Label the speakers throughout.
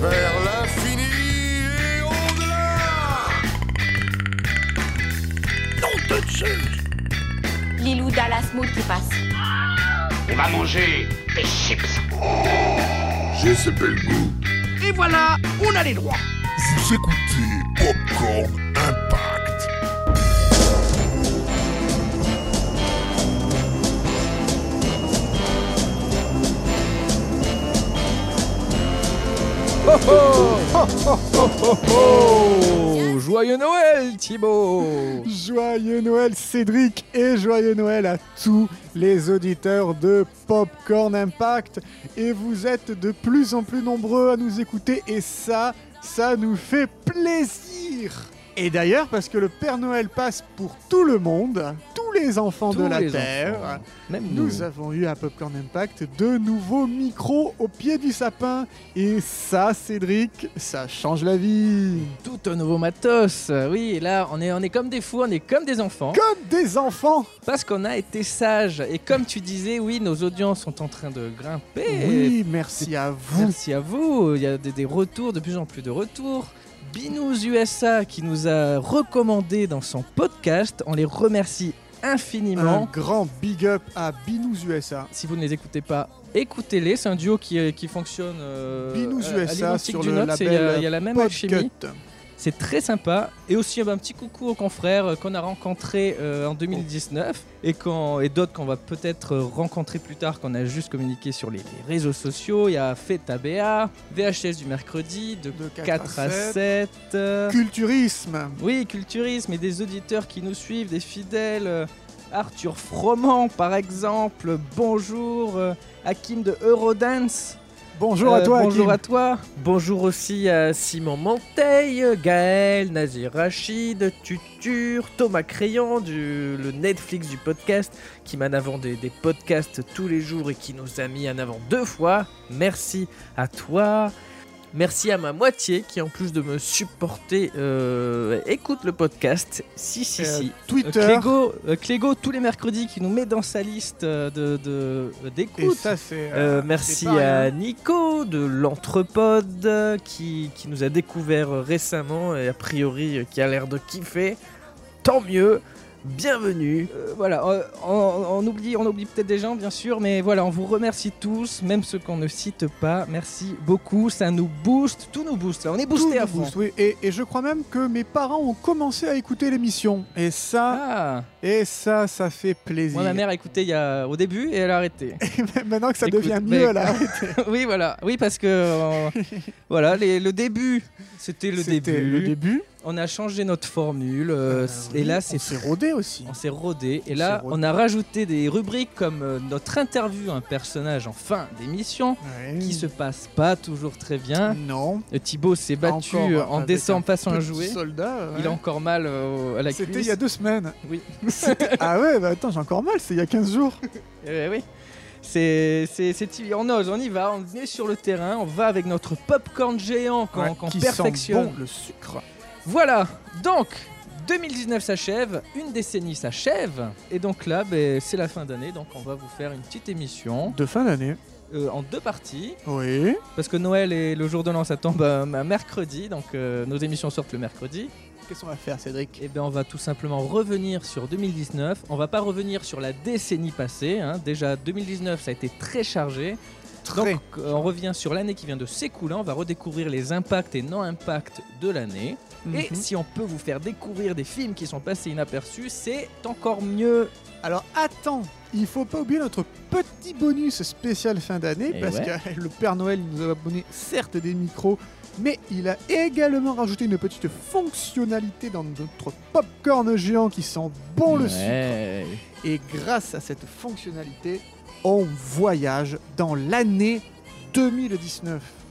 Speaker 1: Vers l'infini et au-delà Nom de Zeus
Speaker 2: Lilou Dallas Mood qui passe.
Speaker 3: On va manger des chips.
Speaker 1: J'ai ce bel goût.
Speaker 3: Et voilà, on a les droits.
Speaker 1: Vous écoutez Popcorn Impact.
Speaker 4: Oh Joyeux Noël, Thibaut
Speaker 5: Joyeux Noël Cédric et joyeux Noël à tous les auditeurs de Popcorn Impact. Et vous êtes de plus en plus nombreux à nous écouter et ça, ça nous fait plaisir. Et d'ailleurs, parce que le Père Noël passe pour tout le monde, tous les enfants de
Speaker 4: Tous
Speaker 5: la
Speaker 4: les
Speaker 5: Terre.
Speaker 4: enfants, Même nous.
Speaker 5: Nous avons eu à Popcorn Impact de nouveaux micros au pied du sapin. Et ça, Cédric, ça change la vie.
Speaker 4: Tout au nouveau matos. Oui, et là, on est, on est comme des fous, on est comme des enfants.
Speaker 5: Comme des enfants
Speaker 4: Parce qu'on a été sages. Et comme tu disais, oui, nos audiences sont en train de grimper.
Speaker 5: Oui, merci à vous.
Speaker 4: Merci à vous. Il y a des, des retours, de plus en plus de retours. Binous USA qui nous a recommandé dans son podcast. On les remercie
Speaker 5: Un
Speaker 4: infiniment.
Speaker 5: grand big up à Binous USA.
Speaker 4: Si vous ne les écoutez pas, écoutez-les. C'est un duo qui, qui fonctionne. euh,
Speaker 5: Binous
Speaker 4: à- à
Speaker 5: USA
Speaker 4: l'identique
Speaker 5: sur
Speaker 4: du
Speaker 5: le
Speaker 4: nôtre. C'est- Il y, a-
Speaker 5: label
Speaker 4: il y a la même alchimie.
Speaker 5: Podcut.
Speaker 4: C'est très sympa. Et aussi un petit coucou aux confrères euh, qu'on a rencontrés euh, en 2019 et, qu'on- et d'autres qu'on va peut-être euh, rencontrer plus tard, qu'on a juste communiqué sur les, les réseaux sociaux. Il y a Feta BA, VHS du mercredi, de
Speaker 5: De 4,
Speaker 4: 4
Speaker 5: à
Speaker 4: à
Speaker 5: 7.
Speaker 4: 7. euh,
Speaker 5: Culturisme.
Speaker 4: Oui, culturisme et des auditeurs qui nous suivent, des fidèles. euh, Arthur Froment, par exemple. Bonjour. euh, Hakim de Eurodance.
Speaker 5: Bonjour à
Speaker 4: Euh,
Speaker 5: toi,
Speaker 4: Bonjour
Speaker 5: Hakim.
Speaker 4: à toi.
Speaker 6: Bonjour aussi à Simon Manteil, Gaël, Nazir Rachid, Tutur, Thomas Crayon, du, le Netflix du podcast, qui mène avant des, des podcasts tous les jours et qui nous a mis en avant deux fois. Merci à toi. Merci à ma moitié qui, en plus de me supporter, euh, écoute le podcast. Si, si,
Speaker 5: Euh,
Speaker 6: si.
Speaker 4: Euh,
Speaker 5: Twitter.
Speaker 4: Clégo, euh, Clégo, tous les mercredis, qui nous met dans sa liste euh, de de- euh,
Speaker 5: Et
Speaker 4: d'écoute.
Speaker 5: ça, c'est.
Speaker 6: Euh,
Speaker 5: euh,
Speaker 6: merci
Speaker 5: c'est pas rien.
Speaker 6: à Nico de l'Entrepode euh, qui, qui nous a découvert euh, récemment et a priori euh, qui a l'air de kiffer. Tant mieux, bienvenue.
Speaker 4: Euh, voilà, euh, on, on oublie, on oublie peut-être des gens, bien sûr, mais voilà, on vous remercie tous, même ceux qu'on ne cite pas. Merci beaucoup, ça nous booste, tout nous booste. là, On est boosté
Speaker 5: Tout
Speaker 4: à
Speaker 5: nous
Speaker 4: fond.
Speaker 5: booste, oui. Et, et je crois même que mes parents ont commencé à écouter l'émission. Et ça,
Speaker 4: Ah,
Speaker 5: et ça, ça fait plaisir.
Speaker 4: moi, ma mère a écouté il y a, au début et elle a arrêté.
Speaker 5: Maintenant que ça
Speaker 4: Écoute,
Speaker 5: devient
Speaker 4: bah,
Speaker 5: mieux, là.
Speaker 4: oui, voilà, oui, parce que euh, voilà, les- le début, c'était le
Speaker 5: C'était
Speaker 4: début.
Speaker 5: Le début.
Speaker 4: On a changé notre formule euh,
Speaker 5: Euh,
Speaker 4: c-
Speaker 5: oui,
Speaker 4: et là,
Speaker 5: on
Speaker 4: c'est
Speaker 5: s'est rodé aussi.
Speaker 4: On s'est rodé et
Speaker 5: On
Speaker 4: là
Speaker 5: s'est rodé.
Speaker 4: on a rajouté des rubriques comme euh, notre interview un personnage en fin d'émission
Speaker 5: Ouais.
Speaker 4: qui se passe pas toujours très bien.
Speaker 5: Non.
Speaker 4: Euh, Thibaut s'est battu
Speaker 5: Encore,
Speaker 4: euh,
Speaker 5: euh,
Speaker 4: en
Speaker 5: avec
Speaker 4: décembre
Speaker 5: un
Speaker 4: passant à
Speaker 5: petit
Speaker 4: jouer.
Speaker 5: Soldat. ouais.
Speaker 4: Il a encore mal euh, à la cuisse.
Speaker 5: C'était il y a deux semaines.
Speaker 4: Oui.
Speaker 5: C'était- ah ouais, bah attends, j'ai encore mal, c'est il y a 15 jours.
Speaker 4: Eh oui. C'est, c'est, c'est Thibaut. on ose, on y va, on est sur le terrain, on va avec notre popcorn géant qu'on,
Speaker 5: Ouais,
Speaker 4: qu'on
Speaker 5: qui
Speaker 4: perfectionne.
Speaker 5: sent bon le sucre.
Speaker 4: Voilà, donc 2019 s'achève, une décennie s'achève, et donc là ben, c'est la fin d'année, donc on va vous faire une petite émission
Speaker 5: De fin d'année.
Speaker 4: euh, en deux parties.
Speaker 5: Oui.
Speaker 4: Parce que Noël et le jour de l'an, ça tombe euh, un mercredi, donc euh, nos émissions sortent le mercredi.
Speaker 5: Qu'est-ce qu'on va faire, Cédric
Speaker 4: Et bien on va tout simplement revenir sur 2019. On va pas revenir sur la décennie passée. hein. Déjà 2019, ça a été très chargé.
Speaker 5: Très.
Speaker 4: Donc euh, on revient sur l'année qui vient de s'écouler. On va redécouvrir les impacts et non-impacts de l'année.
Speaker 5: Mhm.
Speaker 4: Et si on peut vous faire découvrir des films qui sont passés inaperçus, c'est encore mieux.
Speaker 5: Alors attends, il faut pas oublier notre petit bonus spécial fin d'année
Speaker 4: Eh
Speaker 5: parce
Speaker 4: ouais.
Speaker 5: que le Père Noël nous a abonné certes des micros, mais il a également rajouté une petite fonctionnalité dans notre popcorn géant qui sent bon le sucre.
Speaker 4: Ouais.
Speaker 5: Et grâce à cette fonctionnalité, on voyage dans l'année 2019.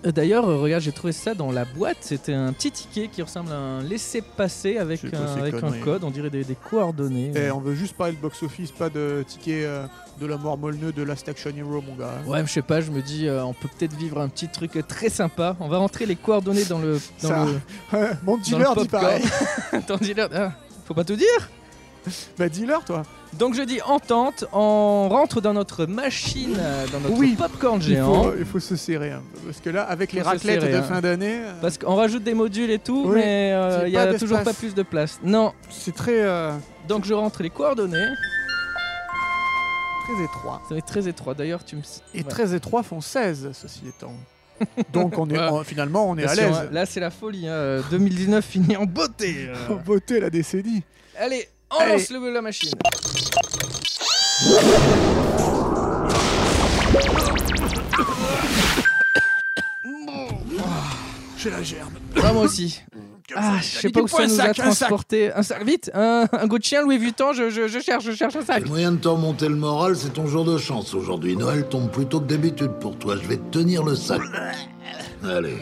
Speaker 4: Euh, D'ailleurs, euh, regarde, j'ai trouvé ça dans la boîte. C'était un petit ticket qui ressemble à un laissez-passer avec,
Speaker 5: C'est quoi
Speaker 4: un,
Speaker 5: ces
Speaker 4: avec un
Speaker 5: conneries
Speaker 4: code. On dirait des, des coordonnées.
Speaker 5: Et on veut juste parler de box-office, pas de ticket euh, de la mort molle-neu de Last Action Hero, mon gars.
Speaker 4: Ouais, mais je sais pas, je me dis, euh, on peut peut-être vivre un petit truc très sympa. On va rentrer les coordonnées dans le. Dans
Speaker 5: Ça,
Speaker 4: le,
Speaker 5: mon
Speaker 4: dans le
Speaker 5: dealer dit
Speaker 4: popcorn.
Speaker 5: pareil.
Speaker 4: Attends, dealer. ah, faut pas tout dire
Speaker 5: Bah, dealer, toi.
Speaker 4: Donc je dis en tente, on rentre dans notre machine, euh, dans notre
Speaker 5: Oui.
Speaker 4: popcorn
Speaker 5: Il
Speaker 4: géant.
Speaker 5: faut, il faut se serrer un peu. Parce que là, avec les
Speaker 4: Faut se
Speaker 5: raclettes
Speaker 4: serrer,
Speaker 5: de
Speaker 4: hein.
Speaker 5: fin d'année, euh,
Speaker 4: Parce qu'on rajoute des modules et tout,
Speaker 5: Oui.
Speaker 4: mais
Speaker 5: C'est
Speaker 4: euh, il y
Speaker 5: pas
Speaker 4: a
Speaker 5: d'espace.
Speaker 4: toujours pas plus de place. Non,
Speaker 5: c'est très, euh,
Speaker 4: donc je rentre les coordonnées.
Speaker 5: très étroit.
Speaker 4: Ça va être très étroit. D'ailleurs, tu me. Ouais.
Speaker 5: Et très étroit font 16, ceci étant. Donc on est,
Speaker 4: Ouais.
Speaker 5: on- finalement, on est à
Speaker 4: Attention,
Speaker 5: l'aise.
Speaker 4: hein, Là, c'est la folie. hein. Euh, 2019 finit en beauté. euh.
Speaker 5: Faut voter la décennie.
Speaker 4: Allez, on
Speaker 5: Allez.
Speaker 4: lance le, la machine.
Speaker 5: J'ai la germe.
Speaker 4: Ah, moi aussi. Ah, je sais pas où ça nous a transporté. Un sac, vite, un, un goût de chien Louis Vuitton. Je, je- je cherche, je cherche un sac.
Speaker 7: Le moyen de t'en monter le moral, c'est ton jour de chance aujourd'hui. Noël tombe plus tôt que d'habitude pour toi. Je vais te tenir le sac. Allez,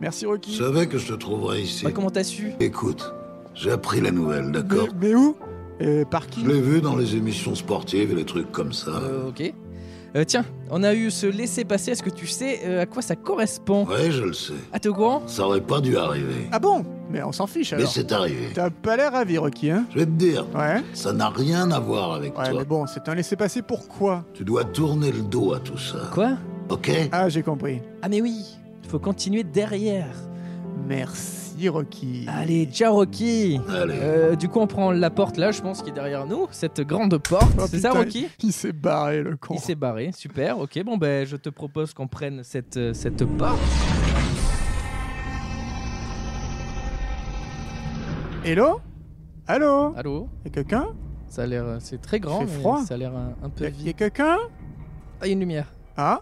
Speaker 5: Merci
Speaker 7: je
Speaker 5: Rocky.
Speaker 7: savais que je te trouverais ici.
Speaker 4: Bah, comment t'as su
Speaker 7: Écoute, j'ai appris la nouvelle,
Speaker 5: Mais,
Speaker 7: d'accord
Speaker 5: mais où Et Par qui
Speaker 7: Je l'ai vu dans les émissions sportives et les trucs comme ça.
Speaker 4: Euh, Ok. Euh, tiens, on a eu ce laisser passer. Est-ce que tu sais euh, à quoi ça correspond
Speaker 7: Ouais, je le sais.
Speaker 4: Ah, t'es au courant
Speaker 7: Ça aurait pas dû arriver.
Speaker 5: Ah bon Mais on s'en fiche
Speaker 7: Mais
Speaker 5: Ah, alors.
Speaker 7: c'est arrivé.
Speaker 5: T'as pas l'air ravi Rocky, hein
Speaker 7: Je vais te dire,
Speaker 5: Ouais.
Speaker 7: ça n'a rien à voir avec
Speaker 5: Ouais,
Speaker 7: toi.
Speaker 5: mais bon, c'est un laissez-passer pourquoi
Speaker 7: Tu dois tourner le dos à tout ça.
Speaker 4: Quoi
Speaker 7: Ok
Speaker 5: Ah, j'ai compris.
Speaker 4: Ah, mais oui, faut continuer derrière.
Speaker 5: Merci Rocky.
Speaker 4: Allez, ciao Rocky
Speaker 7: Allez.
Speaker 4: Euh, du coup, on prend la porte là, je pense, qui est derrière nous, cette grande porte.
Speaker 5: Oh,
Speaker 4: c'est ça,
Speaker 5: putain,
Speaker 4: Rocky
Speaker 5: Il s'est barré le con.
Speaker 4: Il s'est barré, super. Ok, bon, ben, je te propose qu'on prenne cette, euh, cette porte.
Speaker 5: Hello Allô
Speaker 4: Allô
Speaker 5: Y'a quelqu'un
Speaker 4: Ça a l'air, euh, c'est très grand,
Speaker 5: Il fait
Speaker 4: mais
Speaker 5: froid.
Speaker 4: ça a l'air euh, un, un peu
Speaker 5: Y'a y'a
Speaker 4: vide.
Speaker 5: quelqu'un
Speaker 4: Ah, il y a une lumière.
Speaker 5: Ah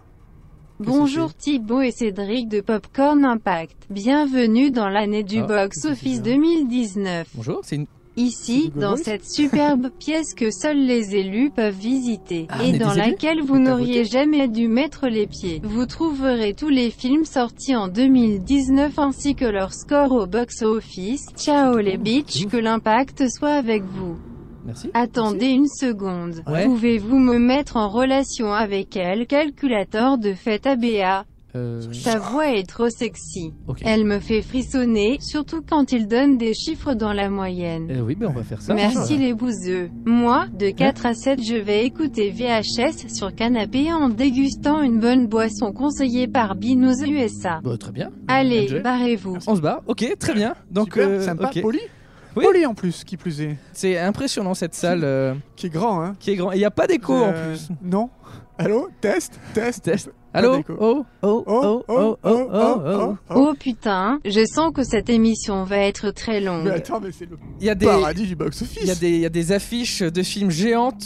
Speaker 2: Bonjour Thibaut et Cédric de Popcorn Impact. Bienvenue dans l'année du
Speaker 4: Ah,
Speaker 2: box office
Speaker 4: bizarre.
Speaker 2: 2019.
Speaker 4: Bonjour, c'est une.
Speaker 5: C'est du
Speaker 2: Ici,
Speaker 5: Google
Speaker 2: dans
Speaker 5: Voice
Speaker 2: cette superbe pièce que seuls les élus peuvent visiter,
Speaker 4: Ah, on est
Speaker 2: et dans
Speaker 4: des élus
Speaker 2: laquelle vous
Speaker 4: Mais t'as
Speaker 2: n'auriez
Speaker 4: voté
Speaker 2: jamais dû mettre les pieds, vous trouverez tous les films sortis en 2019 ainsi que leur score au box-office. Ciao les bitches, que l'impact soit avec vous.
Speaker 4: Merci.
Speaker 2: Attendez une seconde.
Speaker 4: Ouais.
Speaker 2: Pouvez-vous me mettre en relation avec elle Calculateur de fête ABA.
Speaker 4: Euh,
Speaker 2: Sa voix est trop sexy.
Speaker 4: ok.
Speaker 2: Elle me fait frissonner, surtout quand il donne des chiffres dans la moyenne.
Speaker 4: Euh, oui, ben, on va faire ça.
Speaker 2: Merci les bouseux. Moi, de 4 à 7, je vais écouter VHS sur canapé en dégustant une bonne boisson conseillée par Binous USA.
Speaker 4: Bah, très bien.
Speaker 2: Allez,
Speaker 4: Enjoy.
Speaker 2: barrez-vous.
Speaker 4: On se barre. Ok, très bien. Donc,
Speaker 5: Super,
Speaker 4: euh,
Speaker 5: sympa,
Speaker 4: ok.
Speaker 5: poli
Speaker 4: Oui.
Speaker 5: Poli en plus, qui plus est.
Speaker 4: c'est impressionnant cette salle euh,
Speaker 5: Qui est grand, hein
Speaker 4: qui est grande. Il n'y a pas d'écho en
Speaker 5: Euh,
Speaker 4: plus.
Speaker 5: Non Allô Test Test
Speaker 4: Test. Allô
Speaker 5: d'écho.
Speaker 4: oh oh oh oh oh oh oh.
Speaker 2: Oh putain, je sens que cette émission va être très
Speaker 5: Mais
Speaker 2: longue.
Speaker 5: attends, mais c'est le
Speaker 4: Il y a des,
Speaker 5: paradis du box-office
Speaker 4: Il y, a des- il y a des affiches de films géantes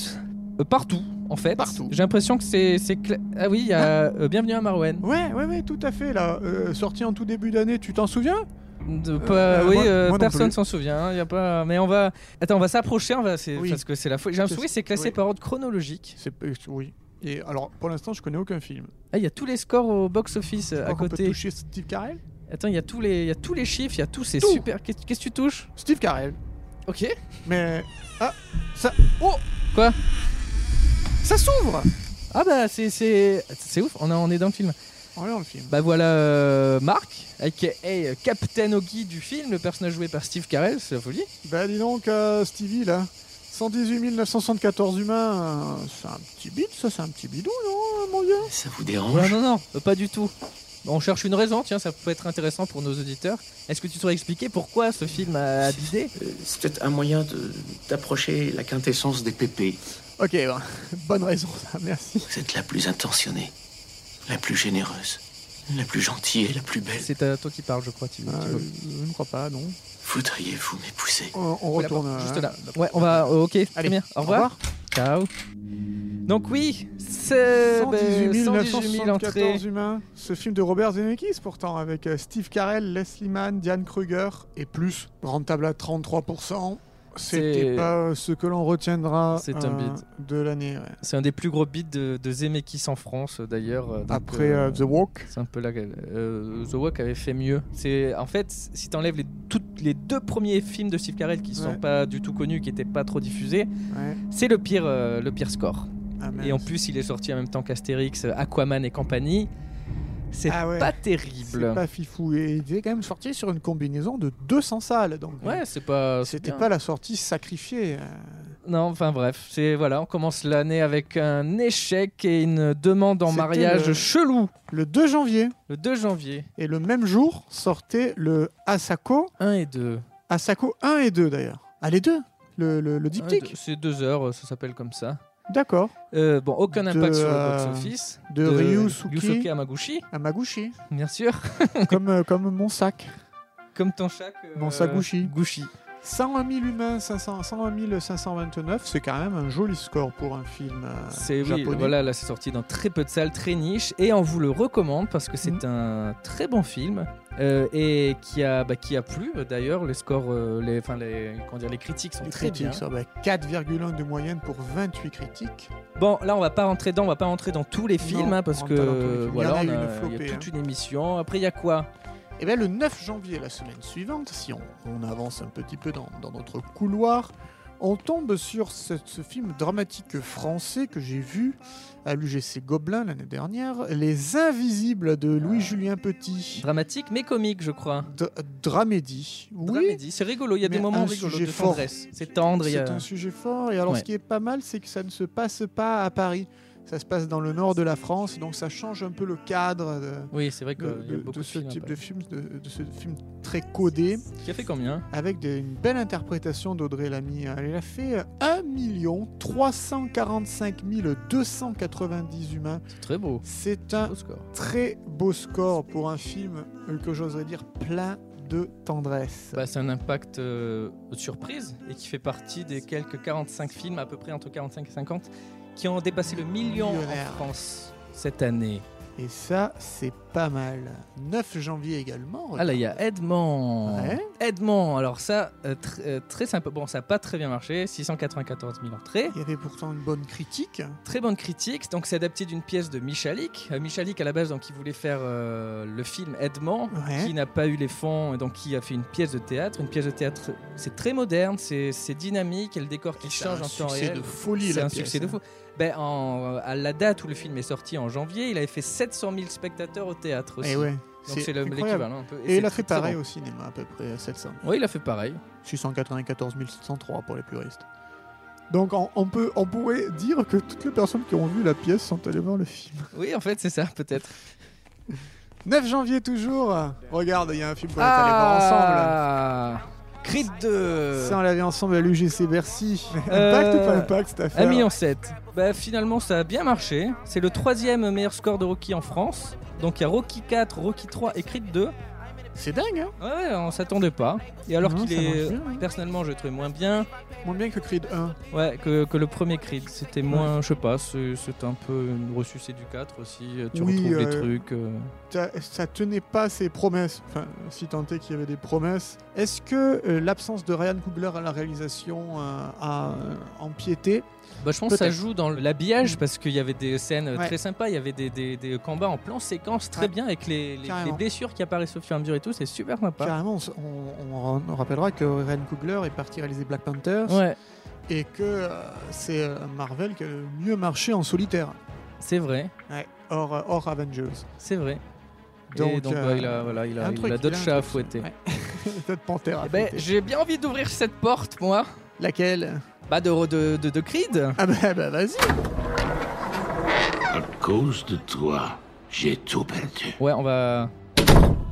Speaker 4: euh, partout, en fait.
Speaker 5: Partout.
Speaker 4: J'ai l'impression que c'est. c'est cla- Ah oui, il y a euh, Bienvenue à Marwen.
Speaker 5: Ouais, ouais, ouais, tout à fait, là. Euh, sorti en tout début d'année, tu t'en souviens
Speaker 4: De pas-
Speaker 5: euh,
Speaker 4: oui,
Speaker 5: moi-
Speaker 4: euh,
Speaker 5: moi non
Speaker 4: personne
Speaker 5: plus.
Speaker 4: s'en souvient. hein, il y a pas... Mais on va. Attends, on va s'approcher on va... c'est-
Speaker 5: Oui.
Speaker 4: parce que c'est la faute. J'ai l'impression que c'est classé
Speaker 5: Oui.
Speaker 4: par ordre chronologique.
Speaker 5: C'est... euh, Oui. Et alors, pour l'instant, je connais aucun film.
Speaker 4: Ah, il y a tous les scores au box-office euh,
Speaker 5: Je
Speaker 4: à
Speaker 5: crois qu'on peut
Speaker 4: côté.
Speaker 5: toucher Steve Carell
Speaker 4: Attends, il y, a tous les... il y a tous les chiffres, il y a tous ces
Speaker 5: Tout.
Speaker 4: super. Qu'est-ce qu'est-ce que tu touches
Speaker 5: Steve Carell.
Speaker 4: Ok.
Speaker 5: Mais... Ah Ça...
Speaker 4: Quoi
Speaker 5: Ça s'ouvre
Speaker 4: Ah bah, c'est- c'est c'est ouf, on, a- on est dans le film.
Speaker 5: On est dans le film.
Speaker 4: Bah voilà euh, Marc, aka euh, Captain Oggy du film, le personnage joué par Steve Carell, c'est la folie.
Speaker 5: Bah dis donc, euh, Stevie, là. 118 974 humains, euh, c'est un petit bide, ça c'est un petit bidou, non, euh, mon dieu
Speaker 8: Ça vous dérange
Speaker 4: Non, non, non, euh, pas du tout. On cherche une raison, tiens, ça peut être intéressant pour nos auditeurs. Est-ce que tu saurais expliquer pourquoi ce film a bidé
Speaker 9: Euh, C'est peut-être un moyen de- d'approcher la quintessence des pépés.
Speaker 5: Ok, bah, bonne raison, ça, merci.
Speaker 9: Vous êtes la plus intentionnée, la plus généreuse, la plus gentille et la plus belle.
Speaker 4: C'est à toi qui parle, je crois, Thibaut.
Speaker 5: Euh,
Speaker 4: Thibaut.
Speaker 5: je ne crois pas, non.
Speaker 9: Voudriez-vous m'épouser
Speaker 5: On, on
Speaker 4: Oui, là-bas,
Speaker 5: retourne.
Speaker 4: Juste
Speaker 5: hein.
Speaker 4: là. Ouais, on va. oh, ok, très
Speaker 5: Allez,
Speaker 4: bien. Au revoir. Ciao. Donc, oui, c'est. ben,
Speaker 5: 118
Speaker 4: 118 000 entrées.
Speaker 5: 974 humains. Ce film de Robert Zemeckis, pourtant, avec euh, Steve Carell, Leslie Mann, Diane Kruger et plus. Rentable à 33%.
Speaker 4: C'est-
Speaker 5: C'était pas ce que l'on retiendra
Speaker 4: C'est un
Speaker 5: euh,
Speaker 4: bide.
Speaker 5: de l'année. ouais.
Speaker 4: C'est un des plus gros beats de, de Zemeckis en France, euh, d'ailleurs. euh, donc,
Speaker 5: Après
Speaker 4: euh,
Speaker 5: euh, The Walk.
Speaker 4: C'est un peu là que euh, The Walk avait fait mieux. C'est en fait si t'enlèves les toutes les deux premiers films de Steve Carell qui sont
Speaker 5: Ouais.
Speaker 4: pas du tout connus, qui étaient pas trop diffusés,
Speaker 5: Ouais.
Speaker 4: c'est le pire euh, le pire score.
Speaker 5: Ah, mince.
Speaker 4: Et en plus, il est sorti en même temps qu'Astérix, Aquaman et compagnie. C'est
Speaker 5: Ah ouais.
Speaker 4: pas
Speaker 5: C'est
Speaker 4: terrible.
Speaker 5: pas fifou. Et il est quand même sorti sur une combinaison de 200 salles. Donc, euh,
Speaker 4: Ouais, c'est pas. c'est
Speaker 5: C'était
Speaker 4: bien.
Speaker 5: pas la sortie sacrifiée. euh.
Speaker 4: Non, enfin bref, c'est voilà, on commence l'année avec un échec et une demande en
Speaker 5: C'était
Speaker 4: mariage
Speaker 5: le-
Speaker 4: chelou
Speaker 5: Le 2 janvier
Speaker 4: le 2 janvier.
Speaker 5: et le même jour sortait le Asako,
Speaker 4: 1 et 2.
Speaker 5: Asako 1 et 2 d'ailleurs. Ah les deux le,
Speaker 4: Un
Speaker 5: le, le
Speaker 4: et deux.
Speaker 5: diptyque
Speaker 4: C'est 2 heures, euh, ça s'appelle comme ça.
Speaker 5: D'accord.
Speaker 4: Euh, bon, aucun
Speaker 5: De,
Speaker 4: impact sur le
Speaker 5: euh,
Speaker 4: box-office.
Speaker 5: de Ryusuke.
Speaker 4: Hamaguchi,
Speaker 5: Amaguchi.
Speaker 4: bien sûr.
Speaker 5: comme, euh, comme mon sac.
Speaker 4: Comme ton chat. euh, que-
Speaker 5: Mon Saguchi.
Speaker 4: Gushi.
Speaker 5: 101 000 humains, 500, 101 529, c'est quand même un joli score pour un film euh,
Speaker 4: C'est oui,
Speaker 5: japonais.
Speaker 4: voilà, là c'est sorti dans très peu de salles, très niche, et on vous le recommande parce que c'est
Speaker 5: Mhm.
Speaker 4: un très bon film euh, et qui a bah, qui a plu euh, d'ailleurs. Les scores, euh, les enfin les comment dire, les critiques sont
Speaker 5: Les
Speaker 4: très
Speaker 5: critiques,
Speaker 4: bien.
Speaker 5: ça, bah, 4,1 de moyenne pour 28 critiques.
Speaker 4: Bon, là on va pas rentrer dans, on va pas rentrer dans tous les films
Speaker 5: Non,
Speaker 4: hein, parce
Speaker 5: on
Speaker 4: que
Speaker 5: rentre pas dans tous les films. Il y
Speaker 4: voilà,
Speaker 5: en a
Speaker 4: on
Speaker 5: une
Speaker 4: a- il
Speaker 5: flopée, hein.
Speaker 4: y a toute une émission. Après il y a quoi
Speaker 5: Et Eh bien le 9 janvier, la semaine suivante, si on, on avance un petit peu dans, dans notre couloir, on tombe sur ce, ce film dramatique français que j'ai vu à l'UGC Gobelin l'année dernière, Les Invisibles de Louis-Julien Petit.
Speaker 4: Dramatique mais comique, je crois.
Speaker 5: D- Dramédie. Oui,
Speaker 4: Dramédie. C'est rigolo, il y a des
Speaker 5: Mais
Speaker 4: moments
Speaker 5: un
Speaker 4: rigolos de
Speaker 5: sujet fort.
Speaker 4: tendresse. C'est tendre, il y a-
Speaker 5: C'est un sujet fort. Et alors,
Speaker 4: Ouais.
Speaker 5: ce qui est pas mal, c'est que ça ne se passe pas à Paris. Ça se passe dans le nord de la France, donc ça change un peu le cadre de,
Speaker 4: Oui, c'est vrai qu'il
Speaker 5: de-
Speaker 4: y a
Speaker 5: de-
Speaker 4: beaucoup
Speaker 5: de ce
Speaker 4: films,
Speaker 5: type
Speaker 4: hein,
Speaker 5: de film, de, de ce film très codé,
Speaker 4: Qui a fait combien
Speaker 5: avec des- une belle interprétation d'Audrey Lamy. Elle a fait euh, 1 345 290 humains.
Speaker 4: C'est très beau.
Speaker 5: C'est un
Speaker 4: Beau score.
Speaker 5: très beau score pour un film euh, que j'oserais dire plein de tendresse.
Speaker 4: Bah, c'est un impact euh, surprise et qui fait partie des quelques 45 films, à peu près entre 45 et 50, qui ont dépassé le million
Speaker 5: Millionnaire.
Speaker 4: en France cette année.
Speaker 5: Et ça, c'est pas mal. 9 janvier également.
Speaker 4: Ah là, il y a Edmond.
Speaker 5: Ouais.
Speaker 4: Edmond, alors ça, euh, tr- euh, très sympa. Bon, ça n'a pas très bien marché, 694 000 entrées.
Speaker 5: Il y avait pourtant une bonne critique.
Speaker 4: Très bonne critique, donc c'est adapté d'une pièce de Michalik. Euh, Michalik, à la base, donc, il voulait faire euh, le film Edmond,
Speaker 5: Ouais.
Speaker 4: qui n'a pas eu les fonds, et donc qui a fait une pièce de théâtre. Une pièce de théâtre, c'est très moderne, c'est c'est dynamique, et le décor qui
Speaker 5: Et c'est
Speaker 4: change
Speaker 5: un
Speaker 4: en temps
Speaker 5: succès
Speaker 4: réel.
Speaker 5: de folie,
Speaker 4: C'est
Speaker 5: la
Speaker 4: un
Speaker 5: pièce,
Speaker 4: succès de
Speaker 5: hein.
Speaker 4: fou. Ben, en- à la date où le film est sorti, en janvier, il avait fait 700 000 spectateurs au théâtre aussi.
Speaker 5: Et Eh ouais,
Speaker 4: donc c'est le-
Speaker 5: incroyable.
Speaker 4: l'équivalent un peu.
Speaker 5: Et
Speaker 4: hein. c'est
Speaker 5: il a fait
Speaker 4: très, très
Speaker 5: pareil
Speaker 4: bon.
Speaker 5: au cinéma, à peu près à 700.
Speaker 4: Oui, il a fait pareil.
Speaker 5: 694 703 pour les puristes. Donc on, on peut, on pourrait dire que toutes les personnes qui ont vu la pièce sont allées voir le film.
Speaker 4: Oui, en fait, c'est ça, peut-être.
Speaker 5: 9 janvier toujours. Regarde, il y a un film qu'on est allé
Speaker 4: Ah.
Speaker 5: voir
Speaker 4: ensemble. Ah Creed 2.
Speaker 5: ensemble. Ça, on l'avait ensemble à l'UGC Bercy.
Speaker 4: Euh,
Speaker 5: Impact ou pas impact cette affaire
Speaker 4: 1,7 million. Bah, finalement, ça a bien marché. C'est le troisième meilleur score de Rocky en France. Donc il y a Rocky 4, Rocky 3 et Creed 2.
Speaker 5: C'est dingue, hein
Speaker 4: Ouais, ouais, on s'attendait pas. Et alors
Speaker 5: Non,
Speaker 4: qu'il
Speaker 5: ça marche
Speaker 4: est.
Speaker 5: bien, hein.
Speaker 4: Personnellement, je le trouvais moins bien
Speaker 5: Moins bien que Creed 1.
Speaker 4: ouais, que, que le premier Creed. C'était moins, je sais pas, c'est c'est un peu une ressucée du 4 aussi. Tu
Speaker 5: Oui,
Speaker 4: retrouves les
Speaker 5: euh,
Speaker 4: trucs. euh.
Speaker 5: ça, ça tenait pas ses promesses, enfin, si tant est qu'il y avait des promesses. Est-ce que euh, l'absence de Ryan Coogler à la réalisation euh, a euh, empiété
Speaker 4: Bah, je pense que ça
Speaker 5: Peut-être.
Speaker 4: joue dans l'habillage parce qu'il y avait des scènes
Speaker 5: Ouais.
Speaker 4: très sympas, il y avait des, des- des combats en plan séquence très
Speaker 5: Ouais.
Speaker 4: bien avec les, les- les
Speaker 5: Carrément.
Speaker 4: blessures qui apparaissent au fur et à mesure et tout, c'est super sympa.
Speaker 5: Carrément, on, s- on- on- on rappellera que Ryan Coogler est parti réaliser Black Panther
Speaker 4: Ouais,
Speaker 5: et que euh, c'est euh, Marvel qui a le mieux marché en solitaire,
Speaker 4: c'est vrai,
Speaker 5: Ouais, hors, euh, hors Avengers.
Speaker 4: c'est vrai. Et
Speaker 5: Donc,
Speaker 4: Donc,
Speaker 5: euh,
Speaker 4: bah, il a, voilà, il a,
Speaker 5: un
Speaker 4: il
Speaker 5: truc,
Speaker 4: a
Speaker 5: il
Speaker 4: d'autres
Speaker 5: a un
Speaker 4: chats à
Speaker 5: truc.
Speaker 4: fouetter.
Speaker 5: Ouais. Peut-être Panthère. à
Speaker 4: Eh ben,
Speaker 5: côté.
Speaker 4: j'ai bien envie d'ouvrir cette porte, moi.
Speaker 5: Laquelle
Speaker 4: Bah, de, de, de, de Creed.
Speaker 5: Ah bah, bah, vas-y
Speaker 7: À cause de toi, j'ai tout perdu.
Speaker 4: Ouais, on va.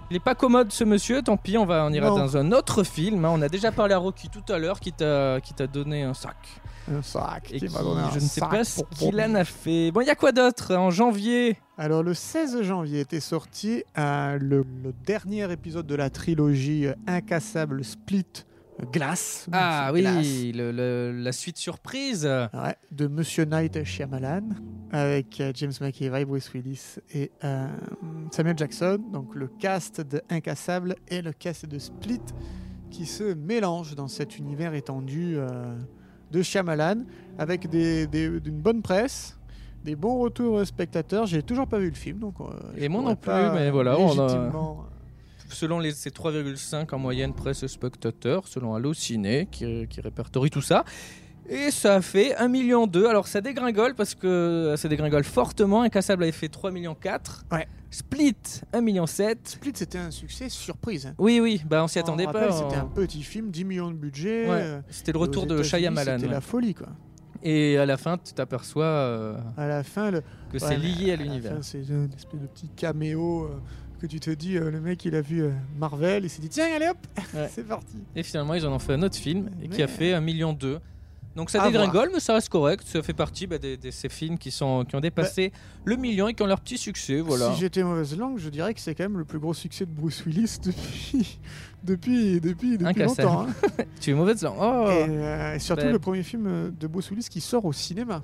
Speaker 4: Il est pas commode ce monsieur, tant pis, on, va, on ira
Speaker 5: Non.
Speaker 4: dans un autre film. hein. On a déjà parlé à Rocky tout à l'heure qui t'a qui t'a donné un sac.
Speaker 5: Un sac
Speaker 4: Et
Speaker 5: qui
Speaker 4: qui-
Speaker 5: m'a donné un
Speaker 4: je ne sais
Speaker 5: sac
Speaker 4: pas ce
Speaker 5: pour
Speaker 4: qu'il
Speaker 5: vomir.
Speaker 4: en a fait. Bon, il y a quoi d'autre en janvier
Speaker 5: Alors le 16 janvier était sorti euh, le, le dernier épisode de la trilogie euh, incassable Split euh, Glass.
Speaker 4: Ah
Speaker 5: Donc, c'est
Speaker 4: oui, le- le- la suite surprise.
Speaker 5: Glass. Ouais, de Monsieur Knight Shyamalan avec euh, James McAvoy, Bruce Willis et euh, Samuel Jackson. Donc le cast de Incassable et le cast de Split qui se mélangent dans cet univers étendu euh, de Shyamalan avec des, des- d'une bonne presse. Des bons retours aux spectateurs, j'ai toujours pas vu le film donc. euh,
Speaker 4: Et
Speaker 5: je
Speaker 4: moi non
Speaker 5: pourrais
Speaker 4: plus,
Speaker 5: pas,
Speaker 4: mais voilà, on a-
Speaker 5: légitimement-
Speaker 4: Selon les, c'est 3,5 en moyenne presse spectateurs, selon Allociné qui, qui répertorie tout ça. Et ça a fait 1,2 million. Alors ça dégringole parce que ça dégringole fortement. Incassable avait fait 3,4 millions.
Speaker 5: Ouais.
Speaker 4: Split 1,7 million.
Speaker 5: Split, c'était un succès surprise. Hein.
Speaker 4: Oui, oui, bah on s'y
Speaker 5: On
Speaker 4: attendait
Speaker 5: rappelle,
Speaker 4: pas.
Speaker 5: C'était un
Speaker 4: on-
Speaker 5: petit film, 10 millions de budget.
Speaker 4: Ouais,
Speaker 5: euh,
Speaker 4: C'était le
Speaker 5: et aux
Speaker 4: retour de
Speaker 5: États-Unis,
Speaker 4: Shyamalan.
Speaker 5: C'était
Speaker 4: ouais.
Speaker 5: la folie, quoi.
Speaker 4: Et à la fin, tu t'aperçois euh,
Speaker 5: À la fin, le,
Speaker 4: que
Speaker 5: Ouais,
Speaker 4: c'est
Speaker 5: mais
Speaker 4: lié à
Speaker 5: la
Speaker 4: l'univers.
Speaker 5: fin, C'est une espèce de petit caméo euh, que tu te dis, euh, le mec, il a vu euh, Marvel, il s'est dit, tiens, allez hop,
Speaker 4: Ouais.
Speaker 5: c'est parti.
Speaker 4: Et finalement, ils en ont fait un autre film et qui a
Speaker 5: Mais-
Speaker 4: fait 1,2 million. Donc ça
Speaker 5: À
Speaker 4: dégringole, mais ça reste correct. Ça fait partie bah, des- des- de ces films qui, sont, qui ont dépassé le million et qui ont leur petit succès. Voilà.
Speaker 5: Bah, Si j'étais mauvaise langue, je dirais que c'est quand même le plus gros succès de Bruce Willis depuis, depuis, depuis, depuis
Speaker 4: Incassable.
Speaker 5: longtemps. hein.
Speaker 4: Tu es mauvaise langue. Oh.
Speaker 5: Et, euh, et surtout
Speaker 4: Ben-
Speaker 5: le premier film euh, de Bruce Willis qui sort au cinéma.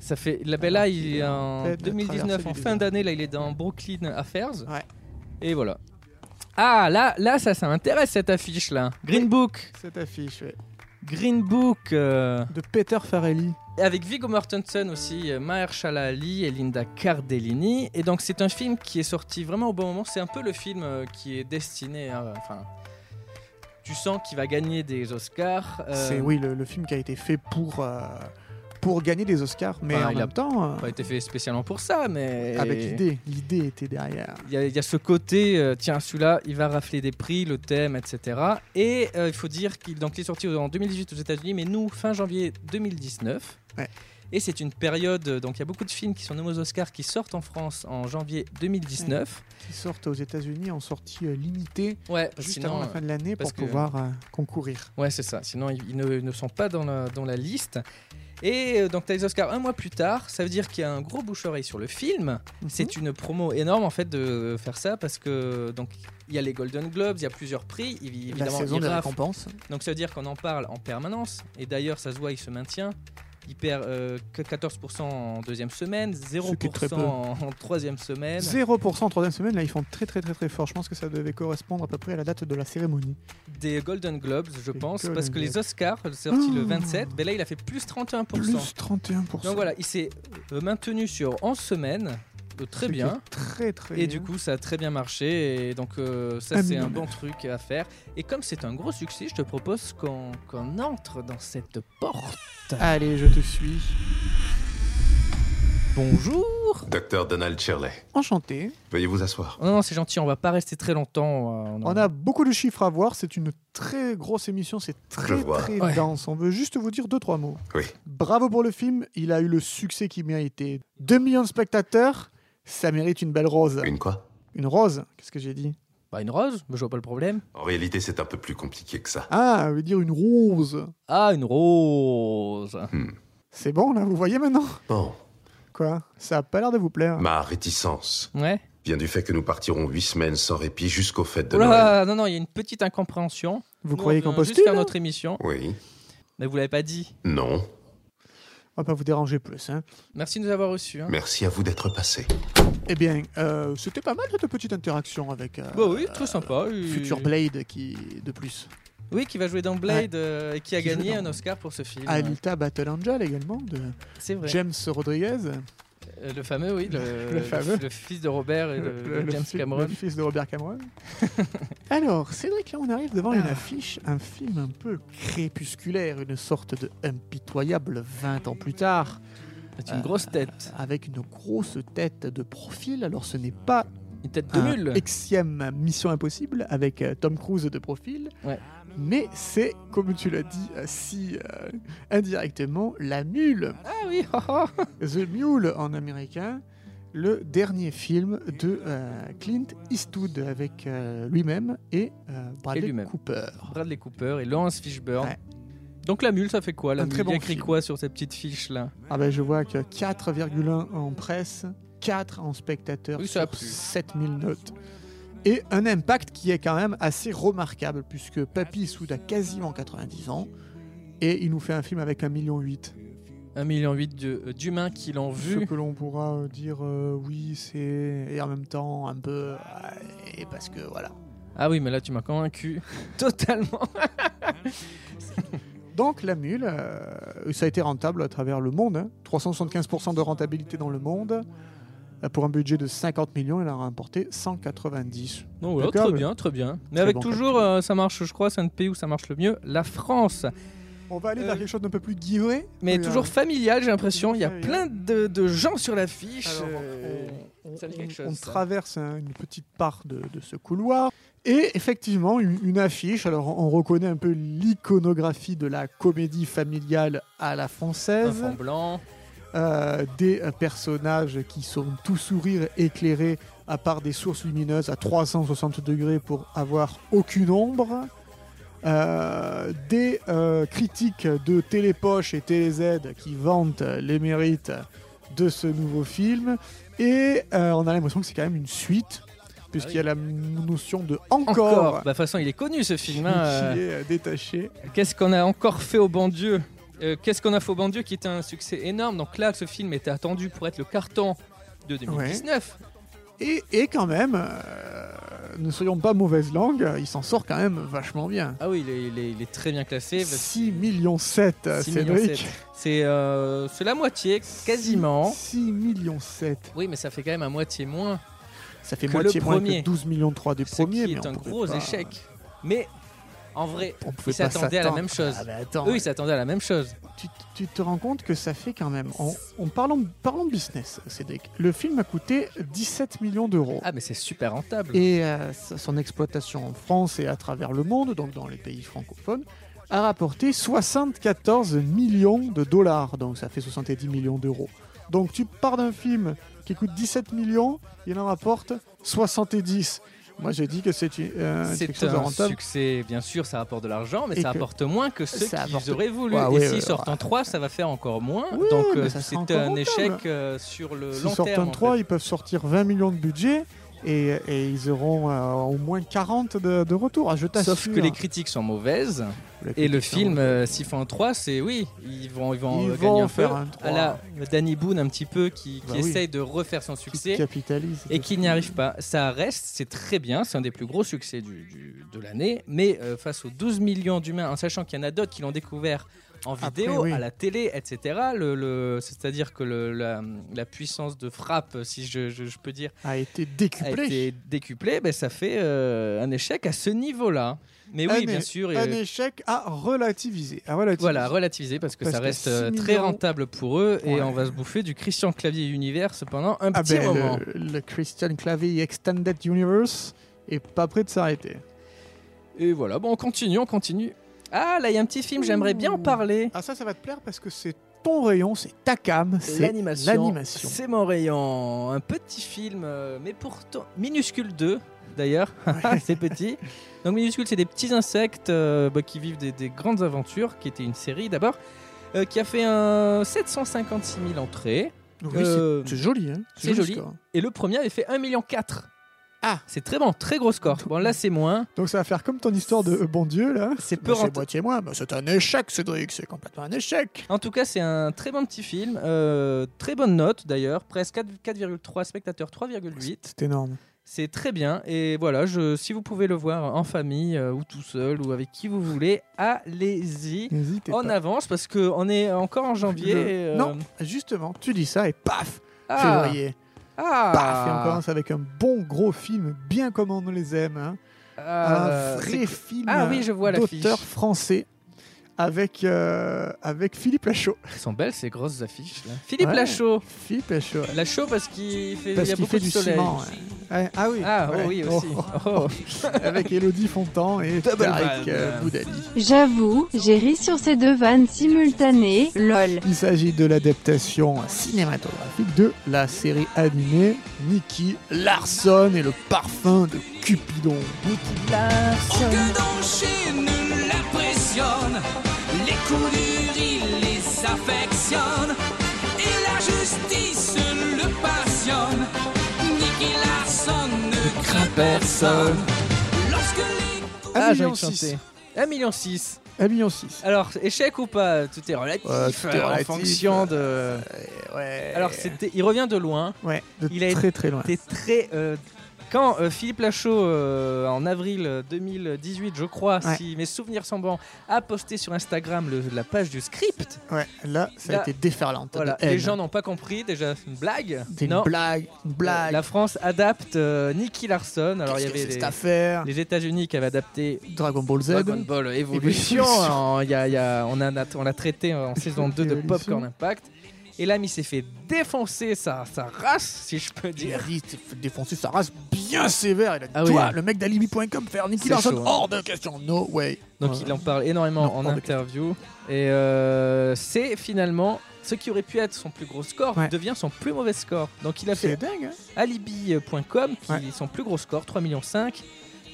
Speaker 4: Ça fait. Là, ben là, il est en
Speaker 5: Peut-être
Speaker 4: 2019,
Speaker 5: traverser
Speaker 4: en
Speaker 5: les
Speaker 4: fin
Speaker 5: deux.
Speaker 4: d'année, là, il est dans Brooklyn Affairs.
Speaker 5: Ouais.
Speaker 4: Et voilà. Ah, là, là, ça, ça m'intéresse cette affiche là. Green Book,
Speaker 5: Cette affiche, ouais.
Speaker 4: Green Book, euh,
Speaker 5: De Peter Farrelly.
Speaker 4: et avec Viggo Mortensen aussi, euh, Mahershala Ali et Linda Cardellini. Et donc c'est un film qui est sorti vraiment au bon moment. C'est un peu le film euh, qui est destiné, à- enfin, tu sens qu'il va gagner des Oscars. euh,
Speaker 5: C'est oui, le, le film qui a été fait pour, euh, pour gagner des Oscars, mais
Speaker 4: Enfin,
Speaker 5: en
Speaker 4: il a
Speaker 5: même temps, euh,
Speaker 4: Pas été fait spécialement pour ça, mais
Speaker 5: avec l'idée. L'idée était derrière.
Speaker 4: Il y, a- il y a ce côté, euh, tiens, celui-là, il va rafler des prix, le thème, etc. Et euh, il faut dire qu'il donc, il est sorti en 2018 aux États-Unis, mais nous, fin janvier 2019.
Speaker 5: Ouais.
Speaker 4: Et c'est une période, euh, donc il y a beaucoup de films qui sont nommés aux Oscars qui sortent en France en janvier 2019.
Speaker 5: Qui sortent aux États-Unis en sortie euh, limitée
Speaker 4: Ouais, parce que
Speaker 5: juste
Speaker 4: sinon,
Speaker 5: avant la
Speaker 4: euh,
Speaker 5: fin de l'année
Speaker 4: parce
Speaker 5: pour
Speaker 4: que-
Speaker 5: pouvoir euh, concourir.
Speaker 4: ouais, c'est ça. Sinon, ils, ils ne, ils ne sont pas dans la, dans la liste. Et euh, donc, tu as les Oscars un mois plus tard. Ça veut dire qu'il y a un gros bouche-oreille sur le film.
Speaker 5: Mhm.
Speaker 4: C'est
Speaker 5: Mmh.
Speaker 4: une promo énorme en fait de faire ça parce que donc il y a les Golden Globes, il y a plusieurs prix, il-
Speaker 5: Mhm.
Speaker 4: évidemment
Speaker 5: la saison
Speaker 4: il
Speaker 5: des
Speaker 4: rafle.
Speaker 5: récompenses.
Speaker 4: Donc ça veut dire qu'on en parle en permanence et d'ailleurs ça se voit il se maintient. Il perd euh, que 14% en deuxième semaine,
Speaker 5: est très
Speaker 4: 0%
Speaker 5: peu.
Speaker 4: en, en troisième semaine.
Speaker 5: 0% en troisième semaine, là ils font très très très très fort. Je pense que ça devait correspondre à peu près à la date de la cérémonie.
Speaker 4: Des Golden Globes, je
Speaker 5: Des
Speaker 4: pense,
Speaker 5: Golden
Speaker 4: parce que les
Speaker 5: Globes.
Speaker 4: Oscars, sorti le
Speaker 5: Oh.
Speaker 4: 27, mais là il a fait plus 31%.
Speaker 5: Plus 31%.
Speaker 4: Donc voilà, il s'est euh, maintenu sur 11 semaines, euh,
Speaker 5: Ce
Speaker 4: très
Speaker 5: qui est
Speaker 4: bien.
Speaker 5: Très très
Speaker 4: Et
Speaker 5: bien.
Speaker 4: du coup, ça a très bien marché. Et donc, euh, ça,
Speaker 5: Un
Speaker 4: c'est
Speaker 5: million
Speaker 4: un bon truc à faire. Et comme c'est un gros succès, je te propose qu'on qu'on entre dans cette porte.
Speaker 5: Allez, je te suis.
Speaker 4: Bonjour
Speaker 9: Docteur Donald Shirley,
Speaker 5: Enchanté.
Speaker 9: veuillez vous asseoir.
Speaker 4: Non, non, c'est gentil, on va pas rester très longtemps. euh,
Speaker 5: On a beaucoup de chiffres à voir. C'est une très grosse émission. C'est très
Speaker 9: vois.
Speaker 5: très
Speaker 4: Ouais.
Speaker 5: dense. On veut juste vous dire deux trois mots.
Speaker 9: Oui.
Speaker 5: Bravo pour le film. Il a eu le succès qu'il méritait. 2 millions de spectateurs. Ça mérite une belle rose.
Speaker 9: Une quoi
Speaker 5: Une rose Qu'est-ce que j'ai dit
Speaker 4: Bah, une rose, mais je vois pas le problème.
Speaker 9: En réalité, c'est un peu plus compliqué que ça.
Speaker 5: Ah, elle veut dire une rose.
Speaker 4: Ah, une rose
Speaker 5: C'est bon là, vous voyez maintenant
Speaker 9: Bon,
Speaker 5: Quoi Ça a pas l'air de vous plaire.
Speaker 9: ma réticence
Speaker 4: Ouais.
Speaker 9: vient du fait que nous partirons huit semaines sans répit jusqu'aux fêtes de Noël.
Speaker 4: Oula, non, non, il y a une petite incompréhension.
Speaker 5: Vous
Speaker 4: Nous,
Speaker 5: croyez
Speaker 4: on vient
Speaker 5: qu'on
Speaker 4: juste
Speaker 5: postule
Speaker 4: faire
Speaker 5: là
Speaker 4: notre émission,
Speaker 9: Oui.
Speaker 4: mais vous l'avez pas dit.
Speaker 9: Non.
Speaker 5: On va pas vous déranger plus. Hein.
Speaker 4: Merci de nous avoir reçus. hein.
Speaker 9: Merci à vous d'être passé.
Speaker 5: Eh bien, euh, c'était pas mal cette petite interaction avec euh,
Speaker 4: Bah oui, très sympa. oui.
Speaker 5: Future Blade qui de plus.
Speaker 4: Oui, qui va jouer dans Blade euh, et qui a
Speaker 5: Qui joue
Speaker 4: gagné
Speaker 5: dans-
Speaker 4: un Oscar pour ce film.
Speaker 5: Alita Battle Angel également de
Speaker 4: C'est vrai.
Speaker 5: James Rodriguez,
Speaker 4: Euh, Le fameux, oui, le,
Speaker 5: Le fameux.
Speaker 4: le fils de Robert et le, le James
Speaker 5: fi-
Speaker 4: Cameron.
Speaker 5: le fils de Robert Cameron. Alors, Cédric, là on arrive devant
Speaker 4: Ah.
Speaker 5: une affiche, un film un peu crépusculaire, une sorte de impitoyable 20 ans plus tard.
Speaker 4: C'est une grosse tête,
Speaker 5: avec une grosse tête de profil. Alors ce n'est pas
Speaker 4: une tête Ah. de
Speaker 5: un
Speaker 4: mule.
Speaker 5: exième Mission Impossible avec euh, Tom Cruise de profil,
Speaker 4: Ouais.
Speaker 5: mais c'est, comme tu l'as dit euh, si euh, indirectement, la mule,
Speaker 4: Ah oui, oh, oh.
Speaker 5: The Mule en américain, le dernier film de euh, Clint Eastwood avec euh, lui-même et euh, Bradley
Speaker 4: lui-même.
Speaker 5: Cooper.
Speaker 4: Bradley Cooper et Lawrence Fishburne.
Speaker 5: Ouais.
Speaker 4: Donc la mule, ça fait quoi La
Speaker 5: Un
Speaker 4: mule,
Speaker 5: très
Speaker 4: il y a
Speaker 5: bon
Speaker 4: écrit
Speaker 5: film.
Speaker 4: quoi sur cette petite fiche là
Speaker 5: Ah ben je vois que 4,1 en presse, 4 en spectateurs
Speaker 4: Oui, ça a
Speaker 5: sur
Speaker 4: plu.
Speaker 5: 7000 notes. Et un impact qui est quand même assez remarquable puisque Papy Soud a quasiment 90 ans et il nous fait un film avec 1,8 million.
Speaker 4: 1,8 million de- euh, d'humains qui l'ont
Speaker 5: Ce
Speaker 4: vu.
Speaker 5: que l'on pourra euh, dire euh, oui c'est et en même temps un peu euh, et parce que voilà.
Speaker 4: Ah oui, mais là tu m'as convaincu totalement.
Speaker 5: Donc la mule, euh, ça a été rentable à travers le monde. hein. 375% de rentabilité dans le monde. Euh, Pour un budget de 50 millions, elle a remporté 190.
Speaker 4: Donc voilà,
Speaker 5: D'accord,
Speaker 4: très
Speaker 5: mais-
Speaker 4: bien, très bien. Mais
Speaker 5: Très
Speaker 4: avec
Speaker 5: bon
Speaker 4: toujours, euh, ça marche, je crois, c'est un pays où ça marche le mieux, la France.
Speaker 5: On va aller vers
Speaker 4: Euh,
Speaker 5: quelque chose d'un peu plus guilleret.
Speaker 4: Mais
Speaker 5: Oui,
Speaker 4: toujours
Speaker 5: euh,
Speaker 4: familial, j'ai l'impression. Il y a
Speaker 5: oui,
Speaker 4: plein de, de gens sur l'affiche.
Speaker 5: Alors,
Speaker 4: euh,
Speaker 5: on,
Speaker 4: ça me dit
Speaker 5: on-
Speaker 4: quelque chose,
Speaker 5: on
Speaker 4: ça.
Speaker 5: traverse un- une petite part de, de ce couloir et effectivement une, une affiche. Alors on reconnaît un peu l'iconographie de la comédie familiale à la
Speaker 4: Un
Speaker 5: française,
Speaker 4: fond blanc.
Speaker 5: euh, des euh, personnages qui sont tout sourire éclairés à part des sources lumineuses à 360 degrés pour avoir aucune ombre. Euh, des euh, critiques de Télépoche et TéléZ qui vantent les mérites de ce nouveau film. Et euh, on a l'impression que c'est quand même une suite, puisqu'il y a la notion de encore,
Speaker 4: Ah Encore. Bah, De toute façon, il est connu ce film. hein, euh.
Speaker 5: qui est euh, détachée.
Speaker 4: Qu'est-ce qu'on a encore fait au bon Dieu Euh, Qu'est-ce qu'on a fait au bon Dieu qui était un succès énorme Donc là, ce film était attendu pour être le carton de 2019.
Speaker 5: Et, et quand même, euh, ne soyons pas mauvaise langue, il s'en sort quand même vachement bien.
Speaker 4: Ah oui, il est, il est- il est très bien classé.
Speaker 5: 6 millions 7,
Speaker 4: parce- 6 millions
Speaker 5: Cédric.
Speaker 4: sept. C'est euh, c'est la moitié, quasiment.
Speaker 5: 6 millions 7.
Speaker 4: Oui, mais ça fait quand même à moitié moins.
Speaker 5: Ça fait
Speaker 4: Que
Speaker 5: moitié
Speaker 4: le
Speaker 5: moins
Speaker 4: premier.
Speaker 5: que 12 millions 3 du
Speaker 4: Ce
Speaker 5: premier.
Speaker 4: qui
Speaker 5: mais
Speaker 4: est
Speaker 5: on
Speaker 4: un
Speaker 5: pouvait
Speaker 4: gros
Speaker 5: pas-
Speaker 4: échec. Mais en vrai,
Speaker 5: On pouvait
Speaker 4: ils
Speaker 5: pas
Speaker 4: s'attendaient à la
Speaker 5: s'attendre.
Speaker 4: même chose.
Speaker 5: Ah, mais attends,
Speaker 4: Eux, ils s'attendaient à la même chose.
Speaker 5: tu, tu te rends compte que ça fait quand même. En, en parlant, parlons business, Cédric. Le film a coûté 17 millions d'euros.
Speaker 4: Ah, mais c'est super rentable.
Speaker 5: Et euh, sa- son exploitation en France et à travers le monde, donc dans les pays francophones, a rapporté 74 millions de dollars. Donc ça fait 70 millions d'euros. Donc tu pars d'un film qui coûte 17 millions, il en rapporte 70. Moi je dis que c'est une- euh, quelque
Speaker 4: C'est
Speaker 5: chose de
Speaker 4: un
Speaker 5: rentable.
Speaker 4: succès, bien sûr, ça apporte de l'argent, mais
Speaker 5: Et
Speaker 4: ça
Speaker 5: que-
Speaker 4: apporte moins que ceux
Speaker 5: ça
Speaker 4: qu'ils
Speaker 5: apporte-
Speaker 4: auraient voulu.
Speaker 5: Ouais,
Speaker 4: et
Speaker 5: ouais,
Speaker 4: s'ils
Speaker 5: ouais,
Speaker 4: sortent en 3, ça va faire encore moins.
Speaker 5: Oui,
Speaker 4: Donc
Speaker 5: mais
Speaker 4: euh,
Speaker 5: ça
Speaker 4: c'est
Speaker 5: sera
Speaker 4: un
Speaker 5: encore rentable.
Speaker 4: échec euh, sur le
Speaker 5: S'ils
Speaker 4: long
Speaker 5: sortent
Speaker 4: terme.
Speaker 5: en 3, ils peuvent sortir 20 millions de budget et, et ils auront euh, au moins 40 de, de retour. Ah, je
Speaker 4: en fait.
Speaker 5: t'assure.
Speaker 4: Sauf que les critiques sont mauvaises.
Speaker 5: La
Speaker 4: Et le
Speaker 5: critique,
Speaker 4: film,
Speaker 5: hein,
Speaker 4: euh, s'ils font un 3, c'est oui, ils vont, ils vont
Speaker 5: Ils
Speaker 4: euh,
Speaker 5: vont
Speaker 4: gagner un
Speaker 5: faire
Speaker 4: peu.
Speaker 5: un 3.
Speaker 4: À la Danny Boone, un petit peu, qui, qui
Speaker 5: Bah oui.
Speaker 4: essaye de refaire son
Speaker 5: qui
Speaker 4: succès.
Speaker 5: capitalise.
Speaker 4: et qui n'y arrive pas. Ça reste, c'est très bien, c'est un des plus gros succès du- du- de l'année, mais euh, face aux 12 millions d'humains, en sachant qu'il y en a d'autres qui l'ont découvert en
Speaker 5: Après,
Speaker 4: vidéo,
Speaker 5: oui.
Speaker 4: à la télé, etc., le, le- c'est-à-dire que le- la, la puissance de frappe, si je, je- je peux dire,
Speaker 5: a été
Speaker 4: a
Speaker 5: décuplé.
Speaker 4: été décuplée, ben, ça fait euh, un échec à ce niveau-là. Mais oui,
Speaker 5: Un é-
Speaker 4: bien sûr,
Speaker 5: un
Speaker 4: euh,
Speaker 5: échec à relativiser. À relativiser.
Speaker 4: voilà, relativisé, parce que
Speaker 5: Parce
Speaker 4: ça
Speaker 5: que
Speaker 4: reste
Speaker 5: 6
Speaker 4: euh,
Speaker 5: millions-
Speaker 4: très rentable pour eux,
Speaker 5: Ouais.
Speaker 4: et on va se bouffer du Christian Clavier Universe pendant un
Speaker 5: Ah
Speaker 4: petit
Speaker 5: ben,
Speaker 4: moment.
Speaker 5: le, le Christian Clavier Extended Universe est pas prêt de s'arrêter.
Speaker 4: Et voilà, bon, on continue, on continue. Ah, là, il y a un petit film, j'aimerais bien en parler.
Speaker 5: Ah ça, ça va te plaire parce que c'est ton rayon, c'est ta cam, c'est
Speaker 4: L'animation.
Speaker 5: l'animation.
Speaker 4: C'est mon rayon. Un petit film, euh, mais pourtant. Minuscule 2, d'ailleurs. c'est petit. Donc, Minuscule, c'est des petits insectes euh, bah, qui vivent des, des grandes aventures, qui était une série d'abord, euh, qui a fait un 756 000 entrées.
Speaker 5: Oui,
Speaker 4: Euh,
Speaker 5: c'est- c'est joli. Hein
Speaker 4: c'est
Speaker 5: le
Speaker 4: joli.
Speaker 5: score.
Speaker 4: Et le premier avait fait 1,4 million.
Speaker 5: Ah.
Speaker 4: C'est très bon, très gros score. Bon, là, c'est moins.
Speaker 5: Donc ça va faire comme ton histoire de euh, Bon Dieu là.
Speaker 4: C'est peu
Speaker 5: Mais C'est
Speaker 4: rentable.
Speaker 5: moitié moins. Mais C'est un échec, Cédric. C'est complètement un échec.
Speaker 4: En tout cas, c'est un très bon petit film, euh, très bonne note d'ailleurs, presque 4 4,3 spectateurs, 3,8.
Speaker 5: C'est énorme.
Speaker 4: C'est très bien et voilà, je, si vous pouvez le voir en famille euh, ou tout seul ou avec qui vous voulez, allez-y.
Speaker 5: N'hésitez
Speaker 4: On
Speaker 5: pas.
Speaker 4: avance parce que on est encore en janvier.
Speaker 5: Le-
Speaker 4: et, euh,
Speaker 5: Non, justement, tu dis ça et paf,
Speaker 4: ah,
Speaker 5: février.
Speaker 4: ah,
Speaker 5: Paf, et on commence avec un bon gros film, bien comme on les aime. hein.
Speaker 4: ah,
Speaker 5: un vrai
Speaker 4: c'est-
Speaker 5: film
Speaker 4: Ah oui, je vois l'affiche.
Speaker 5: d'auteur français avec, euh, avec Philippe Lachaud.
Speaker 4: Elles sont belles ces grosses affiches. là. Philippe
Speaker 5: Ouais.
Speaker 4: Lachaud,
Speaker 5: Philippe Lachaud. ouais.
Speaker 4: Lachaud parce qu'il fait, il
Speaker 5: Parce
Speaker 4: y a
Speaker 5: qu'il
Speaker 4: beaucoup
Speaker 5: fait
Speaker 4: de
Speaker 5: du
Speaker 4: soleil.
Speaker 5: ciment. ouais. Ouais, Ah oui.
Speaker 4: Ah
Speaker 5: ouais.
Speaker 4: oh oui aussi.
Speaker 5: Oh,
Speaker 4: Oh.
Speaker 5: avec Elodie Fontan et
Speaker 4: Double
Speaker 5: Tarek
Speaker 4: bad.
Speaker 5: euh, Boudali.
Speaker 2: J'avoue, j'ai ri sur ces deux vannes simultanées, lol.
Speaker 5: Il s'agit de l'adaptation cinématographique de la série animée Nicky Larson et le parfum de Cupidon.
Speaker 1: Aucun danger ne l'impressionne. Les coups durs, il les affectionne. Et la justice le passionne. Nicky Larson ne craint personne. Lorsque les
Speaker 4: Ah,
Speaker 5: 1,6
Speaker 4: j'ai
Speaker 5: million.
Speaker 4: envie de chanter. 1,6 million. six.
Speaker 5: 1,6 million. six.
Speaker 4: Alors, échec ou pas Tout est relatif,
Speaker 5: Ouais, tout est
Speaker 4: euh,
Speaker 5: relatif,
Speaker 4: en fonction de.
Speaker 5: Ouais.
Speaker 4: Eh Alors, c'était, il revient de loin.
Speaker 5: Ouais, de
Speaker 4: Il a
Speaker 5: très très loin.
Speaker 4: C'était très euh, Quand euh, Philippe Lachaud, euh, en avril euh, 2018, je crois, si mes souvenirs sont bons, a posté sur Instagram le- la page du script.
Speaker 5: Ouais, là, ça
Speaker 4: Là,
Speaker 5: a été déferlant.
Speaker 4: Voilà, les gens n'ont pas compris déjà c'est une blague.
Speaker 5: C'est une
Speaker 4: Non. Euh,
Speaker 5: blague, une blague.
Speaker 4: La France adapte euh, Nicky Larson. Alors il y
Speaker 5: Qu'est-ce que
Speaker 4: avait
Speaker 5: c'est
Speaker 4: les,
Speaker 5: cette affaire
Speaker 4: les États-Unis qui avaient adapté
Speaker 5: Dragon Ball Z.
Speaker 4: Dragon Ball Evolution.
Speaker 5: Evolution.
Speaker 4: En- il y a- il y a- on a on l'a traité en saison 2 de
Speaker 5: Evolution.
Speaker 4: Popcorn Impact. Et l'ami s'est fait défoncer sa, sa race, si je peux dire.
Speaker 5: Il s'est fait défoncer sa race bien sévère. Il a dit
Speaker 4: Ah oui.
Speaker 5: Toi, le mec d'alibi.com, faire Nicky
Speaker 4: C'est
Speaker 5: Larson
Speaker 4: chaud, hein.
Speaker 5: hors de question. No way.
Speaker 4: Donc
Speaker 5: Ouais.
Speaker 4: il en parle énormément en interview. Et euh, c'est finalement ce qui aurait pu être son plus gros score devient son plus mauvais score. Donc il a
Speaker 5: C'est
Speaker 4: fait
Speaker 5: dingue, hein.
Speaker 4: Alibi.com qui est son plus gros score, 3,5 millions.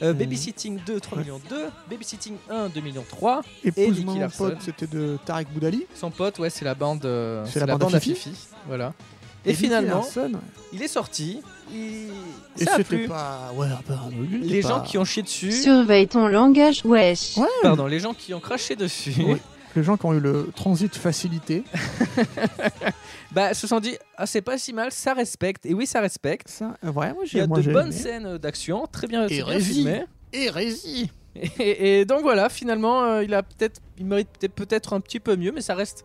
Speaker 4: Euh,
Speaker 5: Mhm.
Speaker 4: Babysitting 2, 3 millions 2. Babysitting 1, 2 millions 3. Et
Speaker 5: Épouse
Speaker 4: Nicky
Speaker 5: mon
Speaker 4: Larson.
Speaker 5: pote, c'était de Tarek Boudali.
Speaker 4: Son pote, ouais, c'est la bande, euh,
Speaker 5: C'est la bande à Fifi.
Speaker 4: Voilà. Et,
Speaker 5: Et Nicky
Speaker 4: finalement,
Speaker 5: Larson, ouais.
Speaker 4: il est sorti. Il...
Speaker 5: Et
Speaker 4: ça a
Speaker 5: c'était
Speaker 4: plu.
Speaker 5: pas. Ouais, un peu arnaudé,
Speaker 4: Les
Speaker 5: pas-
Speaker 4: gens qui ont chié dessus.
Speaker 2: Surveille ton langage, wesh.
Speaker 4: Pardon, les gens qui ont craché dessus.
Speaker 5: Ouais. Les gens qui ont eu le transit facilité.
Speaker 4: bah, se sont dit, ah, c'est pas si mal, ça respecte. Et oui, ça respecte.
Speaker 5: Ouais, moi, j'ai-
Speaker 4: Il y a
Speaker 5: moi,
Speaker 4: de
Speaker 5: j'ai
Speaker 4: bonnes
Speaker 5: aimé.
Speaker 4: scènes d'action, très bien, très bien
Speaker 5: Hérésie.
Speaker 4: filmées.
Speaker 5: Hérésie.
Speaker 4: Et, et donc voilà, finalement, euh, il a peut-être, il mérite peut-être- peut-être un petit peu mieux, mais ça reste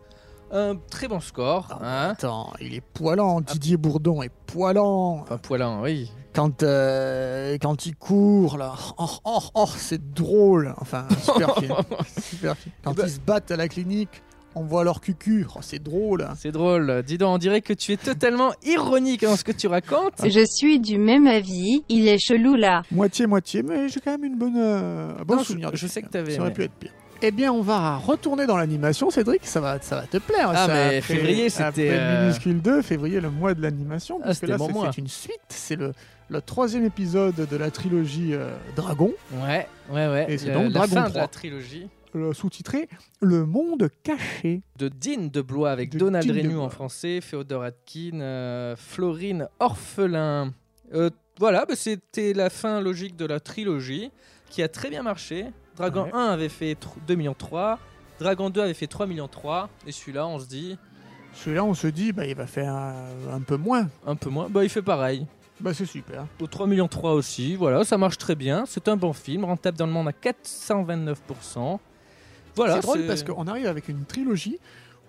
Speaker 4: un très bon score. hein.
Speaker 5: Attends, il est poilant, Didier Bourdon est poilant.
Speaker 4: Enfin, poilant, oui.
Speaker 5: Quand, euh, quand il court, là, oh, oh, oh, c'est drôle. Enfin, super film. Super film. Quand ils se battent à la clinique, on voit leur cucu. Oh, c'est drôle.
Speaker 4: C'est drôle. Dis donc, on dirait que tu es totalement ironique dans ce que tu racontes.
Speaker 2: Je suis du même avis, il est chelou là.
Speaker 5: Moitié, moitié, mais j'ai quand même une bonne, euh, un bon
Speaker 4: Non, je-
Speaker 5: souvenir.
Speaker 4: je sais que t'avais
Speaker 5: Ça aurait
Speaker 4: aimé.
Speaker 5: pu être pire. Eh bien, on va retourner dans l'animation, Cédric. Ça va, ça va te plaire.
Speaker 4: Ah,
Speaker 5: ça,
Speaker 4: mais
Speaker 5: après-
Speaker 4: février, c'était,
Speaker 5: après
Speaker 4: euh,
Speaker 5: minuscule 2, février, le mois de l'animation.
Speaker 4: Ah,
Speaker 5: parce que
Speaker 4: c'était
Speaker 5: là,
Speaker 4: mon
Speaker 5: c'est-
Speaker 4: mois.
Speaker 5: c'est une suite. C'est le, le troisième épisode de la trilogie euh, Dragon.
Speaker 4: Ouais, ouais, ouais.
Speaker 5: Et c'est
Speaker 4: Le-
Speaker 5: donc
Speaker 4: la
Speaker 5: Dragon
Speaker 4: fin de
Speaker 5: 3.
Speaker 4: la trilogie
Speaker 5: Le sous-titré Le monde caché.
Speaker 4: de Dean de Blois avec
Speaker 5: De
Speaker 4: Donald
Speaker 5: Dean de
Speaker 4: Renou
Speaker 5: Blois.
Speaker 4: en français, Féodor Atkin, euh, Florine Orphelin. Euh, voilà, bah, c'était la fin logique de la trilogie qui a très bien marché. Dragon
Speaker 5: Ouais.
Speaker 4: 1 avait fait tr- 2 millions 3, Dragon 2 avait fait 3 millions 3 et celui-là on se dit
Speaker 5: Celui-là, on se dit, bah, il va faire euh, un peu moins.
Speaker 4: un peu moins. Bah il fait pareil.
Speaker 5: Bah, c'est super.
Speaker 4: Au 3 millions 3 aussi, voilà, ça marche très bien, c'est un bon film, rentable dans le monde à 429%. Voilà,
Speaker 5: c'est drôle parce qu'on arrive avec une trilogie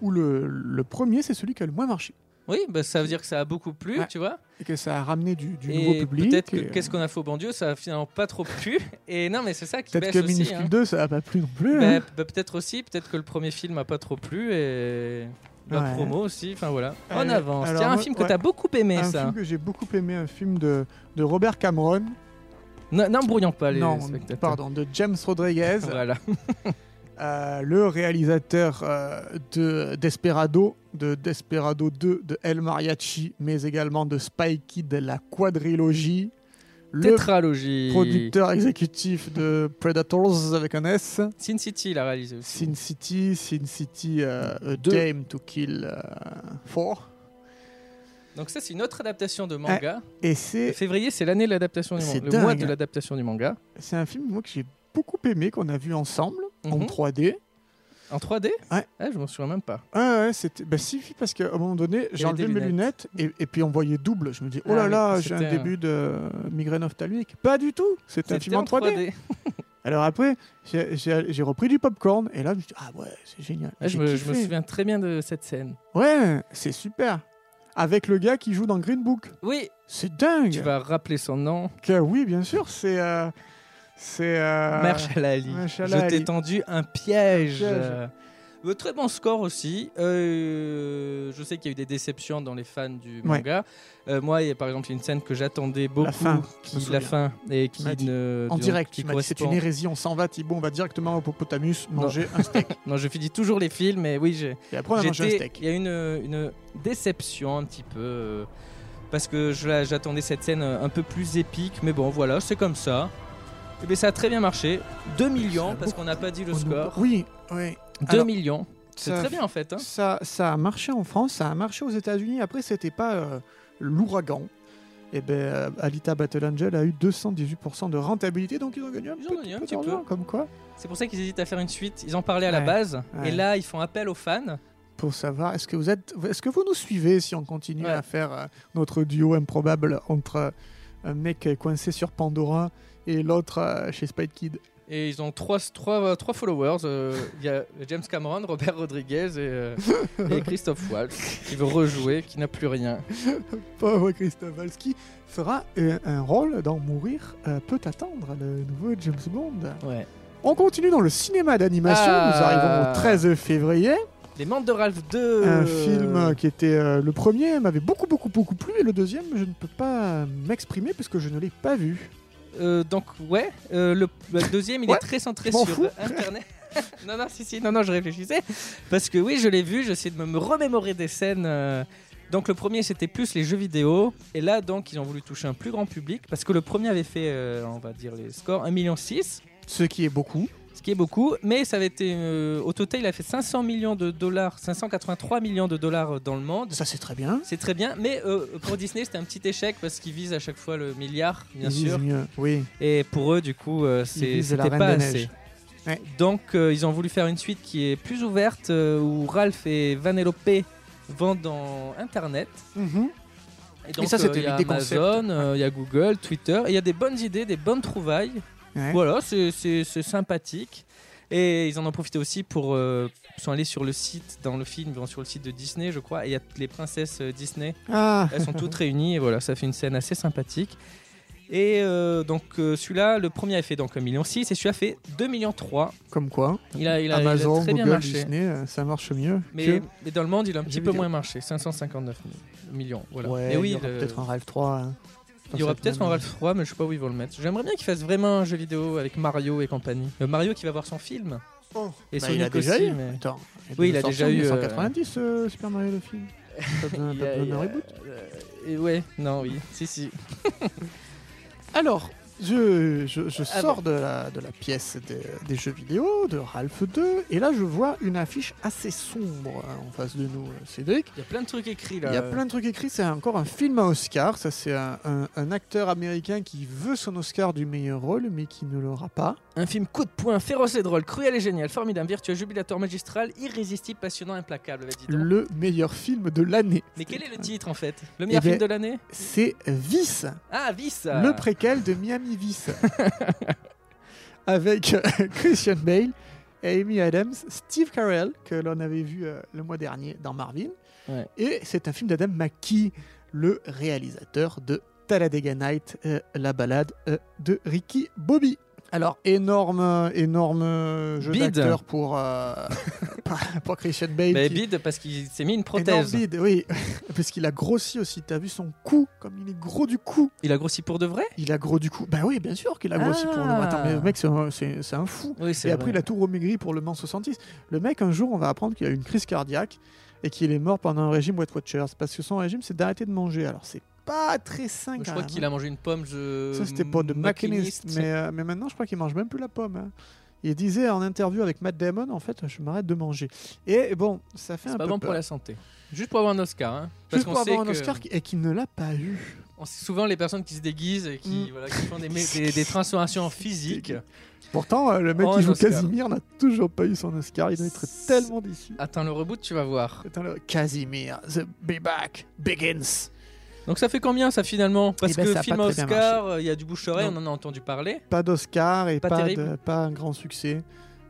Speaker 5: où le, le premier, c'est celui qui a le moins marché.
Speaker 4: Oui, bah, ça veut dire que ça a beaucoup plu,
Speaker 5: Ouais.
Speaker 4: tu vois.
Speaker 5: Et que ça a ramené du, du nouveau
Speaker 4: Et
Speaker 5: public.
Speaker 4: peut-être que
Speaker 5: et, euh,
Speaker 4: qu'est-ce qu'on a fait au bon Dieu, ça a finalement pas trop plu. Et non, mais c'est ça qui
Speaker 5: Peut-être
Speaker 4: baisse
Speaker 5: que
Speaker 4: aussi.
Speaker 5: Minuscule
Speaker 4: hein.
Speaker 5: 2, ça n'a pas plu non plus.
Speaker 4: Bah,
Speaker 5: hein.
Speaker 4: bah, peut-être aussi, peut-être que le premier film a pas trop plu et la
Speaker 5: Ouais.
Speaker 4: promo aussi. Enfin voilà. En
Speaker 5: Euh,
Speaker 4: avance.
Speaker 5: alors
Speaker 4: Tiens, un
Speaker 5: moi-
Speaker 4: film que
Speaker 5: ouais.
Speaker 4: t'as beaucoup aimé,
Speaker 5: un
Speaker 4: ça.
Speaker 5: film que j'ai beaucoup aimé, un film de, de Robert Cameron.
Speaker 4: Non, N'embrouillons pas les
Speaker 5: non,
Speaker 4: spectateurs.
Speaker 5: pardon, de James Rodriguez.
Speaker 4: Voilà.
Speaker 5: Euh, le réalisateur euh, de Desperado, de Desperado 2, de El Mariachi, mais également de Spy Kid, la quadrilogie. Le
Speaker 4: Tétralogie.
Speaker 5: producteur exécutif de Predators avec un S.
Speaker 4: Sin City, il a réalisé aussi.
Speaker 5: Sin City, Sin City, euh, A
Speaker 4: Deux.
Speaker 5: Game to Kill euh, 4.
Speaker 4: Donc ça, c'est une autre adaptation de manga.
Speaker 5: Ah, Et c'est
Speaker 4: Février, c'est l'année de l'adaptation du manga.
Speaker 5: C'est
Speaker 4: Le mois
Speaker 5: dingue.
Speaker 4: de l'adaptation du manga.
Speaker 5: c'est un film moi, que j'ai beaucoup aimé, qu'on a vu ensemble, en
Speaker 4: Mhm.
Speaker 5: 3D.
Speaker 4: En 3D
Speaker 5: Ouais.
Speaker 4: Ah, je m'en souviens même pas.
Speaker 5: Ouais, ouais, c'était. Bah, si, si, parce qu'à un moment donné,
Speaker 4: avait
Speaker 5: j'ai enlevé
Speaker 4: des
Speaker 5: mes lunettes, et, et puis on voyait double. Je me dis, oh là
Speaker 4: Ah oui,
Speaker 5: là, j'ai un
Speaker 4: c'était un-
Speaker 5: début de migraine ophtalmique. Pas du tout, c'est un
Speaker 4: C'était
Speaker 5: film en 3D. Alors après, j'ai- j'ai j'ai repris du popcorn, et là, je me dis, ah ouais, c'est génial.
Speaker 4: Ah, je,
Speaker 5: J'ai
Speaker 4: me, je me
Speaker 5: kiffé.
Speaker 4: souviens très bien de cette scène.
Speaker 5: Ouais, c'est super. Avec le gars qui joue dans Green Book.
Speaker 4: Oui.
Speaker 5: C'est dingue.
Speaker 4: Tu vas rappeler son nom.
Speaker 5: Que oui, bien sûr, c'est. euh, c'est. euh,
Speaker 4: Marshall Ali.
Speaker 5: Mahershala
Speaker 4: Je t'ai
Speaker 5: Ali.
Speaker 4: tendu un piège.
Speaker 5: Un piège.
Speaker 4: Euh, euh, très bon score aussi. Euh, je sais qu'il y a eu des déceptions dans les fans du manga. Euh, moi, il y a par exemple une scène que j'attendais beaucoup,
Speaker 5: fin, je
Speaker 4: qui,
Speaker 5: me
Speaker 4: la
Speaker 5: souviens.
Speaker 4: fin et qui
Speaker 5: m'as dit.
Speaker 4: ne
Speaker 5: En
Speaker 4: donc,
Speaker 5: direct,
Speaker 4: qui
Speaker 5: tu m'as dit, c'est
Speaker 4: correspond-
Speaker 5: une hérésie, on s'en va, Thibaut, on va directement au Popotamus
Speaker 4: Non.
Speaker 5: manger un steak.
Speaker 4: Non, je finis toujours les films, mais oui, j'ai.
Speaker 5: Et après, on a mangé un
Speaker 4: j'étais-
Speaker 5: steak.
Speaker 4: Il y a une, une déception un petit peu. euh, Parce que je la- j'attendais cette scène euh, un peu plus épique, mais bon, voilà, c'est comme ça. Et bien, ça a très bien marché. 2 millions, parce qu'on n'a pas dit le score.
Speaker 5: Oh Oui, oui.
Speaker 4: 2
Speaker 5: Alors,
Speaker 4: millions. C'est
Speaker 5: ça-
Speaker 4: très bien en fait. hein.
Speaker 5: Ça, ça a marché en France, ça a marché aux États-Unis. Après, c'était pas euh, l'ouragan. Et ben, euh, Alita Battle Angel a eu 218% de rentabilité, donc ils ont gagné un
Speaker 4: Ils ont
Speaker 5: petit
Speaker 4: gagné un
Speaker 5: peu
Speaker 4: petit
Speaker 5: d'argent,
Speaker 4: peu.
Speaker 5: comme quoi,
Speaker 4: C'est pour ça qu'ils hésitent à faire une suite. Ils en parlaient à la
Speaker 5: Ouais,
Speaker 4: base.
Speaker 5: ouais.
Speaker 4: Et là, ils font appel aux fans.
Speaker 5: pour savoir est-ce que vous êtes, est-ce que vous nous suivez si on continue
Speaker 4: Ouais.
Speaker 5: à faire euh, notre duo improbable entre un mec coincé sur Pandora et l'autre euh, chez Spike Kid.
Speaker 4: Et ils ont trois, trois, trois followers. euh, Il y a James Cameron, Robert Rodriguez et, euh, et Christophe Waltz qui veut rejouer, qui n'a plus rien.
Speaker 5: Pauvre Christophe Waltz qui fera euh, un rôle dans Mourir euh, peut attendre, le nouveau James Bond.
Speaker 4: Ouais.
Speaker 5: On continue dans le cinéma d'animation.
Speaker 4: Ah.
Speaker 5: Nous arrivons au 13 février.
Speaker 4: Les membres de Ralph 2
Speaker 5: Un film euh, qui était euh, le premier m'avait beaucoup beaucoup beaucoup plu et le deuxième je ne peux pas m'exprimer parce que je ne l'ai pas vu.
Speaker 4: Euh, donc ouais, euh, le, le deuxième il est très centré
Speaker 5: je m'en
Speaker 4: sur
Speaker 5: fous.
Speaker 4: Internet. non non si si non non je réfléchissais parce que oui je l'ai vu, j'essaie de me- me remémorer des scènes. euh, donc le premier c'était plus les jeux vidéo et là donc ils ont voulu toucher un plus grand public parce que le premier avait fait euh, on va dire les scores 1,6 million
Speaker 5: ce qui est beaucoup.
Speaker 4: Ce qui est beaucoup, mais ça avait été euh, au total il a fait 500 millions de dollars, 583 millions de dollars euh, dans le monde.
Speaker 5: Ça c'est très bien.
Speaker 4: C'est très bien, mais euh, pour Disney c'était un petit échec parce qu'ils visent à chaque fois le milliard bien
Speaker 5: Ils disent
Speaker 4: sûr.
Speaker 5: mieux, Oui.
Speaker 4: Et pour eux, du coup, euh,
Speaker 5: Ils
Speaker 4: c'est-
Speaker 5: visent la
Speaker 4: c'était
Speaker 5: Reine
Speaker 4: pas
Speaker 5: des Neiges.
Speaker 4: assez. Donc, euh, ils ont voulu faire une suite qui est plus ouverte, euh, où Ralph et Vanellope vont dans Internet.
Speaker 5: Mhm.
Speaker 4: Et donc,
Speaker 5: ça,
Speaker 4: euh,
Speaker 5: c'était
Speaker 4: il y a
Speaker 5: l'idée concept.
Speaker 4: Amazon, euh, il y a Google, Twitter. et Il y a des bonnes idées, des bonnes trouvailles.
Speaker 5: Ouais.
Speaker 4: Voilà, c'est- c'est c'est sympathique. Et ils en ont profité aussi pour euh, ils sont allés sur le site, dans le film, ils vont sur le site de Disney, je crois. Et il y a toutes les princesses euh, Disney.
Speaker 5: Ah.
Speaker 4: Elles sont toutes réunies et voilà, ça fait une scène assez sympathique. Et euh, donc euh, celui-là, le premier a fait donc 1,6 million et celui-là fait 2,3 millions.
Speaker 5: Comme quoi.
Speaker 4: Il a- il a- il a
Speaker 5: Amazon,
Speaker 4: très bien
Speaker 5: Google,
Speaker 4: marché.
Speaker 5: Disney, euh, ça marche mieux.
Speaker 4: Mais,
Speaker 5: que-
Speaker 4: mais dans le monde, il a un
Speaker 5: J'ai
Speaker 4: petit
Speaker 5: vu
Speaker 4: peu
Speaker 5: dire.
Speaker 4: moins marché, 559 mi- millions. Voilà.
Speaker 5: Ouais,
Speaker 4: mais oui,
Speaker 5: il y aura
Speaker 4: le-
Speaker 5: peut-être un Ralph 3. hein, dans
Speaker 4: il y aura
Speaker 5: cette
Speaker 4: peut-être
Speaker 5: même-
Speaker 4: un Ralph 3, mais je sais pas où ils vont le mettre. J'aimerais bien qu'ils fassent vraiment un jeu vidéo avec Mario et compagnie. Euh, Mario qui va voir son film.
Speaker 5: Oh.
Speaker 4: Et
Speaker 5: Bah,
Speaker 4: Sonic
Speaker 5: il a déjà
Speaker 4: aussi,
Speaker 5: eu.
Speaker 4: mais-
Speaker 5: Attends,
Speaker 4: oui, il a
Speaker 5: sorti
Speaker 4: déjà eu. euh,
Speaker 5: 1990 euh, Super Mario le film. Pas besoin-
Speaker 4: il
Speaker 5: pas
Speaker 4: a-
Speaker 5: besoin
Speaker 4: il
Speaker 5: d'un
Speaker 4: a-
Speaker 5: reboot.
Speaker 4: euh, et ouais, non, oui, si, si.
Speaker 5: Alors, je, je- je
Speaker 4: Ah
Speaker 5: sors de, la, de la pièce des, des jeux vidéo, de Ralph 2, et là je vois une affiche assez sombre hein, en face de nous, euh, Cédric.
Speaker 4: Il y a plein de trucs écrits là.
Speaker 5: Il y a plein de trucs écrits, c'est encore un film à Oscar, ça c'est un, un- un acteur américain qui veut son Oscar du meilleur rôle, mais qui ne l'aura pas.
Speaker 4: Un film coup de poing, féroce et drôle, cruel et génial, formidable, virtueux, jubilatoire, magistral, irrésistible, passionnant, implacable. bah, dis donc.
Speaker 5: Le meilleur film de l'année.
Speaker 4: Mais quel est le titre en fait Le meilleur
Speaker 5: Eh ben,
Speaker 4: film de l'année
Speaker 5: C'est Vice.
Speaker 4: Ah, Vice
Speaker 5: Le préquel de Miami Vice. Avec euh, Christian Bale, Amy Adams, Steve Carell, que l'on avait vu euh, le mois dernier dans Marvin.
Speaker 4: Ouais.
Speaker 5: Et c'est un film d'Adam McKee, le réalisateur de Talladega Night, euh, la balade euh, de Ricky Bobby. Alors, énorme, euh, énorme euh, jeu
Speaker 4: Bide.
Speaker 5: d'acteur pour, euh, pour Christian Bale.
Speaker 4: Bah,
Speaker 5: qui- Eh
Speaker 4: Bide, parce qu'il s'est mis une
Speaker 5: Énorme
Speaker 4: prothèse.
Speaker 5: bide, oui. Parce qu'il a grossi aussi. T'as vu son cou, comme il est gros du cou.
Speaker 4: Il a grossi pour de vrai
Speaker 5: Il a gros du coup. Bah oui, bien sûr qu'il a grossi pour le.
Speaker 4: Ah.
Speaker 5: Attends, mais le mec, c'est un, c'est- c'est un fou.
Speaker 4: Oui,
Speaker 5: et
Speaker 4: c'est
Speaker 5: après,
Speaker 4: vrai.
Speaker 5: il a tout remaigri pour le Mans 66. Le mec, un jour, on va apprendre qu'il a eu une crise cardiaque et qu'il est mort pendant un régime Weight Watchers. Parce que son régime, c'est d'arrêter de manger. Alors, c'est pas très sain.
Speaker 4: Je
Speaker 5: quand
Speaker 4: crois
Speaker 5: même,
Speaker 4: qu'il
Speaker 5: hein.
Speaker 4: a mangé une pomme. Je...
Speaker 5: Ça, c'était pas de
Speaker 4: maquiniste.
Speaker 5: maquiniste. Mais, euh, mais maintenant, je crois qu'il mange même plus la pomme. hein. Il disait en interview avec Matt Damon, en fait, je m'arrête de manger. Et bon, ça fait un
Speaker 4: C'est pas
Speaker 5: peu
Speaker 4: bon
Speaker 5: peur.
Speaker 4: pour la santé. Juste pour avoir un Oscar. Hein. Parce
Speaker 5: Juste
Speaker 4: qu'on
Speaker 5: pour
Speaker 4: sait
Speaker 5: avoir un
Speaker 4: que-
Speaker 5: Oscar qui- et qui ne l'a pas eu.
Speaker 4: on sait souvent les personnes qui se déguisent et qui,
Speaker 5: Mm.
Speaker 4: voilà, qui font des, mé- des- des transformations physiques.
Speaker 5: Pourtant, euh, le mec
Speaker 4: Oh,
Speaker 5: qui
Speaker 4: un
Speaker 5: joue
Speaker 4: Oscar.
Speaker 5: Casimir n'a toujours pas eu son Oscar. Il doit être tellement déçu.
Speaker 4: Attends le reboot, tu vas voir.
Speaker 5: Attends le Casimir, the be back begins.
Speaker 4: Donc ça fait combien ça finalement Parce
Speaker 5: Eh ben, ça a
Speaker 4: que
Speaker 5: pas
Speaker 4: film
Speaker 5: très bien
Speaker 4: Oscar, euh, il y a du bouche on
Speaker 5: Non.
Speaker 4: en a entendu parler.
Speaker 5: Pas d'Oscar et
Speaker 4: Pas
Speaker 5: pas,
Speaker 4: terrible.
Speaker 5: de- pas un grand succès.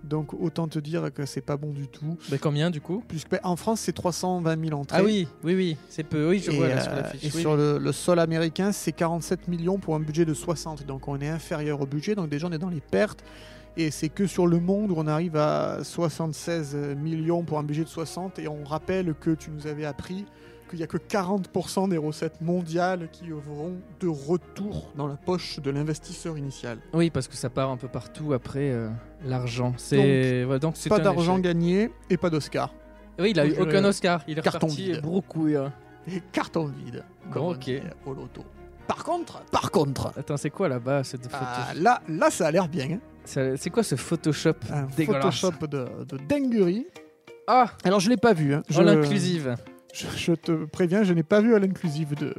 Speaker 5: Donc autant te dire que c'est pas bon du tout.
Speaker 4: Mais Ben, combien du coup
Speaker 5: Puisque bah, en France c'est 320 000 entrées.
Speaker 4: Ah oui, oui, oui, c'est peu. Oui, je
Speaker 5: et
Speaker 4: vois là
Speaker 5: euh,
Speaker 4: sur l'affiche.
Speaker 5: et
Speaker 4: oui.
Speaker 5: sur le, le sol américain c'est 47 millions pour un budget de 60. Donc on est inférieur au budget. Donc déjà on est dans les pertes. Et c'est que sur le monde où on arrive à 76 millions pour un budget de 60. Et on rappelle que tu nous avais appris qu'il n'y a que 40% des recettes mondiales qui vont de retour dans la poche de l'investisseur initial.
Speaker 4: Oui, parce que ça part un peu partout après euh, l'argent. C'est voilà, donc c'est
Speaker 5: pas
Speaker 4: un
Speaker 5: d'argent
Speaker 4: échec.
Speaker 5: gagné et pas d'Oscar.
Speaker 4: Oui, il a eu
Speaker 5: Je-
Speaker 4: aucun Oscar. Il est
Speaker 5: Carton
Speaker 4: reparti
Speaker 5: vide.
Speaker 4: brocouille. hein.
Speaker 5: Et carton vide. Comme
Speaker 4: Bon,
Speaker 5: on
Speaker 4: ok.
Speaker 5: dit Au loto. Par contre, par contre,
Speaker 4: Attends, c'est quoi là-bas cette photo
Speaker 5: ah, là, là, ça a l'air bien. hein.
Speaker 4: Ça- C'est quoi ce Photoshop
Speaker 5: Un
Speaker 4: dégueulasse
Speaker 5: Ah, Photoshop de, de dinguerie.
Speaker 4: Ah
Speaker 5: Alors, je l'ai pas vu. hein. Je-
Speaker 4: En Oh, l'inclusive.
Speaker 5: Je, je te préviens, je n'ai pas vu à l'inclusive de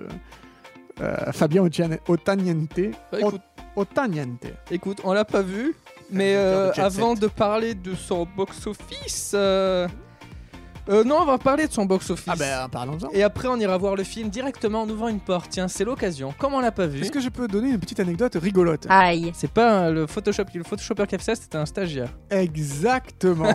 Speaker 5: euh, Fabien Otian- Otaniente.
Speaker 4: Bah, écoute.
Speaker 5: O- Otaniente.
Speaker 4: Écoute, on l'a pas vu, mais
Speaker 5: Animateur de
Speaker 4: euh,
Speaker 5: Jet Set.
Speaker 4: avant de parler de son box-office, euh, Euh, non, on va parler de son box-office.
Speaker 5: Ah ben, parlons-en.
Speaker 4: Et après, on ira voir le film directement en ouvrant une porte. Tiens, c'est l'occasion. Comme on l'a pas vu.
Speaker 5: Est-ce que je peux donner une petite anecdote rigolote
Speaker 2: Aïe.
Speaker 4: C'est pas euh, le Photoshop, le Photoshopper qui a fait ça, c'était un stagiaire.
Speaker 5: Exactement.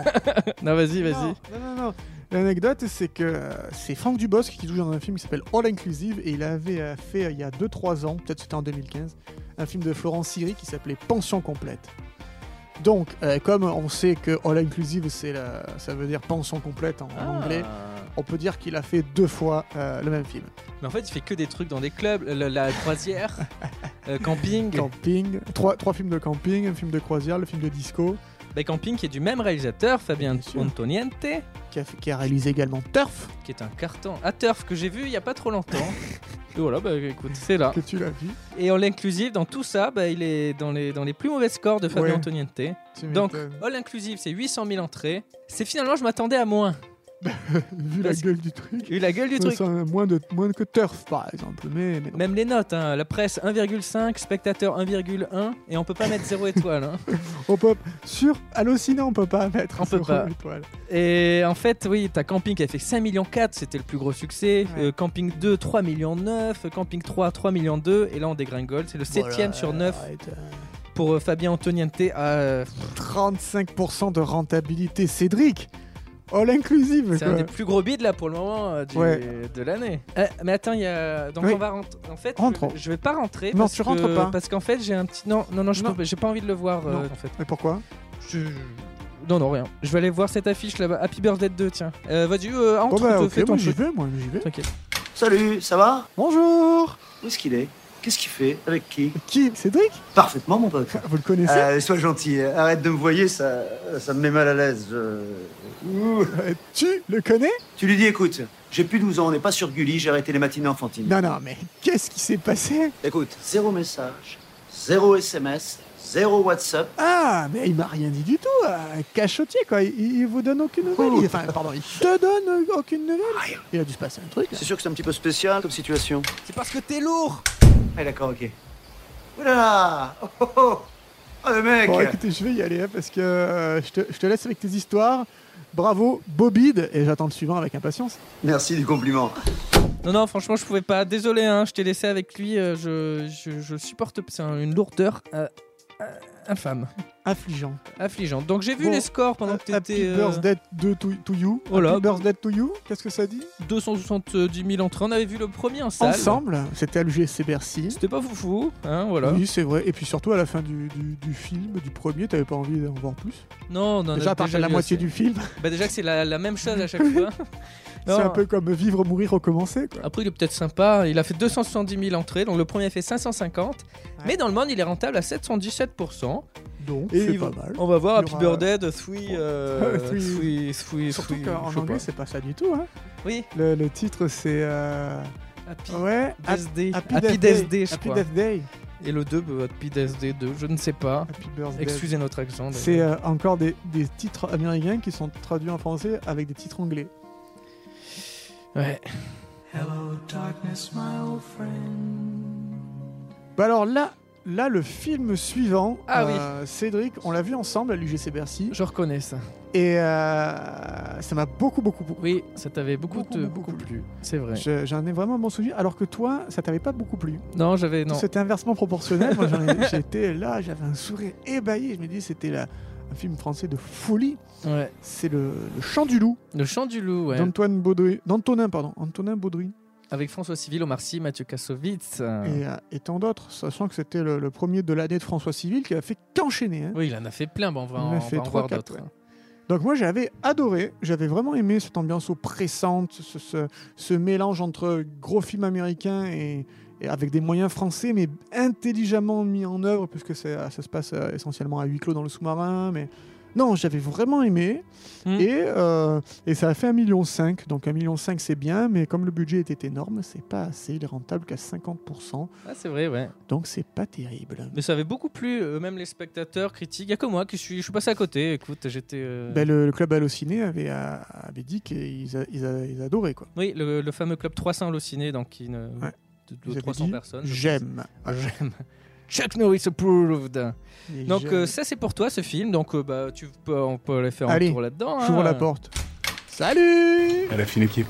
Speaker 4: non, vas-y, vas-y.
Speaker 5: Non, non, non. non. L'anecdote, c'est que euh, c'est Franck Dubosc qui joue dans un film qui s'appelle All Inclusive et il avait euh, fait euh, il y a 2-3 ans, peut-être c'était en 2015, un film de Florent Siri qui s'appelait Pension complète. Donc, euh, comme on sait que All Inclusive, c'est la- ça veut dire pension complète en
Speaker 4: Ah.
Speaker 5: anglais, on peut dire qu'il a fait deux fois euh, le même film.
Speaker 4: Mais en fait, il fait que des trucs dans des clubs, la, la croisière, euh, camping.
Speaker 5: Camping, trois, trois films de camping, un film de croisière, le film de disco,
Speaker 4: Bah, camping qui est du même réalisateur, Fabien Antoniente,
Speaker 5: qui a, fait- qui a réalisé également Turf,
Speaker 4: qui est un carton à turf que j'ai vu il y a pas trop longtemps. Et voilà, bah écoute, c'est là.
Speaker 5: que tu l'as vu.
Speaker 4: Et All Inclusive, dans tout ça, bah, il est dans les, dans les plus mauvais scores de Fabien
Speaker 5: Ouais.
Speaker 4: Antoniente.
Speaker 5: Tu
Speaker 4: Donc,
Speaker 5: m'étonnes.
Speaker 4: All Inclusive, c'est 800 000 entrées. C'est finalement, je m'attendais à moins.
Speaker 5: vu la
Speaker 4: parce-
Speaker 5: gueule du truc,
Speaker 4: Eu la gueule du
Speaker 5: ça,
Speaker 4: truc.
Speaker 5: ça, moins, de, moins que Turf par exemple, mais, mais non.
Speaker 4: Même les notes, hein, la presse 1,5, spectateur 1,1, et on peut pas mettre 0 étoile. hein.
Speaker 5: On peut- sur Allociné, on peut pas mettre
Speaker 4: On peut
Speaker 5: zéro
Speaker 4: pas.
Speaker 5: étoile.
Speaker 4: Et en fait, oui, t'as Camping qui a fait 5 millions 4, c'était le plus gros succès.
Speaker 5: Ouais.
Speaker 4: Euh, camping 2, 3 millions 9. Camping 3, 3 millions 2. Et là, on dégringole. C'est le 7
Speaker 5: Voilà,
Speaker 4: sur 9
Speaker 5: arrête, euh.
Speaker 4: pour euh, Fabien Antoniente. euh,
Speaker 5: 35% de rentabilité, Cédric All inclusive,
Speaker 4: c'est un
Speaker 5: quoi.
Speaker 4: des plus gros bids là pour le moment euh, du-
Speaker 5: Ouais.
Speaker 4: de l'année. Euh, mais attends, il y a. Donc
Speaker 5: Oui.
Speaker 4: on va rentrer. En fait,
Speaker 5: Rentrons.
Speaker 4: je, je vais pas rentrer.
Speaker 5: Non,
Speaker 4: parce
Speaker 5: tu rentres
Speaker 4: que-
Speaker 5: pas.
Speaker 4: Parce qu'en fait, j'ai un petit. Non, non, non, je
Speaker 5: Non.
Speaker 4: peux- j'ai pas envie de le voir euh,
Speaker 5: Non.
Speaker 4: en fait.
Speaker 5: Mais pourquoi
Speaker 4: Je- Non, non, rien. Je vais aller voir cette affiche là-bas. Happy Birthday 2, tiens. Euh, Vas-y, euh,
Speaker 5: Bon
Speaker 4: entre,
Speaker 5: bah
Speaker 4: te-
Speaker 5: ok,
Speaker 4: fais ton
Speaker 5: moi j'y
Speaker 4: truc.
Speaker 5: vais, moi j'y vais.
Speaker 4: T'inquiète.
Speaker 9: Salut, ça va
Speaker 5: Bonjour
Speaker 9: Où est-ce qu'il est Qu'est-ce qu'il fait Avec qui
Speaker 5: Qui Cédric
Speaker 9: Parfaitement, mon pote.
Speaker 5: Vous le connaissez
Speaker 9: Euh, sois gentil, euh, arrête de me voyer, ça, ça me met mal à l'aise. je- Ouh.
Speaker 5: Euh, Tu le connais
Speaker 9: Tu lui dis, écoute, j'ai plus 12 ans, on n'est pas sur Gulli, j'ai arrêté les matinées enfantines.
Speaker 5: Non, non, mais qu'est-ce qui s'est passé
Speaker 9: Écoute, zéro message, zéro SMS, zéro WhatsApp.
Speaker 5: Ah, mais il m'a rien dit du tout, euh, cachotier quoi, il, il vous donne aucune nouvelle. Il- Enfin, pardon, il te donne euh, aucune nouvelle. Il a dû se passer un truc. hein. là.
Speaker 9: C'est sûr que c'est un petit peu spécial comme situation.
Speaker 4: C'est parce que t'es lourd
Speaker 9: Ah, d'accord, ok. Oulala Oh, oh, oh. Ah, le mec
Speaker 5: Bon, écoutez, je vais y aller hein, parce que euh, je, te, je te laisse avec tes histoires. Bravo, Bobide, et j'attends le suivant avec impatience.
Speaker 9: Merci du compliment.
Speaker 4: Non, non, franchement, je pouvais pas. Désolé, hein, je t'ai laissé avec lui. euh, je, je, je supporte. C'est un- une lourdeur euh, euh, infâme,
Speaker 5: Affligeant.
Speaker 4: affligeante. Donc, j'ai vu
Speaker 5: Bon,
Speaker 4: les scores pendant que
Speaker 5: Happy
Speaker 4: t'étais. euh,
Speaker 5: birthday to, to- to you.
Speaker 4: Oh là.
Speaker 5: Happy birthday to you. Qu'est-ce que ça dit
Speaker 4: 270 000 entrées. On avait vu le premier en salle.
Speaker 5: Ensemble, c'était à l'UGC Bercy.
Speaker 4: C'était pas foufou, hein, voilà.
Speaker 5: Oui, c'est vrai. Et puis surtout, à la fin du, du- du film, du premier, t'avais pas envie d'en voir plus.
Speaker 4: Non, non,
Speaker 5: déjà, à partir de la moitié du film,
Speaker 4: Bah, déjà que c'est la, la même chose à chaque fois.
Speaker 5: c'est
Speaker 4: Non.
Speaker 5: un peu comme vivre, mourir, recommencer. Quoi.
Speaker 4: Après, il est peut-être sympa. Il a fait 270 000 entrées, donc le premier a fait 550. Mais dans le monde, il est rentable à 717%.
Speaker 5: Donc,
Speaker 4: Et
Speaker 5: c'est
Speaker 4: il-
Speaker 5: pas mal.
Speaker 4: On va voir
Speaker 5: Il
Speaker 4: Happy
Speaker 5: aura-
Speaker 4: Birthday, The Three. euh, three-
Speaker 5: Three-
Speaker 4: three-
Speaker 5: Surtout
Speaker 4: three-
Speaker 5: qu'en
Speaker 4: je sais
Speaker 5: anglais,
Speaker 4: pas.
Speaker 5: c'est pas ça du tout. Hein.
Speaker 4: Oui,
Speaker 5: Le, le titre, c'est. euh,
Speaker 4: Happy
Speaker 5: Ouais.
Speaker 4: Death Day.
Speaker 5: Happy,
Speaker 4: Happy
Speaker 5: Death
Speaker 4: Death
Speaker 5: Day.
Speaker 4: Day, je
Speaker 5: Happy
Speaker 4: crois.
Speaker 5: Death Day.
Speaker 4: Et le 2, bah, Happy Death Day 2, je ne sais pas.
Speaker 5: Happy Birthday.
Speaker 4: Excusez notre accent. d'ailleurs.
Speaker 5: C'est euh, encore des, des titres américains qui sont traduits en français avec des titres anglais.
Speaker 4: Ouais.
Speaker 5: Bah alors là, là le film suivant,
Speaker 4: Ah
Speaker 5: euh, Cédric, on l'a vu ensemble à l'UGC Bercy,
Speaker 4: Je reconnais ça.
Speaker 5: et euh, ça m'a beaucoup, beaucoup, beaucoup.
Speaker 4: Oui, ça t'avait beaucoup,
Speaker 5: Beaucoup,
Speaker 4: te-
Speaker 5: beaucoup,
Speaker 4: beaucoup plu. C'est vrai.
Speaker 5: Je- J'en ai vraiment un bon souvenir, alors que toi, ça t'avait pas beaucoup plu.
Speaker 4: Non, j'avais. Non.
Speaker 5: C'était inversement proportionnel. Moi, j'en ai- j'étais là, j'avais un sourire ébahi. Je me dis, c'était la- un film français de folie.
Speaker 4: Ouais.
Speaker 5: C'est le, le Chant du Loup
Speaker 4: Le chant du loup, ouais.
Speaker 5: d'Antoine Baudry, d'Antonin, pardon, Antonin Baudry.
Speaker 4: Avec François Civil, Omar Sy, Mathieu Kassovitz. euh.
Speaker 5: et, euh, et tant d'autres, sachant que c'était le, le premier de l'année de François Civil qui a fait qu'enchaîner. hein.
Speaker 4: Oui, il en a fait plein. Bon, on va
Speaker 5: Il en
Speaker 4: en,
Speaker 5: a
Speaker 4: on
Speaker 5: fait
Speaker 4: va en
Speaker 5: trois,
Speaker 4: voir
Speaker 5: quatre,
Speaker 4: d'autres.
Speaker 5: ouais. Donc moi j'avais adoré, j'avais vraiment aimé cette ambiance oppressante, ce, ce- ce mélange entre gros films américains et, et avec des moyens français, mais intelligemment mis en œuvre, puisque ça, ça se passe euh, essentiellement à huis clos dans le sous-marin. Mais non, j'avais vraiment aimé,
Speaker 4: Mm.
Speaker 5: et, euh, et ça a fait 1,5 million. Donc 1,5 million c'est bien, mais comme le budget était énorme, c'est pas assez, il est rentable qu'à 50%,
Speaker 4: Ah, c'est vrai, ouais.
Speaker 5: donc c'est pas terrible.
Speaker 4: Mais ça avait beaucoup plu, euh, même les spectateurs, critiques. Il y a que moi qui suis. Je suis passé à côté. Écoute, j'étais. euh,
Speaker 5: Ben, le, le club Allociné avait, euh, avait dit qu'ils a- ils a- ils adoraient quoi.
Speaker 4: Oui, le, le fameux club 300 Allociné, donc qui ne.
Speaker 5: Ouais.
Speaker 4: de- de
Speaker 5: Ils avaient
Speaker 4: 300
Speaker 5: dit,
Speaker 4: personnes. je
Speaker 5: J'aime. Ah,
Speaker 4: pense. Ah, J'aime. Chuck Norris approved. Donc euh, ça c'est pour toi ce film, donc euh, bah tu peux, on peut aller faire un
Speaker 5: Allez,
Speaker 4: tour là-dedans.
Speaker 5: j'ouvre
Speaker 4: hein.
Speaker 5: la porte. Salut
Speaker 10: Elle a fine équipe.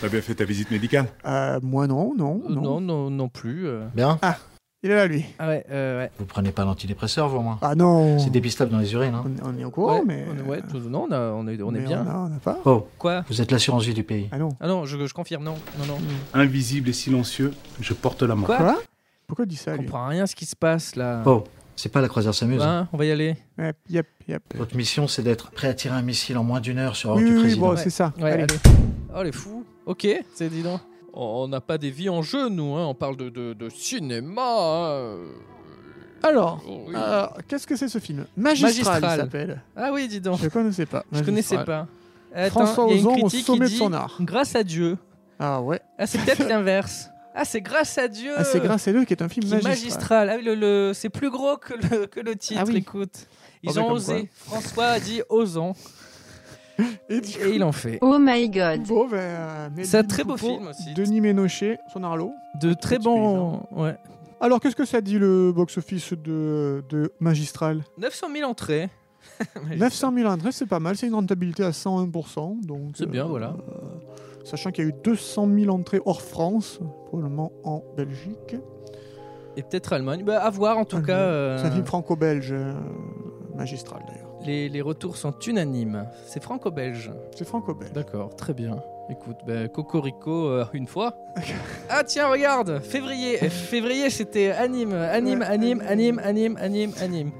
Speaker 10: T'as bien fait ta visite médicale
Speaker 5: Euh, moi non, non,
Speaker 4: non. non, non, plus. euh.
Speaker 11: Bien
Speaker 5: Ah, il est là lui.
Speaker 4: Ah ouais, euh, ouais.
Speaker 11: Vous prenez pas d'antidépresseur, vous, au moins
Speaker 5: Ah non
Speaker 11: C'est dépistable dans les urines, hein
Speaker 5: On est au courant,
Speaker 4: Ouais,
Speaker 5: Oh, mais... euh,
Speaker 4: on est- ouais, tout- non, on, a- on est, on est
Speaker 5: mais
Speaker 4: bien.
Speaker 5: on a- on a pas.
Speaker 11: Oh,
Speaker 4: Quoi
Speaker 11: Vous êtes l'assurance vie du pays.
Speaker 5: Ah non.
Speaker 4: Ah non, je, je confirme, non, non, non.
Speaker 10: Invisible et silencieux, je porte la main.
Speaker 4: Quoi Quoi
Speaker 5: Pourquoi il dit ça
Speaker 4: Je comprends rien à ce qui se passe là.
Speaker 11: Oh, c'est pas la croisière s'amuse.
Speaker 4: Hein, on va y aller.
Speaker 5: Yep, yep, yep.
Speaker 11: Votre mission, c'est d'être prêt à tirer un missile en moins d'une heure sur ordre
Speaker 5: Oui,
Speaker 11: Euh, du
Speaker 5: oui, oui,
Speaker 11: président.
Speaker 5: bon, c'est ça.
Speaker 4: Ouais,
Speaker 5: Allez.
Speaker 4: allez. Oh, les fous. Ok, c'est dis donc. On on n'a pas des vies en jeu, nous. hein. On parle de, de- de cinéma. hein.
Speaker 5: Alors,
Speaker 4: Oui.
Speaker 5: euh, qu'est-ce que c'est ce film Magistral,
Speaker 4: Magistral.
Speaker 5: il s'appelle.
Speaker 4: Ah oui, dis donc.
Speaker 5: Je connaissais pas.
Speaker 4: Je connaissais pas. Attends,
Speaker 5: François
Speaker 4: il y a une
Speaker 5: Ozon au
Speaker 4: critique qui
Speaker 5: sommet de
Speaker 4: dit,
Speaker 5: son art.
Speaker 4: Grâce à Dieu.
Speaker 5: Ah ouais.
Speaker 4: Ah, c'est peut-être l'inverse. Ah, c'est grâce à Dieu.
Speaker 5: Ah, c'est grâce à Dieu qui est un film
Speaker 4: Qui est
Speaker 5: magistral.
Speaker 4: magistral. Ah oui, le, le- c'est plus gros que le, que le titre,
Speaker 5: Ah oui.
Speaker 4: écoute. Ils
Speaker 5: Oh, mais
Speaker 4: ont
Speaker 5: comme
Speaker 4: osé. François a dit osons.
Speaker 5: Et,
Speaker 4: il en fait.
Speaker 2: Oh my god.
Speaker 5: Bon, ben, euh, Nelly
Speaker 4: C'est un très beau
Speaker 5: Ducopo,
Speaker 4: film aussi.
Speaker 5: Denis Ménochet, son Arlo.
Speaker 4: De très bons. Ouais.
Speaker 5: Alors, qu'est-ce que ça dit le box-office de, de Magistral
Speaker 4: 900 000 entrées.
Speaker 5: 900 000 entrées, c'est pas mal, c'est une rentabilité à 101%. Donc, euh,
Speaker 4: C'est bien, voilà.
Speaker 5: Sachant qu'il y a eu 200 000 entrées hors France, probablement en Belgique.
Speaker 4: Et peut-être Allemagne. Bah, à voir en tout
Speaker 5: Ah,
Speaker 4: cas. euh,
Speaker 5: C'est un film franco-belge, euh, magistral d'ailleurs.
Speaker 4: les, les retours sont unanimes. C'est franco-belge.
Speaker 5: C'est franco-belge.
Speaker 4: D'accord, très bien. Écoute, bah, Cocorico euh, une fois. ah tiens, regarde, février. Eh, Février, c'était anime, anime, anime, anime, anime, anime, anime.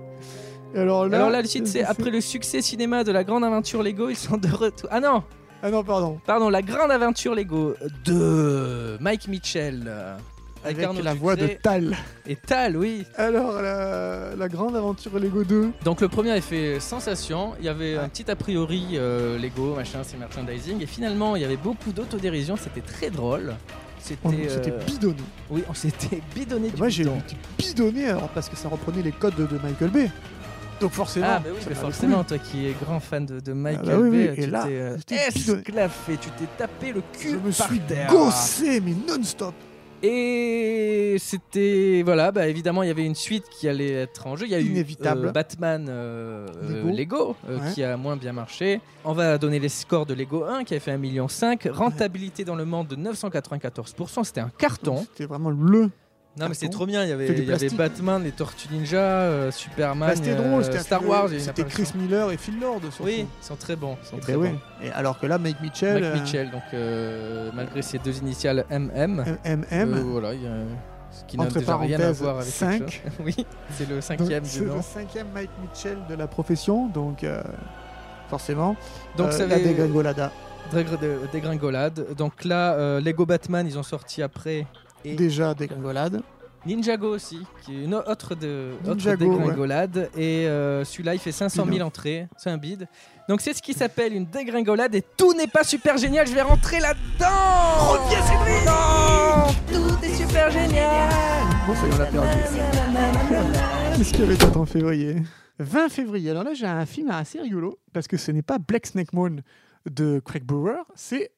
Speaker 5: Alors là,
Speaker 4: Alors là, le titre, c'est
Speaker 5: qu'est-ce que
Speaker 4: après le succès cinéma de la grande aventure Lego, ils sont de retour. Ah non,
Speaker 5: Ah non, pardon.
Speaker 4: pardon, la grande aventure Lego de Mike Mitchell. euh,
Speaker 5: Avec,
Speaker 4: Arnaud
Speaker 5: la voix de
Speaker 4: Ducré.
Speaker 5: Tal.
Speaker 4: Et Tal, oui.
Speaker 5: Alors, la, la grande aventure Lego 2.
Speaker 4: Donc le premier effet sensation, il y avait un petit a priori euh, Lego, machin, c'est merchandising, et finalement il y avait beaucoup d'autodérision, c'était très drôle. C'était
Speaker 5: On s'était
Speaker 4: euh,
Speaker 5: Oh, bidonné.
Speaker 4: Oui, on s'était bidonné
Speaker 5: Et
Speaker 4: du
Speaker 5: Moi, j'ai
Speaker 4: bidon.
Speaker 5: été bidonné alors, parce que ça reprenait les codes de, de Michael Bay. Donc forcément.
Speaker 4: Ah bah oui,
Speaker 5: ça
Speaker 4: mais
Speaker 5: m'avait
Speaker 4: forcément,
Speaker 5: plu.
Speaker 4: toi qui es grand fan de, de Michael
Speaker 5: bah oui, oui,
Speaker 4: Bay,
Speaker 5: et
Speaker 4: tu
Speaker 5: là,
Speaker 4: t'es euh,
Speaker 5: j'étais bidonné.
Speaker 4: esclaffé, tu t'es tapé le cul
Speaker 5: Je me
Speaker 4: par
Speaker 5: suis
Speaker 4: terre.
Speaker 5: gossé, mais non-stop.
Speaker 4: Et c'était voilà, bah évidemment il y avait une suite qui allait être en jeu. Il y a eu
Speaker 5: Inévitable.
Speaker 4: euh, Batman euh, euh,
Speaker 5: Lego.
Speaker 4: Lego, euh,
Speaker 5: Ouais.
Speaker 4: qui a moins bien marché. On va donner les scores de Lego 1 qui a fait 1,5 million, rentabilité dans le monde de 994%, c'était un carton.
Speaker 5: C'était vraiment le.
Speaker 4: Non mais
Speaker 5: carton.
Speaker 4: c'était trop bien, il y avait,
Speaker 5: C'était du
Speaker 4: il y avait
Speaker 5: plastique.
Speaker 4: Batman, les Tortues Ninja, euh, Superman,
Speaker 5: Bah, c'était
Speaker 4: euh,
Speaker 5: drôle, c'était un
Speaker 4: Star
Speaker 5: film-
Speaker 4: Wars, il y a une
Speaker 5: C'était
Speaker 4: apparition.
Speaker 5: Chris Miller et Phil Lord. surtout.
Speaker 4: Oui, ils sont très bons, ils sont
Speaker 5: Eh
Speaker 4: très
Speaker 5: ben oui.
Speaker 4: bons.
Speaker 5: Et alors que là, Mike Mitchell.
Speaker 4: Mike Mitchell, donc euh, malgré ses deux initiales MM,
Speaker 5: euh, MMM.
Speaker 4: euh, voilà, il y a, ce qui n'a
Speaker 5: Entre
Speaker 4: déjà rien à
Speaker 5: parenthèses,
Speaker 4: voir avec
Speaker 5: cinq.
Speaker 4: quelque chose. oui, c'est le
Speaker 5: Donc,
Speaker 4: cinquième
Speaker 5: c'est
Speaker 4: du
Speaker 5: le
Speaker 4: nom.
Speaker 5: cinquième Mike Mitchell de la profession, donc euh, forcément.
Speaker 4: Donc
Speaker 5: euh,
Speaker 4: ça
Speaker 5: la
Speaker 4: avait-
Speaker 5: dégringolada.
Speaker 4: Dégr- de- Dégringolade. Donc là, euh, Lego Batman, ils ont sorti après. Et
Speaker 5: Déjà dégringolade.
Speaker 4: Ninjago aussi, qui est une autre, de, autre
Speaker 5: Ninjago,
Speaker 4: dégringolade. Et euh, celui-là, il fait 500 000
Speaker 5: Bidon.
Speaker 4: entrées. C'est un bide. Donc c'est ce qui s'appelle une dégringolade. Et tout n'est pas super génial. Je vais rentrer là-dedans. Reviens, Cédric Tout est super génial.
Speaker 5: Bon, Oh, ça y est, on l'a perdu. Qu'est-ce qu'il y avait d'autre en février 20 février. Alors là, j'ai un film assez rigolo parce que ce n'est pas Black Snake Moon de Craig Brewer, c'est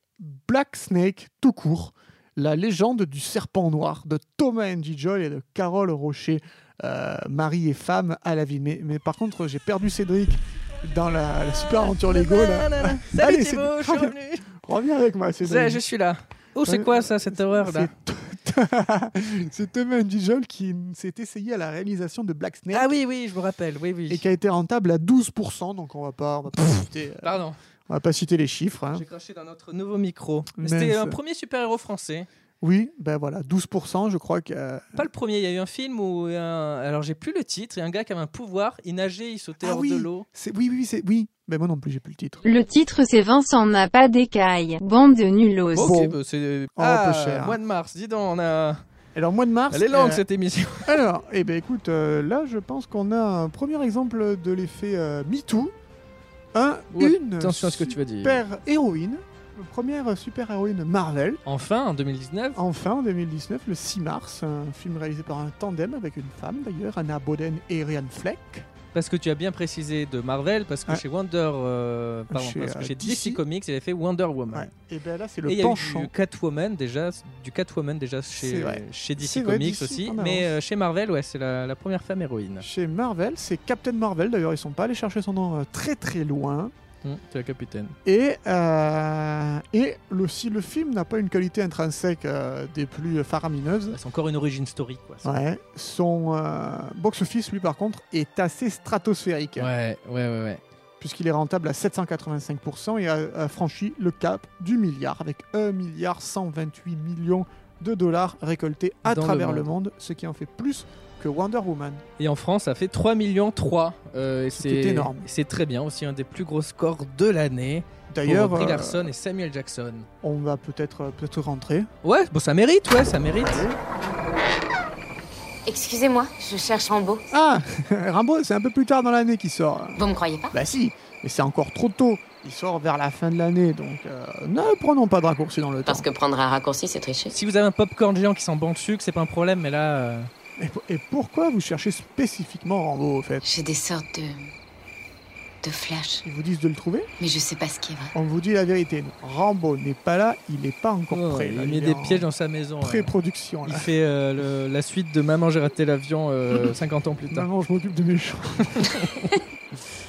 Speaker 5: Black Snake tout court, la légende du serpent noir de Thomas N.G. Joy et de Carole Rocher, euh, mari et femme à la vie. Mais, mais par contre, j'ai perdu Cédric dans la, la super aventure Lego. Là.
Speaker 4: Salut
Speaker 5: Allez,
Speaker 4: Thibaut, je
Speaker 5: Cédric, Euh,
Speaker 4: suis
Speaker 5: reviens,
Speaker 4: revenu.
Speaker 5: reviens avec moi,
Speaker 4: Ouais,
Speaker 5: Cédric.
Speaker 4: Je suis là. Oh, c'est quoi ça, cette horreur là
Speaker 5: C'est Thomas N.G. qui s'est essayé à la réalisation de Black Snake
Speaker 4: Ah oui, oui, je me rappelle. Oui, oui.
Speaker 5: et qui a été rentable à 12%, donc on va pas, on va pas, citer, euh,
Speaker 4: Pardon.
Speaker 5: on va pas citer les chiffres. hein.
Speaker 4: J'ai craché dans notre nouveau micro.
Speaker 5: Mince.
Speaker 4: C'était un premier super-héros français.
Speaker 5: Oui, ben voilà, 12%, je crois que... euh,
Speaker 4: Pas le premier, il y a eu un film où. un- Alors j'ai plus le titre, il y a un gars qui avait un pouvoir, il nageait, il sautait
Speaker 5: Ah
Speaker 4: hors
Speaker 5: oui,
Speaker 4: de l'eau.
Speaker 5: c'est- oui, oui, oui, c'est... Oui, ben moi non plus, j'ai plus le titre.
Speaker 2: Le titre c'est Vincent n'a pas d'écailles. Bande de nullos.
Speaker 4: Bon, ok, bah, c'est.
Speaker 5: Oh,
Speaker 4: ah,
Speaker 5: un peu cher.
Speaker 4: mois de mars, dis donc, on a.
Speaker 5: Alors, mois de mars...
Speaker 4: Elle est longue
Speaker 5: euh,
Speaker 4: cette émission.
Speaker 5: Alors, eh ben écoute, euh, là, je pense qu'on a un premier exemple de l'effet euh, MeToo. Un,
Speaker 4: Ouais,
Speaker 5: une
Speaker 4: attention à ce que tu vas dire.
Speaker 5: super-héroïne, première super-héroïne Marvel,
Speaker 4: Enfin, en 2019,
Speaker 5: Enfin, en 2019, le 6 mars, un film réalisé par un tandem avec une femme d'ailleurs, Anna Boden et Ryan Fleck.
Speaker 4: parce que tu as bien précisé de Marvel, parce que
Speaker 5: Ouais.
Speaker 4: chez Wonder. euh, Pardon,
Speaker 5: Chez,
Speaker 4: parce que
Speaker 5: euh,
Speaker 4: chez
Speaker 5: DC.
Speaker 4: DC Comics, il avait fait Wonder Woman.
Speaker 5: Et bien Eh ben là, c'est
Speaker 4: Et
Speaker 5: le
Speaker 4: il y a eu
Speaker 5: penchant.
Speaker 4: du Catwoman déjà, du Catwoman déjà
Speaker 5: C'est
Speaker 4: chez,
Speaker 5: vrai.
Speaker 4: chez DC
Speaker 5: C'est vrai,
Speaker 4: Comics
Speaker 5: DC
Speaker 4: aussi,
Speaker 5: en
Speaker 4: mais
Speaker 5: avance.
Speaker 4: euh, chez Marvel, ouais, c'est la, la première femme héroïne.
Speaker 5: Chez Marvel, c'est Captain Marvel. D'ailleurs, ils sont pas allés chercher son nom euh, très très loin.
Speaker 4: Hum, tu es la capitaine.
Speaker 5: Et, euh, et le, si le film n'a pas une qualité intrinsèque euh, des plus faramineuses,
Speaker 4: C'est encore une origin story, quoi. ça.
Speaker 5: Hum. ouais, son euh, box-office, lui, par contre, est assez stratosphérique.
Speaker 4: Ouais, ouais, ouais, ouais.
Speaker 5: Puisqu'il est rentable à 785% et a, a franchi le cap du milliard, avec 1 milliard 128 millions de dollars récoltés à
Speaker 4: Dans le
Speaker 5: travers
Speaker 4: monde.
Speaker 5: le monde. ce qui en fait plus que Wonder Woman.
Speaker 4: Et en France, ça fait 3 millions 3. Euh, et c'est
Speaker 5: énorme.
Speaker 4: et C'est très bien aussi, un des plus gros scores de l'année.
Speaker 5: D'ailleurs,
Speaker 4: pour Brie
Speaker 5: euh,
Speaker 4: Larson et Samuel Jackson.
Speaker 5: On va peut-être peut rentrer.
Speaker 4: Ouais, bon, ça mérite, ouais, ça mérite.
Speaker 12: Excusez-moi, je cherche Rambo.
Speaker 5: Ah Rambo, c'est un peu plus tard dans l'année qu'il sort.
Speaker 12: Vous me croyez pas
Speaker 5: Bah si, mais c'est encore trop tôt. Il sort vers la fin de l'année, donc euh, ne prenons pas de raccourci dans le temps.
Speaker 12: Parce que prendre un raccourci, c'est tricher.
Speaker 4: Si vous avez un popcorn géant qui sent bon le sucre, c'est pas un problème, mais là. euh,
Speaker 5: Et, pour- et pourquoi vous cherchez spécifiquement Rambo, au fait
Speaker 12: J'ai des sortes de. de flash.
Speaker 5: Ils vous disent de le trouver
Speaker 12: Mais je sais pas ce qui est vrai.
Speaker 5: On vous dit la vérité. Rambo n'est pas là, il n'est pas encore prêt.
Speaker 4: oh, il
Speaker 5: là,
Speaker 4: met
Speaker 5: est
Speaker 4: des
Speaker 5: en
Speaker 4: pièges dans sa maison. ouais.
Speaker 5: Pré-production,
Speaker 4: Il
Speaker 5: là.
Speaker 4: fait euh, le- la suite de Maman, j'ai raté l'avion euh, 50 ans plus tard.
Speaker 5: Maman, je m'occupe de mes choses.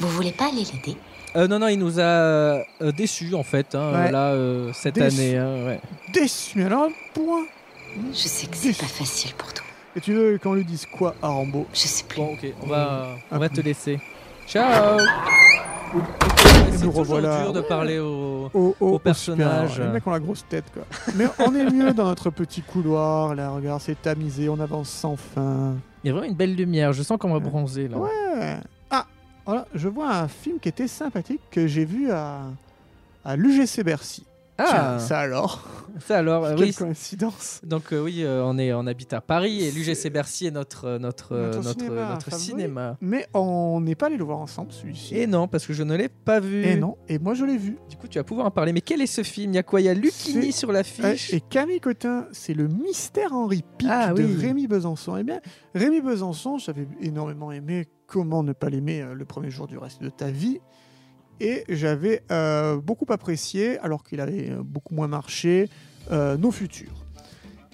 Speaker 12: Vous voulez pas aller l'aider
Speaker 4: Euh, non, non, il nous a euh, déçus en fait, hein,
Speaker 5: Ouais.
Speaker 4: là, euh, cette
Speaker 5: Déçus.
Speaker 4: année. hein, ouais.
Speaker 5: Déçu, mais alors, point
Speaker 12: Je sais que c'est pas facile pour toi.
Speaker 5: Et tu veux qu'on lui dise quoi à Rambo
Speaker 12: Je sais plus.
Speaker 4: Bon, ok, on va, on
Speaker 5: Ah,
Speaker 4: va
Speaker 5: bon.
Speaker 4: te laisser. Ciao C'est
Speaker 5: nous
Speaker 4: toujours
Speaker 5: revoilà.
Speaker 4: dur de
Speaker 5: Ouais.
Speaker 4: parler au,
Speaker 5: au,
Speaker 4: au
Speaker 5: super-héros.
Speaker 4: personnage.
Speaker 5: Les mecs ont la grosse tête, quoi. Mais on est mieux dans notre petit couloir, là, regarde, c'est tamisé, on avance sans fin.
Speaker 4: Il y a vraiment une belle lumière, je sens qu'on va bronzer là.
Speaker 5: Ouais. Ah, voilà, je vois un film qui était sympathique que j'ai vu à, à l'UGC Bercy.
Speaker 4: Ah.
Speaker 5: Tiens, ça alors
Speaker 4: Ça alors, euh,
Speaker 5: Quelle
Speaker 4: oui.
Speaker 5: coïncidence
Speaker 4: Donc euh, oui, euh, on, est, on habite à Paris et l'UGC Bercy est notre, euh, notre, euh,
Speaker 5: Notre
Speaker 4: notre,
Speaker 5: cinéma
Speaker 4: notre
Speaker 5: favori.
Speaker 4: cinéma.
Speaker 5: Mais on n'est pas allé le voir ensemble, celui-ci.
Speaker 4: Et non, parce que je ne l'ai pas vu.
Speaker 5: Et non, et moi je l'ai vu.
Speaker 4: Du coup, tu vas pouvoir en parler. Mais quel est ce film Il y a quoi Il y a Lucini
Speaker 5: C'est-
Speaker 4: sur l'affiche.
Speaker 5: Euh, Et Camille Cotin, c'est le mystère Henri Pic
Speaker 4: Ah
Speaker 5: de
Speaker 4: oui.
Speaker 5: Rémi Besançon. Eh bien, Rémi Besançon, j'avais énormément aimé Comment ne pas l'aimer euh, le premier jour du reste de ta vie. Et j'avais euh, beaucoup apprécié, alors qu'il avait euh, beaucoup moins marché, euh, Nos Futurs.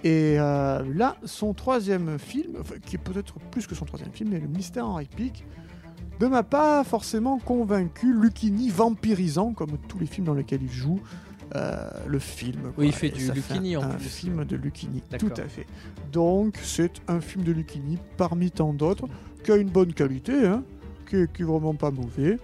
Speaker 5: Et euh, là, son troisième film, enfin, qui est peut-être plus que son troisième film, mais Le mystère Henri Pic, ne m'a pas forcément convaincu. Lucchini vampirisant, comme tous les films dans lesquels il joue, euh, le film. quoi.
Speaker 4: il fait
Speaker 5: Et
Speaker 4: du
Speaker 5: ça
Speaker 4: Lucchini,
Speaker 5: un,
Speaker 4: en
Speaker 5: un
Speaker 4: plus.
Speaker 5: film de Lucchini,
Speaker 4: D'accord.
Speaker 5: tout à fait. Donc, c'est un film de Lucchini parmi tant d'autres, qui a une bonne qualité, hein, qui, est, qui est vraiment pas mauvais,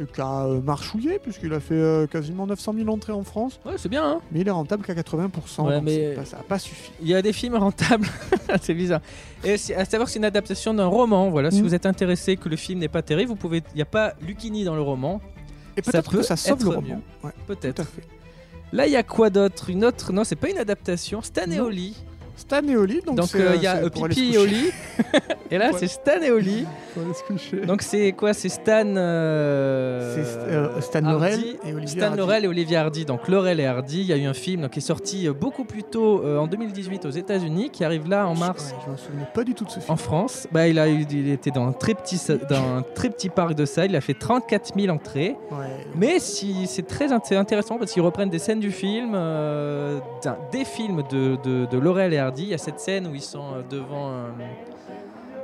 Speaker 5: et qui a euh, marchouillé, puisqu'il a fait euh, quasiment 900 000 entrées en France,
Speaker 4: Ouais, c'est bien. hein.
Speaker 5: mais il est rentable qu'à 80%.
Speaker 4: Ouais,
Speaker 5: donc
Speaker 4: mais-
Speaker 5: c'est pas- ça n'a pas suffi.
Speaker 4: Il y a des films rentables. c'est bizarre. Et c'est- à savoir que c'est une adaptation d'un roman. Voilà, si
Speaker 5: Mm.
Speaker 4: vous êtes intéressé que le film n'est pas terrible, vous pouvez. Il n'y a pas Lucini dans le roman.
Speaker 5: Et
Speaker 4: Ça
Speaker 5: peut-être
Speaker 4: peut
Speaker 5: que ça sauve le
Speaker 4: être
Speaker 5: roman. Ouais,
Speaker 4: Peut-être.
Speaker 5: tout à fait.
Speaker 4: Là, il y a quoi d'autre Une autre Non, c'est pas une adaptation. Stan et
Speaker 5: Non.
Speaker 4: Oli.
Speaker 5: Stan et Oli, donc
Speaker 4: Donc
Speaker 5: c'est,
Speaker 4: euh, il y a
Speaker 5: c'est
Speaker 4: euh,
Speaker 5: pour aller se
Speaker 4: Pipi et
Speaker 5: coucher.
Speaker 4: Oli. et là,
Speaker 5: Ouais.
Speaker 4: c'est Stan et Oli.
Speaker 5: Pour aller se coucher.
Speaker 4: Donc c'est quoi C'est Stan. euh,
Speaker 5: C'est, euh, Stan Laurel
Speaker 4: Hardy.
Speaker 5: et Olivier
Speaker 4: Stan
Speaker 5: Hardy.
Speaker 4: Laurel et Olivier Hardy. Donc Laurel et Hardy. Il y a eu un film donc, qui est sorti euh, beaucoup plus tôt euh, en 2018 aux États-Unis, qui arrive là en mars
Speaker 5: Ouais, je me souviens pas du tout de ce film.
Speaker 4: en France. Bah, il, a eu- il était dans un, très petit, sa- dans un très petit parc de salles. Il a fait 34 000 entrées.
Speaker 5: Ouais.
Speaker 4: Mais si, c'est très inté- intéressant parce qu'ils reprennent des scènes du film, euh, d'un- des films de, de, de Laurel et Hardy. Il y a cette scène où ils sont euh, devant, un-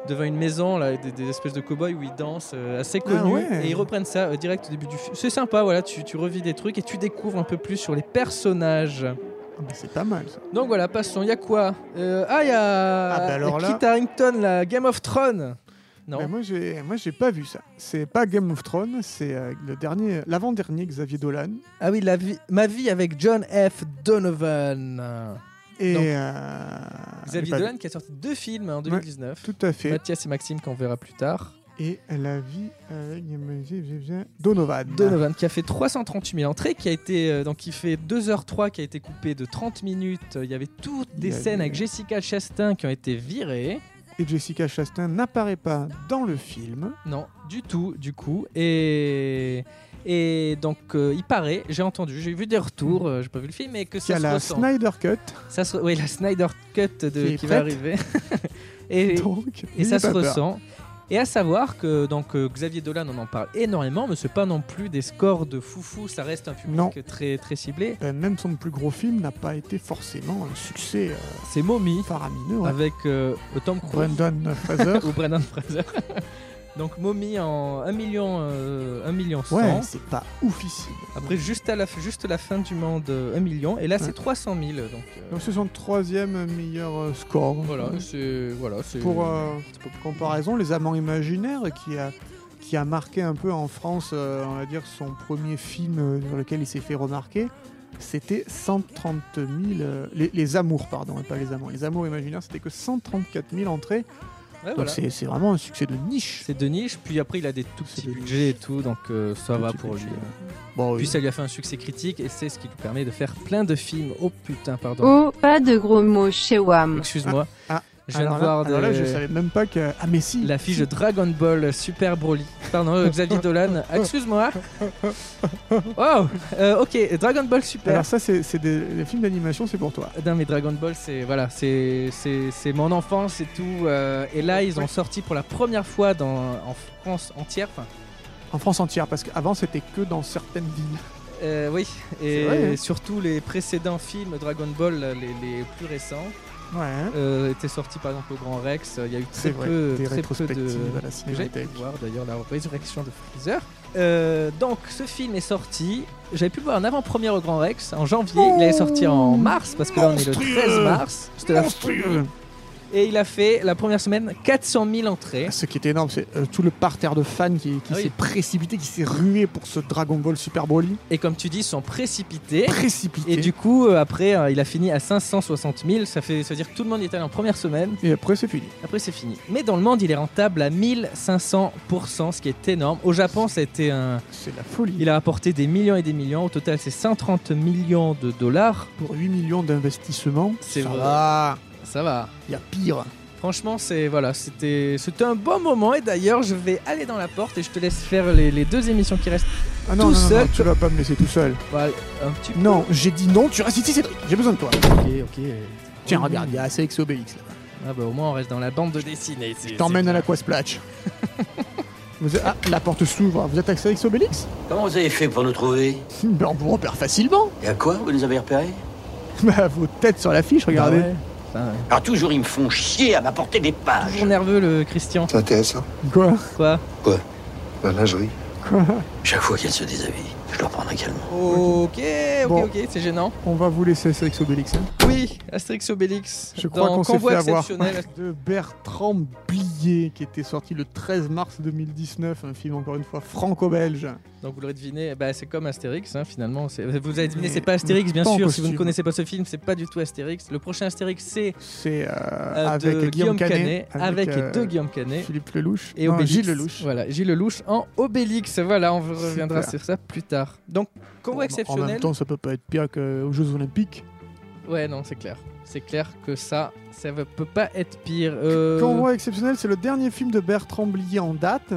Speaker 4: devant une maison, là, des, des espèces de cow-boys où ils dansent, euh, assez
Speaker 5: Ah
Speaker 4: connu.
Speaker 5: ouais.
Speaker 4: Et ils reprennent ça euh, direct au début du film. C'est sympa, voilà, tu, tu revis des trucs et tu découvres un peu plus sur les personnages.
Speaker 5: Ah, mais c'est pas mal ça.
Speaker 4: Donc voilà, passons. Il y a quoi Euh, Ah, il y a
Speaker 5: Ah, bah alors là-
Speaker 4: Kit Harington, la Game of Thrones. Non.
Speaker 5: Ben, moi, j'ai, moi, j'ai pas vu ça. C'est pas Game of Thrones, c'est euh, le dernier, l'avant-dernier Xavier Dolan.
Speaker 4: Ah oui, la vie, ma vie avec John F. Donovan.
Speaker 5: Et
Speaker 4: Donc,
Speaker 5: euh,
Speaker 4: Xavier
Speaker 5: j'ai Ah, pas vu.
Speaker 4: Dolan Bah, qui a sorti deux films en 2019.
Speaker 5: Tout à fait.
Speaker 4: Mathias et Maxime qu'on verra plus tard.
Speaker 5: Et la vie euh, avec j'ai- j'ai- j'ai- Donovan.
Speaker 4: Donovan qui a fait 338 000 entrées, qui a été euh, donc qui fait 2h03, qui a été coupé de 30 minutes. Il y avait toutes
Speaker 5: Il
Speaker 4: des
Speaker 5: y avait-
Speaker 4: scènes avec Jessica Chastain qui ont été virées.
Speaker 5: Et Jessica Chastain n'apparaît pas dans le film.
Speaker 4: Non, du tout, du coup. Et et donc euh, il paraît, j'ai entendu, j'ai vu des retours, euh, j'ai pas vu le film, mais que
Speaker 5: Il y
Speaker 4: ça
Speaker 5: a
Speaker 4: se
Speaker 5: la
Speaker 4: ressent.
Speaker 5: Snyder Cut.
Speaker 4: Ça se... Oui, la Snyder Cut de...
Speaker 5: Qui est
Speaker 4: qui, va
Speaker 5: prête.
Speaker 4: arriver. et
Speaker 5: Donc,
Speaker 4: et
Speaker 5: n'ayez
Speaker 4: ça se
Speaker 5: pas peur.
Speaker 4: ressent. Et à savoir que donc euh, Xavier Dolan, on en parle énormément, mais c'est pas non plus des scores de foufou, ça reste un public
Speaker 5: Non.
Speaker 4: très très ciblé.
Speaker 5: Euh, même son plus gros film n'a pas été forcément un succès euh,
Speaker 4: C'est Mommy
Speaker 5: faramineux. ouais.
Speaker 4: avec euh, Tom Cruise
Speaker 5: Brendan Fraser.
Speaker 4: ou Brendan Fraser. Donc Mommy en 1 million, euh, 1 million 100.
Speaker 5: Ouais, c'est pas oufissime.
Speaker 4: Après, juste, à la, f- juste la fin du monde, euh, 1 million. Et là,
Speaker 5: Ouais.
Speaker 4: c'est 300 000. Donc, euh,
Speaker 5: Donc, 63e meilleur euh, score.
Speaker 4: Voilà, c'est. Voilà, c'est.
Speaker 5: Pour euh, comparaison, les Amants imaginaires qui a qui a marqué un peu en France, euh, on va dire son premier film euh, dans lequel il s'est fait remarquer, c'était 130 000 euh, les, les amours pardon, et pas les amants, les amours imaginaires, c'était que 134 000 entrées.
Speaker 4: Ouais,
Speaker 5: Donc
Speaker 4: Ah, voilà.
Speaker 5: c'est c'est vraiment un succès de niche.
Speaker 4: C'est de niche, puis après il a des tout petits budgets et tout, donc euh, ça va pour lui.
Speaker 5: Bon, euh,
Speaker 4: Puis ça lui a fait un succès critique et c'est ce qui lui permet de faire plein de films. Oh putain, pardon.
Speaker 2: Oh, pas de gros mots chez WAM.
Speaker 4: Excuse-moi.
Speaker 5: Ah,
Speaker 4: Je viens
Speaker 5: alors
Speaker 4: de
Speaker 5: là-
Speaker 4: voir
Speaker 5: alors là,
Speaker 4: des-
Speaker 5: je savais même pas que. Ah, mais si
Speaker 4: La fiche de Dragon Ball Super Broly. Pardon, euh, Xavier Dolan. Excuse-moi. Oh, euh, ok, Dragon Ball Super.
Speaker 5: Alors ça, c'est c'est des, des films d'animation, c'est pour toi.
Speaker 4: Non mais Dragon Ball c'est voilà c'est c'est c'est mon enfance et tout euh, et là ils ont sorti pour la première fois dans en France entière enfin
Speaker 5: En France entière, parce qu'avant, c'était que dans certaines villes.
Speaker 4: euh, oui
Speaker 5: C'est
Speaker 4: et
Speaker 5: vrai, hein.
Speaker 4: surtout les précédents films Dragon Ball les, les plus récents
Speaker 5: Ouais.
Speaker 4: euh, étaient sortis par exemple au Grand Rex euh, il y a eu
Speaker 5: C'est
Speaker 4: très
Speaker 5: vrai,
Speaker 4: peu très
Speaker 5: des
Speaker 4: peu de
Speaker 5: rétrospectives à la
Speaker 4: que j'ai
Speaker 5: Cinémathèque.
Speaker 4: pu voir d'ailleurs la résurrection de Freezer Euh, donc ce film est sorti j'avais pu le voir en avant-première au Grand Rex en janvier il allait sortir en mars parce que là on est le 13 mars C'était la- Et il a fait la première semaine 400 000 entrées.
Speaker 5: Ce qui est énorme, c'est euh, tout le parterre de fans qui, qui
Speaker 4: Ah oui.
Speaker 5: s'est précipité, qui s'est rué pour ce Dragon Ball Super Broly.
Speaker 4: Et comme tu dis, ils sont précipités.
Speaker 5: Précipités.
Speaker 4: Et du coup, euh, après, euh, il a fini à 560 000. Ça, fait, ça veut dire que tout le monde y est allé en première semaine.
Speaker 5: Et après, c'est fini.
Speaker 4: Après, c'est fini. Mais dans le monde, il est rentable à 1500%, ce qui est énorme. Au Japon, ça a été un.
Speaker 5: C'est la folie.
Speaker 4: Il a apporté des millions et des millions. Au total, c'est 130 millions de dollars.
Speaker 5: Pour 8 millions d'investissements,
Speaker 4: C'est
Speaker 5: ça
Speaker 4: vrai.
Speaker 5: va.
Speaker 4: Ça va.
Speaker 5: Il y a pire.
Speaker 4: Franchement, c'est voilà, c'était c'était un bon moment et d'ailleurs, je vais aller dans la porte et je te laisse faire les, les deux émissions qui restent
Speaker 5: Ah non,
Speaker 4: tout
Speaker 5: non, non,
Speaker 4: seul.
Speaker 5: non, tu vas pas me laisser tout seul.
Speaker 4: Voilà, un petit peu.
Speaker 5: Non, j'ai dit non, tu restes ici, Cédric. J'ai besoin de toi.
Speaker 4: Ok, ok.
Speaker 5: Tiens, regarde, il y a Astérix et Obélix là-bas.
Speaker 4: Ah bah au moins on reste dans la bande dessinée. c'est-
Speaker 5: Je t'emmène à l'Aquasplatch. Vous êtes- Ah, la porte s'ouvre. Vous êtes Astérix et Obélix
Speaker 13: Comment vous avez fait pour nous trouver
Speaker 5: Ben, on vous repère facilement.
Speaker 13: Et à quoi vous nous avez repérés
Speaker 5: Bah, vos têtes sur l'affiche, regardez.
Speaker 4: Bah
Speaker 13: Alors toujours ils me font chier à m'apporter des pages.
Speaker 4: c'est toujours nerveux le Christian.
Speaker 13: C'est intéressant.
Speaker 5: Quoi
Speaker 4: Quoi
Speaker 13: Quoi La lingerie.
Speaker 5: Quoi
Speaker 13: Chaque fois qu'elle se déshabille, je dois prendre calme.
Speaker 4: Ok, ok,
Speaker 5: Bon.
Speaker 4: ok, c'est gênant.
Speaker 5: On va vous laisser Astérix et Obélix. hein.
Speaker 4: Oui, Astérix Obélix.
Speaker 5: Je crois
Speaker 4: dans
Speaker 5: qu'on s'est
Speaker 4: Convoi
Speaker 5: fait avoir
Speaker 4: exceptionnel.
Speaker 5: de Bertrand Blier qui était sorti le 13 mars 2019, un film encore une fois franco-belge.
Speaker 4: Donc vous l'aurez deviné, bah, c'est comme Astérix hein, finalement. c'est- Vous avez deviné, c'est pas Astérix bien
Speaker 5: Pas en
Speaker 4: sûr. Si vous ne
Speaker 5: costume.
Speaker 4: connaissez pas ce film, c'est pas du tout Astérix. Le prochain Astérix c'est
Speaker 5: C'est euh,
Speaker 4: euh, de
Speaker 5: avec Guillaume, Canet,
Speaker 4: avec,
Speaker 5: euh,
Speaker 4: deux Guillaume Canet.
Speaker 5: Philippe Lelouch
Speaker 4: et
Speaker 5: non,
Speaker 4: Obélix.
Speaker 5: Gilles Lelouch.
Speaker 4: Voilà, Gilles Lelouch en Obélix. Voilà, on reviendra
Speaker 5: Super.
Speaker 4: sur ça plus tard. Donc convoi
Speaker 5: En
Speaker 4: exceptionnel.
Speaker 5: même temps, ça peut pas être pire qu'aux Jeux Olympiques.
Speaker 4: Ouais, non, c'est clair. C'est clair que ça, ça ne peut pas être pire. Euh,
Speaker 5: Convoi exceptionnel, c'est le dernier film de Bertrand Blier en date.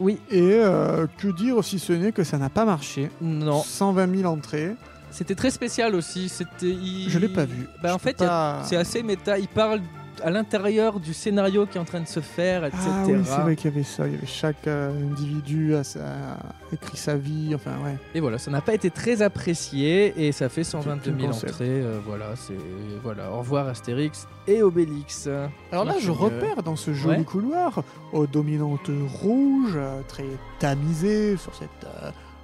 Speaker 4: Oui.
Speaker 5: Et euh, que dire si ce n'est que ça n'a pas marché.
Speaker 4: Non.
Speaker 5: 120 000 entrées.
Speaker 4: C'était très spécial aussi. C'était. il-
Speaker 5: Je l'ai pas vu.
Speaker 4: Bah, en
Speaker 5: peux
Speaker 4: fait, il y a-
Speaker 5: pas-
Speaker 4: c'est assez méta. Il parle à l'intérieur du scénario qui est en train de se faire, etc.
Speaker 5: Ah oui, c'est vrai qu'il y avait ça. Il y avait chaque euh, individu a, sa- écrit sa vie. Enfin, ouais.
Speaker 4: et voilà, ça n'a pas été très apprécié et ça fait 122 000
Speaker 5: concept.
Speaker 4: entrées. euh, voilà, c'est voilà. Au revoir Astérix et Obélix.
Speaker 5: Alors là, je repère dans ce joli
Speaker 4: Ouais.
Speaker 5: couloir, aux dominantes rouges, euh, très tamisées, sur cette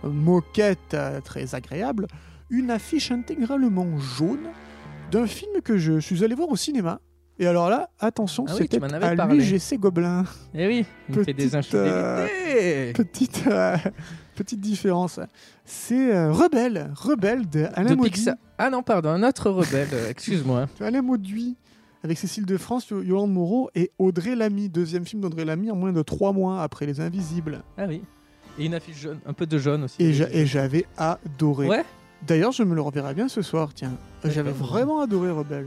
Speaker 5: euh, moquette euh, très agréable, une affiche intégralement jaune d'un film que je suis allé voir au cinéma. Et alors là, attention,
Speaker 4: Ah oui, tu
Speaker 5: c'était
Speaker 4: m'en avais
Speaker 5: à
Speaker 4: parlé.
Speaker 5: l'UGC Gobelin.
Speaker 4: Eh oui, il fait des
Speaker 5: Petite, euh,
Speaker 4: infidélités.
Speaker 5: petite, euh, petite différence. C'est euh, Rebelle, Rebelle de Alain
Speaker 4: De
Speaker 5: Maudit.
Speaker 4: Pixar. Ah non, pardon, un autre rebelle. euh, Excuse-moi.
Speaker 5: Alain Mauduit, avec Cécile de France, Yo- Yolande Moreau et Audrey Lamy. Deuxième film d'Audrey Lamy en moins de trois mois après Les Invisibles.
Speaker 4: Ah oui. Et une affiche jaune, un peu de jaune aussi.
Speaker 5: Et j'a- et j'avais adoré.
Speaker 4: Ouais.
Speaker 5: D'ailleurs, je me le reverrai bien ce soir, tiens. J'avais
Speaker 4: D'accord.
Speaker 5: vraiment adoré Rebelle.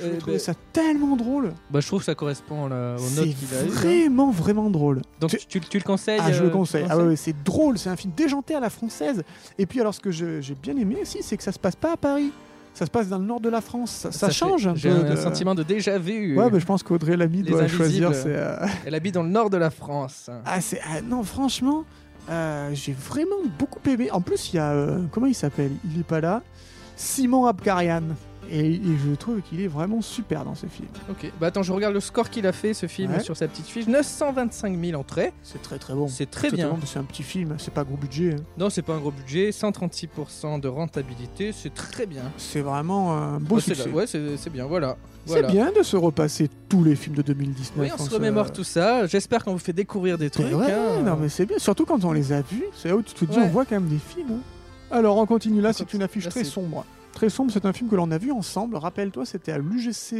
Speaker 5: Je
Speaker 4: Euh,
Speaker 5: trouvais
Speaker 4: ben-
Speaker 5: ça tellement drôle.
Speaker 4: Bah, je trouve que ça correspond là, aux
Speaker 5: C'est
Speaker 4: notes qu'il a eues, hein.
Speaker 5: vraiment, vraiment drôle.
Speaker 4: Donc tu, tu- tu le conseilles
Speaker 5: Ah, je
Speaker 4: euh,
Speaker 5: le
Speaker 4: tu
Speaker 5: conseille. Ah
Speaker 4: conseilles
Speaker 5: ouais, c'est drôle, c'est un film déjanté à la française. Et puis, alors, ce que je- j'ai bien aimé aussi, c'est que ça se passe pas à Paris. Ça se passe dans le nord de la France. Ça, ça
Speaker 4: fait-
Speaker 5: change un peu.
Speaker 4: J'ai un
Speaker 5: de-
Speaker 4: sentiment de déjà vu.
Speaker 5: Ouais, mais je pense qu'Audrey Lamy
Speaker 4: Les
Speaker 5: doit
Speaker 4: Invisibles,
Speaker 5: choisir. c'est, euh,
Speaker 4: Elle habite dans le nord de la France.
Speaker 5: Ah, c'est... ah, non, franchement, euh, j'ai vraiment beaucoup aimé. En plus, il y a. euh, comment il s'appelle Il est pas là. Simon Abkarian. Et, et je trouve qu'il est vraiment super dans ce film.
Speaker 4: Ok, bah attends, je regarde le score qu'il a fait ce film
Speaker 5: Ouais.
Speaker 4: sur sa petite fiche. 925 000 entrées.
Speaker 5: C'est très très bon.
Speaker 4: C'est très
Speaker 5: Tout
Speaker 4: bien.
Speaker 5: le monde, C'est un petit film, c'est pas gros budget. hein.
Speaker 4: Non, c'est pas un gros budget, 136% de rentabilité, c'est très bien.
Speaker 5: C'est vraiment un beau
Speaker 4: Ouais, c'est-
Speaker 5: succès.
Speaker 4: Ouais, c'est c'est bien, voilà.
Speaker 5: C'est
Speaker 4: Voilà.
Speaker 5: bien de se repasser tous les films de 2019.
Speaker 4: Oui, on se
Speaker 5: se-
Speaker 4: remémore tout ça. J'espère qu'on vous fait découvrir des trucs.
Speaker 5: Ouais,
Speaker 4: hein.
Speaker 5: non mais c'est bien, surtout quand on les a vus, c'est là où tu te dis
Speaker 4: Ouais.
Speaker 5: on voit quand même des films. hein. Alors on continue là, c'est une affiche
Speaker 4: là,
Speaker 5: très
Speaker 4: c'est-
Speaker 5: sombre. Très sombre, c'est un film que l'on a vu ensemble. Rappelle-toi, c'était à l'UGC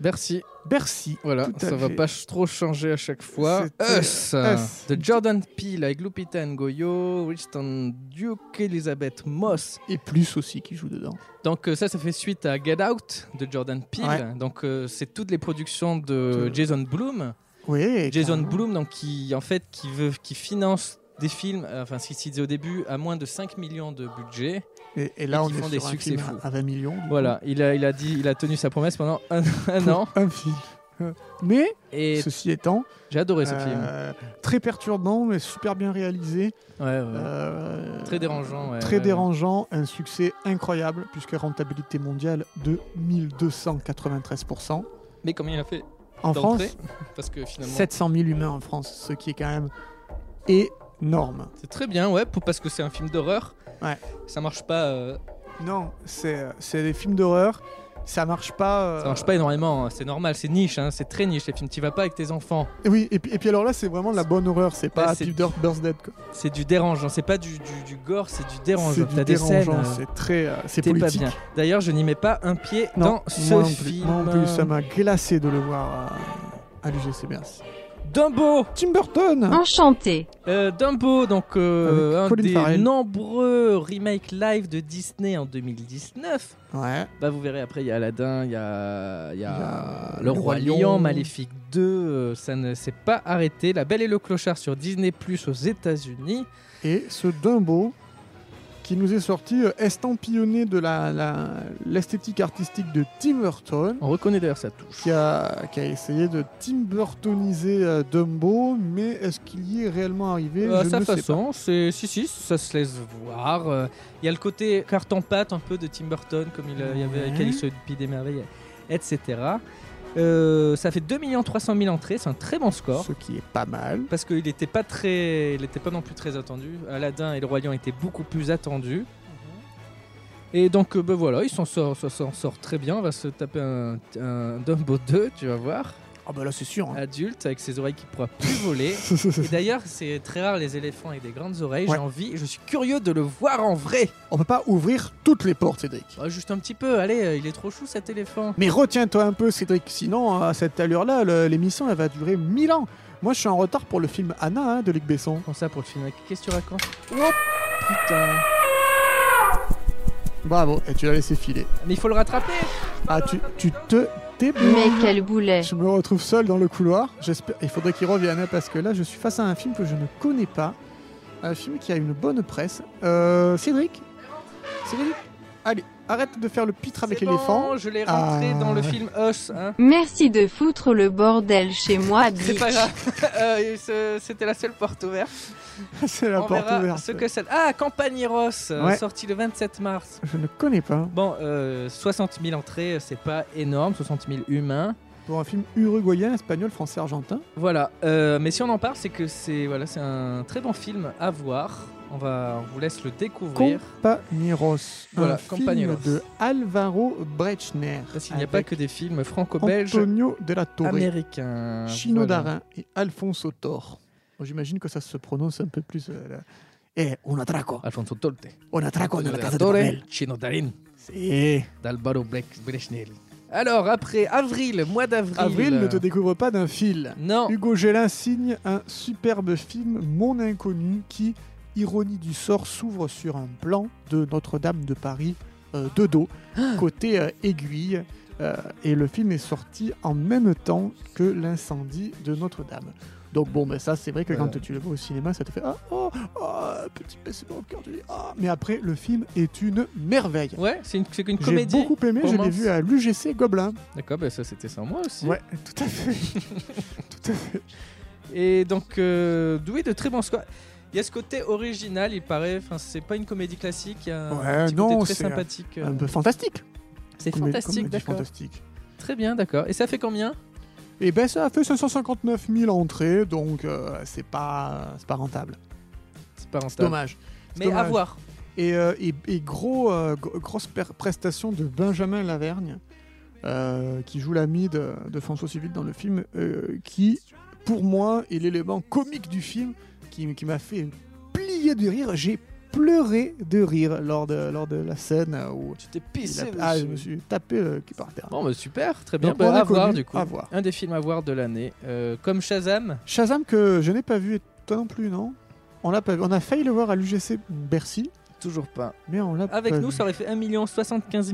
Speaker 4: Bercy.
Speaker 5: Bercy.
Speaker 4: Voilà,
Speaker 5: tout à
Speaker 4: ça va
Speaker 5: fait.
Speaker 4: pas ch- trop changer à chaque fois.
Speaker 5: C'était
Speaker 4: Us,
Speaker 5: Us.
Speaker 4: de Jordan Peele avec Lupita Ngoyo, Winston Duke, Elizabeth Moss.
Speaker 5: Et plus aussi qui joue dedans.
Speaker 4: Donc euh, ça, ça fait suite à Get Out de Jordan Peele.
Speaker 5: Ouais.
Speaker 4: Donc euh, c'est toutes les productions de
Speaker 5: De-
Speaker 4: Jason Blum.
Speaker 5: Oui,
Speaker 4: Jason
Speaker 5: carrément.
Speaker 4: Blum, donc qui en fait qui veut, qui finance des films, euh, enfin ce qu'il disait au début, à moins de 5 millions de budget.
Speaker 5: Et, et là, on
Speaker 4: qui
Speaker 5: est
Speaker 4: font
Speaker 5: sur
Speaker 4: des
Speaker 5: un
Speaker 4: succès
Speaker 5: film
Speaker 4: fous.
Speaker 5: à 20 millions. du coup.
Speaker 4: Voilà, il a, il a dit, il a tenu sa promesse pendant un, un
Speaker 5: Pour
Speaker 4: an.
Speaker 5: Un film. Euh, Mais
Speaker 4: Et
Speaker 5: ceci étant,
Speaker 4: j'ai adoré ce
Speaker 5: euh, Très perturbant, mais super bien réalisé. Euh,
Speaker 4: Très dérangeant, ouais,
Speaker 5: très
Speaker 4: ouais,
Speaker 5: dérangeant, un succès incroyable, puisque rentabilité mondiale de 1293%.
Speaker 4: Mais combien il a fait
Speaker 5: En
Speaker 4: d'entrées
Speaker 5: France,
Speaker 4: Parce que finalement,
Speaker 5: 700 000 humains en France, ce qui est quand même énorme.
Speaker 4: c'est très bien, ouais, pour, parce que c'est un film d'horreur.
Speaker 5: Ouais.
Speaker 4: Ça marche pas, euh,
Speaker 5: Non, c'est euh, c'est des films d'horreur, ça marche pas. euh,
Speaker 4: ça marche pas énormément. hein. C'est normal, c'est niche, hein, c'est très niche. Les films, t'y vas pas avec tes enfants.
Speaker 5: Et oui, et puis, et puis alors là, c'est vraiment de la bonne horreur, c'est pas
Speaker 4: Là,
Speaker 5: Happy
Speaker 4: Bah, c'est-
Speaker 5: Birth- Birth Dead, quoi.
Speaker 4: C'est du dérangeant, c'est pas du, du, du gore, c'est du dérangeant.
Speaker 5: C'est du
Speaker 4: T'as des scènes.
Speaker 5: dérangeant,
Speaker 4: euh,
Speaker 5: c'est très, euh, c'est
Speaker 4: t'es pas
Speaker 5: politique.
Speaker 4: bien. D'ailleurs, je n'y mets pas un pied
Speaker 5: Non,
Speaker 4: dans ce
Speaker 5: moi non plus,
Speaker 4: film.
Speaker 5: moi non plus, ça m'a glacé de le voir euh, à l'UGC Bercy.
Speaker 4: Dumbo
Speaker 5: Tim Burton
Speaker 2: Enchanté.
Speaker 4: Euh, Dumbo, donc euh,
Speaker 5: Avec
Speaker 4: un
Speaker 5: Colin
Speaker 4: des
Speaker 5: Farrell.
Speaker 4: nombreux remakes live de Disney en 2019.
Speaker 5: Ouais.
Speaker 4: Bah vous verrez après il y a Aladdin, il y a, il y a
Speaker 5: Il y a
Speaker 4: le
Speaker 5: Euh, Le
Speaker 4: roi
Speaker 5: Roi
Speaker 4: lion,
Speaker 5: Lion.
Speaker 4: Maléfique 2, euh, ça ne s'est pas arrêté. La Belle et le Clochard sur Disney Plus aux États-Unis.
Speaker 5: Et ce Dumbo qui nous est sorti euh, estampillonné de la- la- l'esthétique artistique de Tim Burton,
Speaker 4: On reconnaît d'ailleurs sa touche.
Speaker 5: qui a, qui a essayé de Tim Burtoniser euh, Dumbo, mais est-ce qu'il y est réellement arrivé
Speaker 4: Euh, à
Speaker 5: Je
Speaker 4: sa
Speaker 5: ne sais pas.
Speaker 4: façon, c'est si si, ça se laisse voir. Euh, Il y a le côté carton pâte un peu de Tim Burton, comme il euh, y avait avec
Speaker 5: Ouais.
Speaker 4: Alice au Pays des Merveilles, etc. Euh, ça fait 2 300 000 entrées, c'est un très bon score.
Speaker 5: Ce qui est pas mal.
Speaker 4: Parce qu'il n'était pas très, il était pas non plus très attendu. Aladdin et le Roi Lion étaient beaucoup plus attendus. Mhm. Et donc, euh, ben voilà, il s'en sort, ça s'en sort très bien. On va se taper un, un Dumbo 2, tu vas voir.
Speaker 5: Ah bah là c'est sûr. hein.
Speaker 4: Adulte, avec ses oreilles qui ne pourra plus voler. et d'ailleurs, c'est très rare les éléphants avec des grandes oreilles.
Speaker 5: Ouais.
Speaker 4: J'ai envie, je suis curieux de le voir en vrai.
Speaker 5: On peut pas ouvrir toutes les portes, Cédric.
Speaker 4: Oh, juste un petit peu, allez, euh, il est trop chou cet éléphant.
Speaker 5: Mais retiens-toi un peu, Cédric, sinon, à cette allure-là, le- l'émission, elle va durer 1000 ans. Moi, je suis en retard pour le film Anna hein, de Luc Besson.
Speaker 4: Comment ça pour le film Qu'est-ce que tu racontes Oh putain
Speaker 5: Bravo, et tu l'as laissé filer.
Speaker 4: Mais il faut le rattraper
Speaker 5: Ah, tu, tu te débrouilles.
Speaker 2: Mais quel boulet.
Speaker 5: Je me retrouve seul dans le couloir. J'espère. Il faudrait qu'il revienne hein, parce que là, je suis face à un film que je ne connais pas. Un film qui a une bonne presse. Euh, Cédric Cédric Allez, arrête de faire le pitre avec
Speaker 4: C'est
Speaker 5: l'éléphant.
Speaker 4: bon, je l'ai rentré
Speaker 5: Ah.
Speaker 4: dans le film Us. hein.
Speaker 2: Merci de foutre le bordel chez moi,
Speaker 4: C'est
Speaker 2: bitch.
Speaker 4: pas grave, Euh, ce- c'était la seule porte ouverte.
Speaker 5: C'est la
Speaker 4: On
Speaker 5: porte
Speaker 4: verra
Speaker 5: ouverte.
Speaker 4: ce que c'est. Ah, Campagne Ross, euh,
Speaker 5: Ouais.
Speaker 4: sorti le 27 mars.
Speaker 5: Je ne connais pas.
Speaker 4: Bon, euh, 60 000 entrées, euh, c'est pas énorme, 60 000 humains.
Speaker 5: Pour un film uruguayen, espagnol, français, argentin.
Speaker 4: Voilà, euh, mais si on en parle, c'est que c'est voilà, c'est un très bon film à voir. On va, on vous laisse le découvrir.
Speaker 5: Compañeros.
Speaker 4: Voilà,
Speaker 5: un
Speaker 4: Compañeros.
Speaker 5: film de Alvaro Brechner.
Speaker 4: Parce qu'il n'y a pas que des films franco-belges,
Speaker 5: Antonio de la Torre,
Speaker 4: américains.
Speaker 5: Chino
Speaker 4: Voilà.
Speaker 5: Darin et Alfonso Tor. Bon, J'imagine que ça se prononce un peu plus. euh, là. Eh, un atraco.
Speaker 4: Alfonso Tolte.
Speaker 5: Un atraco de
Speaker 4: Antonio
Speaker 5: la
Speaker 4: de
Speaker 5: casa
Speaker 4: la
Speaker 5: de Eh,
Speaker 4: Torre,
Speaker 5: papel.
Speaker 4: Chino Darin,
Speaker 5: Si.
Speaker 4: d'Alvaro Blech- Brechnel. Alors, après avril, mois d'avril.
Speaker 5: Avril ne te découvre pas d'un fil.
Speaker 4: Non.
Speaker 5: Hugo Gélin signe un superbe film, Mon Inconnu, qui, ironie du sort, s'ouvre sur un plan de Notre-Dame de Paris euh, de dos, côté euh, aiguille. euh, et le film est sorti en même temps que l'incendie de Notre-Dame. Donc bon, ben ça, c'est vrai que
Speaker 4: Voilà.
Speaker 5: quand tu le vois au cinéma, ça te fait ah oh, oh petit baissement au cœur du lit, ah. Mais après, le film est une merveille.
Speaker 4: Ouais, c'est une, c'est une
Speaker 5: J'ai
Speaker 4: comédie.
Speaker 5: beaucoup aimé, je l'ai
Speaker 4: romance.
Speaker 5: vu à l'UGC Gobelin.
Speaker 4: D'accord, bah ça c'était sans moi aussi.
Speaker 5: Ouais, tout à fait. tout à fait.
Speaker 4: Et donc, euh, doué de très bons scores. Il y a ce côté original, il paraît. Enfin, c'est pas une comédie classique. Il y a un
Speaker 5: Ouais,
Speaker 4: petit
Speaker 5: non,
Speaker 4: côté très
Speaker 5: c'est un-
Speaker 4: sympathique. euh,
Speaker 5: Un peu fantastique.
Speaker 4: C'est
Speaker 5: Comédie-
Speaker 4: fantastique,
Speaker 5: comédie
Speaker 4: d'accord.
Speaker 5: fantastique.
Speaker 4: Très bien, d'accord. Et ça fait combien
Speaker 5: Et ben ça a fait 559 000 entrées, donc euh, c'est pas, c'est pas rentable.
Speaker 4: C'est pas rentable.
Speaker 5: Dommage. C'est
Speaker 4: Mais à
Speaker 5: dommage.
Speaker 4: voir.
Speaker 5: Et, euh, et- et gros, euh, gro- grosse per- prestation de Benjamin Lavergne, euh, qui joue l'ami de, de François Civil dans le film, euh, qui, pour moi, est l'élément comique du film qui, qui m'a fait plier de rire. J'ai pleuré de rire lors de, lors de la scène où.
Speaker 4: Tu t'es pissé,
Speaker 5: Ah, je
Speaker 4: monsieur.
Speaker 5: me suis tapé le cul par terre.
Speaker 4: Bon, bah, super, très bien.
Speaker 5: Donc,
Speaker 4: Bah,
Speaker 5: on est
Speaker 4: à voir,
Speaker 5: connu,
Speaker 4: du coup.
Speaker 5: à voir.
Speaker 4: Un des films à voir de l'année. Euh, comme Shazam.
Speaker 5: Shazam que je n'ai pas vu, et toi non plus, non On l'a pas vu. On a failli le voir à l'UGC Bercy.
Speaker 4: Toujours pas.
Speaker 5: Mais on l'a
Speaker 4: Avec
Speaker 5: pas
Speaker 4: nous,
Speaker 5: vu.
Speaker 4: ça aurait fait 1 75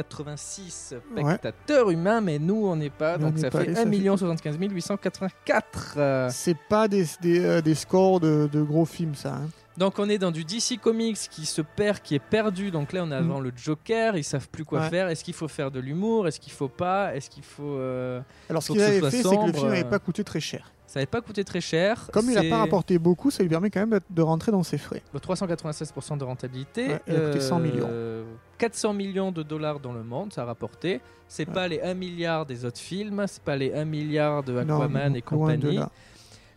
Speaker 4: 886 spectateurs humains, mais nous, on n'est pas.
Speaker 5: Mais on
Speaker 4: donc
Speaker 5: n'est
Speaker 4: ça
Speaker 5: pas allé,
Speaker 4: fait
Speaker 5: ça
Speaker 4: 1
Speaker 5: fait-
Speaker 4: 75 884. euh.
Speaker 5: C'est pas des, des, euh, des scores de, de gros films, ça. hein.
Speaker 4: Donc on est dans du DC Comics qui se perd, qui est perdu. Donc là on a avant le Joker, ils savent plus quoi
Speaker 5: Mm. Ouais.
Speaker 4: faire. Est-ce qu'il faut faire de l'humour Est-ce qu'il faut pas Est-ce qu'il faut euh,
Speaker 5: Alors, ce
Speaker 4: faut
Speaker 5: qu'il
Speaker 4: que
Speaker 5: avait
Speaker 4: soit
Speaker 5: fait, c'est que le
Speaker 4: sombre,
Speaker 5: film n'avait
Speaker 4: euh,
Speaker 5: pas coûté très cher.
Speaker 4: Ça n'avait pas coûté très cher.
Speaker 5: Comme il n'a
Speaker 4: C'est-
Speaker 5: pas rapporté beaucoup, ça lui permet quand même d'être- de rentrer dans ses frais.
Speaker 4: Bah, 396% de rentabilité.
Speaker 5: Ouais, il a coûté 100 millions.
Speaker 4: 400 millions de dollars dans le monde, ça a rapporté. C'est pas les 1 milliard des autres films, c'est pas les 1 milliard de
Speaker 5: Non,
Speaker 4: Aquaman et
Speaker 5: loin de
Speaker 4: compagnie.
Speaker 5: là.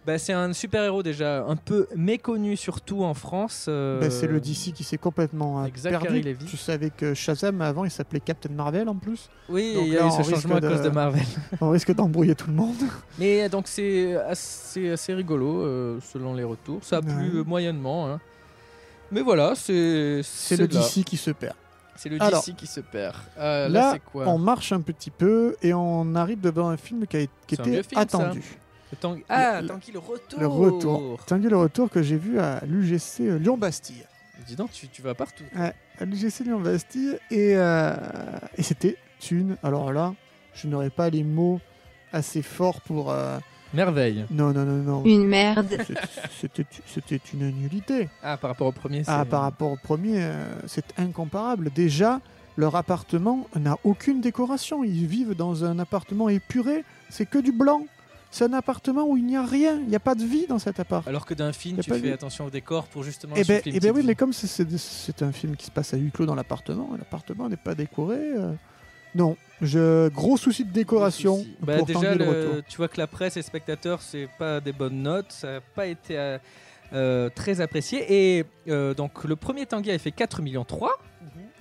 Speaker 4: Bah, c'est un super-héros déjà un peu méconnu surtout en France. euh,
Speaker 5: Ben, c'est le DC qui s'est complètement euh,
Speaker 4: avec Zachary
Speaker 5: perdu.
Speaker 4: Levi.
Speaker 5: Tu savais que Shazam, avant, il s'appelait Captain Marvel en plus.
Speaker 4: Oui,
Speaker 5: Donc
Speaker 4: il y a
Speaker 5: là,
Speaker 4: eu
Speaker 5: on
Speaker 4: ce
Speaker 5: risque
Speaker 4: changement à cause de Marvel.
Speaker 5: on risque d'embrouiller tout le monde.
Speaker 4: Mais euh, donc c'est assez, assez rigolo euh, selon les retours. Ça a plu euh, moyennement. hein. Mais voilà, c'est
Speaker 5: C'est le
Speaker 4: de là.
Speaker 5: DC qui se perd.
Speaker 4: C'est le DC
Speaker 5: Alors,
Speaker 4: qui se perd. Euh, là,
Speaker 5: là,
Speaker 4: c'est quoi
Speaker 5: on marche un petit peu et on arrive devant un film qui, a- qui
Speaker 4: C'est un vieux
Speaker 5: était
Speaker 4: film, ça.
Speaker 5: attendu.
Speaker 4: Le Tang- Ah,
Speaker 5: Le-
Speaker 4: Tanguy le retour.
Speaker 5: Le retour. Tanguy le retour que j'ai vu à l'UGC euh, Lyon-Bastille.
Speaker 4: Dis donc, tu, tu vas partout.
Speaker 5: Ouais, à l'UGC Lyon-Bastille. Et, euh, et c'était une. Alors là, je n'aurais pas les mots assez forts pour. euh,
Speaker 4: Merveille.
Speaker 5: Non, non, non, non.
Speaker 2: Une merde.
Speaker 5: C'était- C'était une nullité.
Speaker 4: Ah, par rapport au premier, c'est
Speaker 5: Ah, par rapport au premier, euh, c'est incomparable. Déjà, leur appartement n'a aucune décoration. Ils vivent dans un appartement épuré. C'est que du blanc. C'est un appartement où il n'y a rien. Il n'y a pas de vie dans cet appart.
Speaker 4: Alors que d'un film,
Speaker 5: Y a
Speaker 4: tu
Speaker 5: pas
Speaker 4: fais
Speaker 5: eu-
Speaker 4: attention au décor pour justement.
Speaker 5: Eh ben,
Speaker 4: souffler une
Speaker 5: eh ben
Speaker 4: petite
Speaker 5: oui,
Speaker 4: vie.
Speaker 5: mais comme c'est- c'est c'est un film qui se passe à huis clos dans l'appartement, et l'appartement n'est pas décoré. euh, Non, je gros souci de décoration
Speaker 4: Bah,
Speaker 5: pour
Speaker 4: déjà,
Speaker 5: Tanguy le...
Speaker 4: le-
Speaker 5: retour.
Speaker 4: tu vois que la presse et les spectateurs, c'est pas des bonnes notes. Ça n'a pas été euh, euh, très apprécié. Et euh, donc, le premier Tanguy a fait 4 millions 3.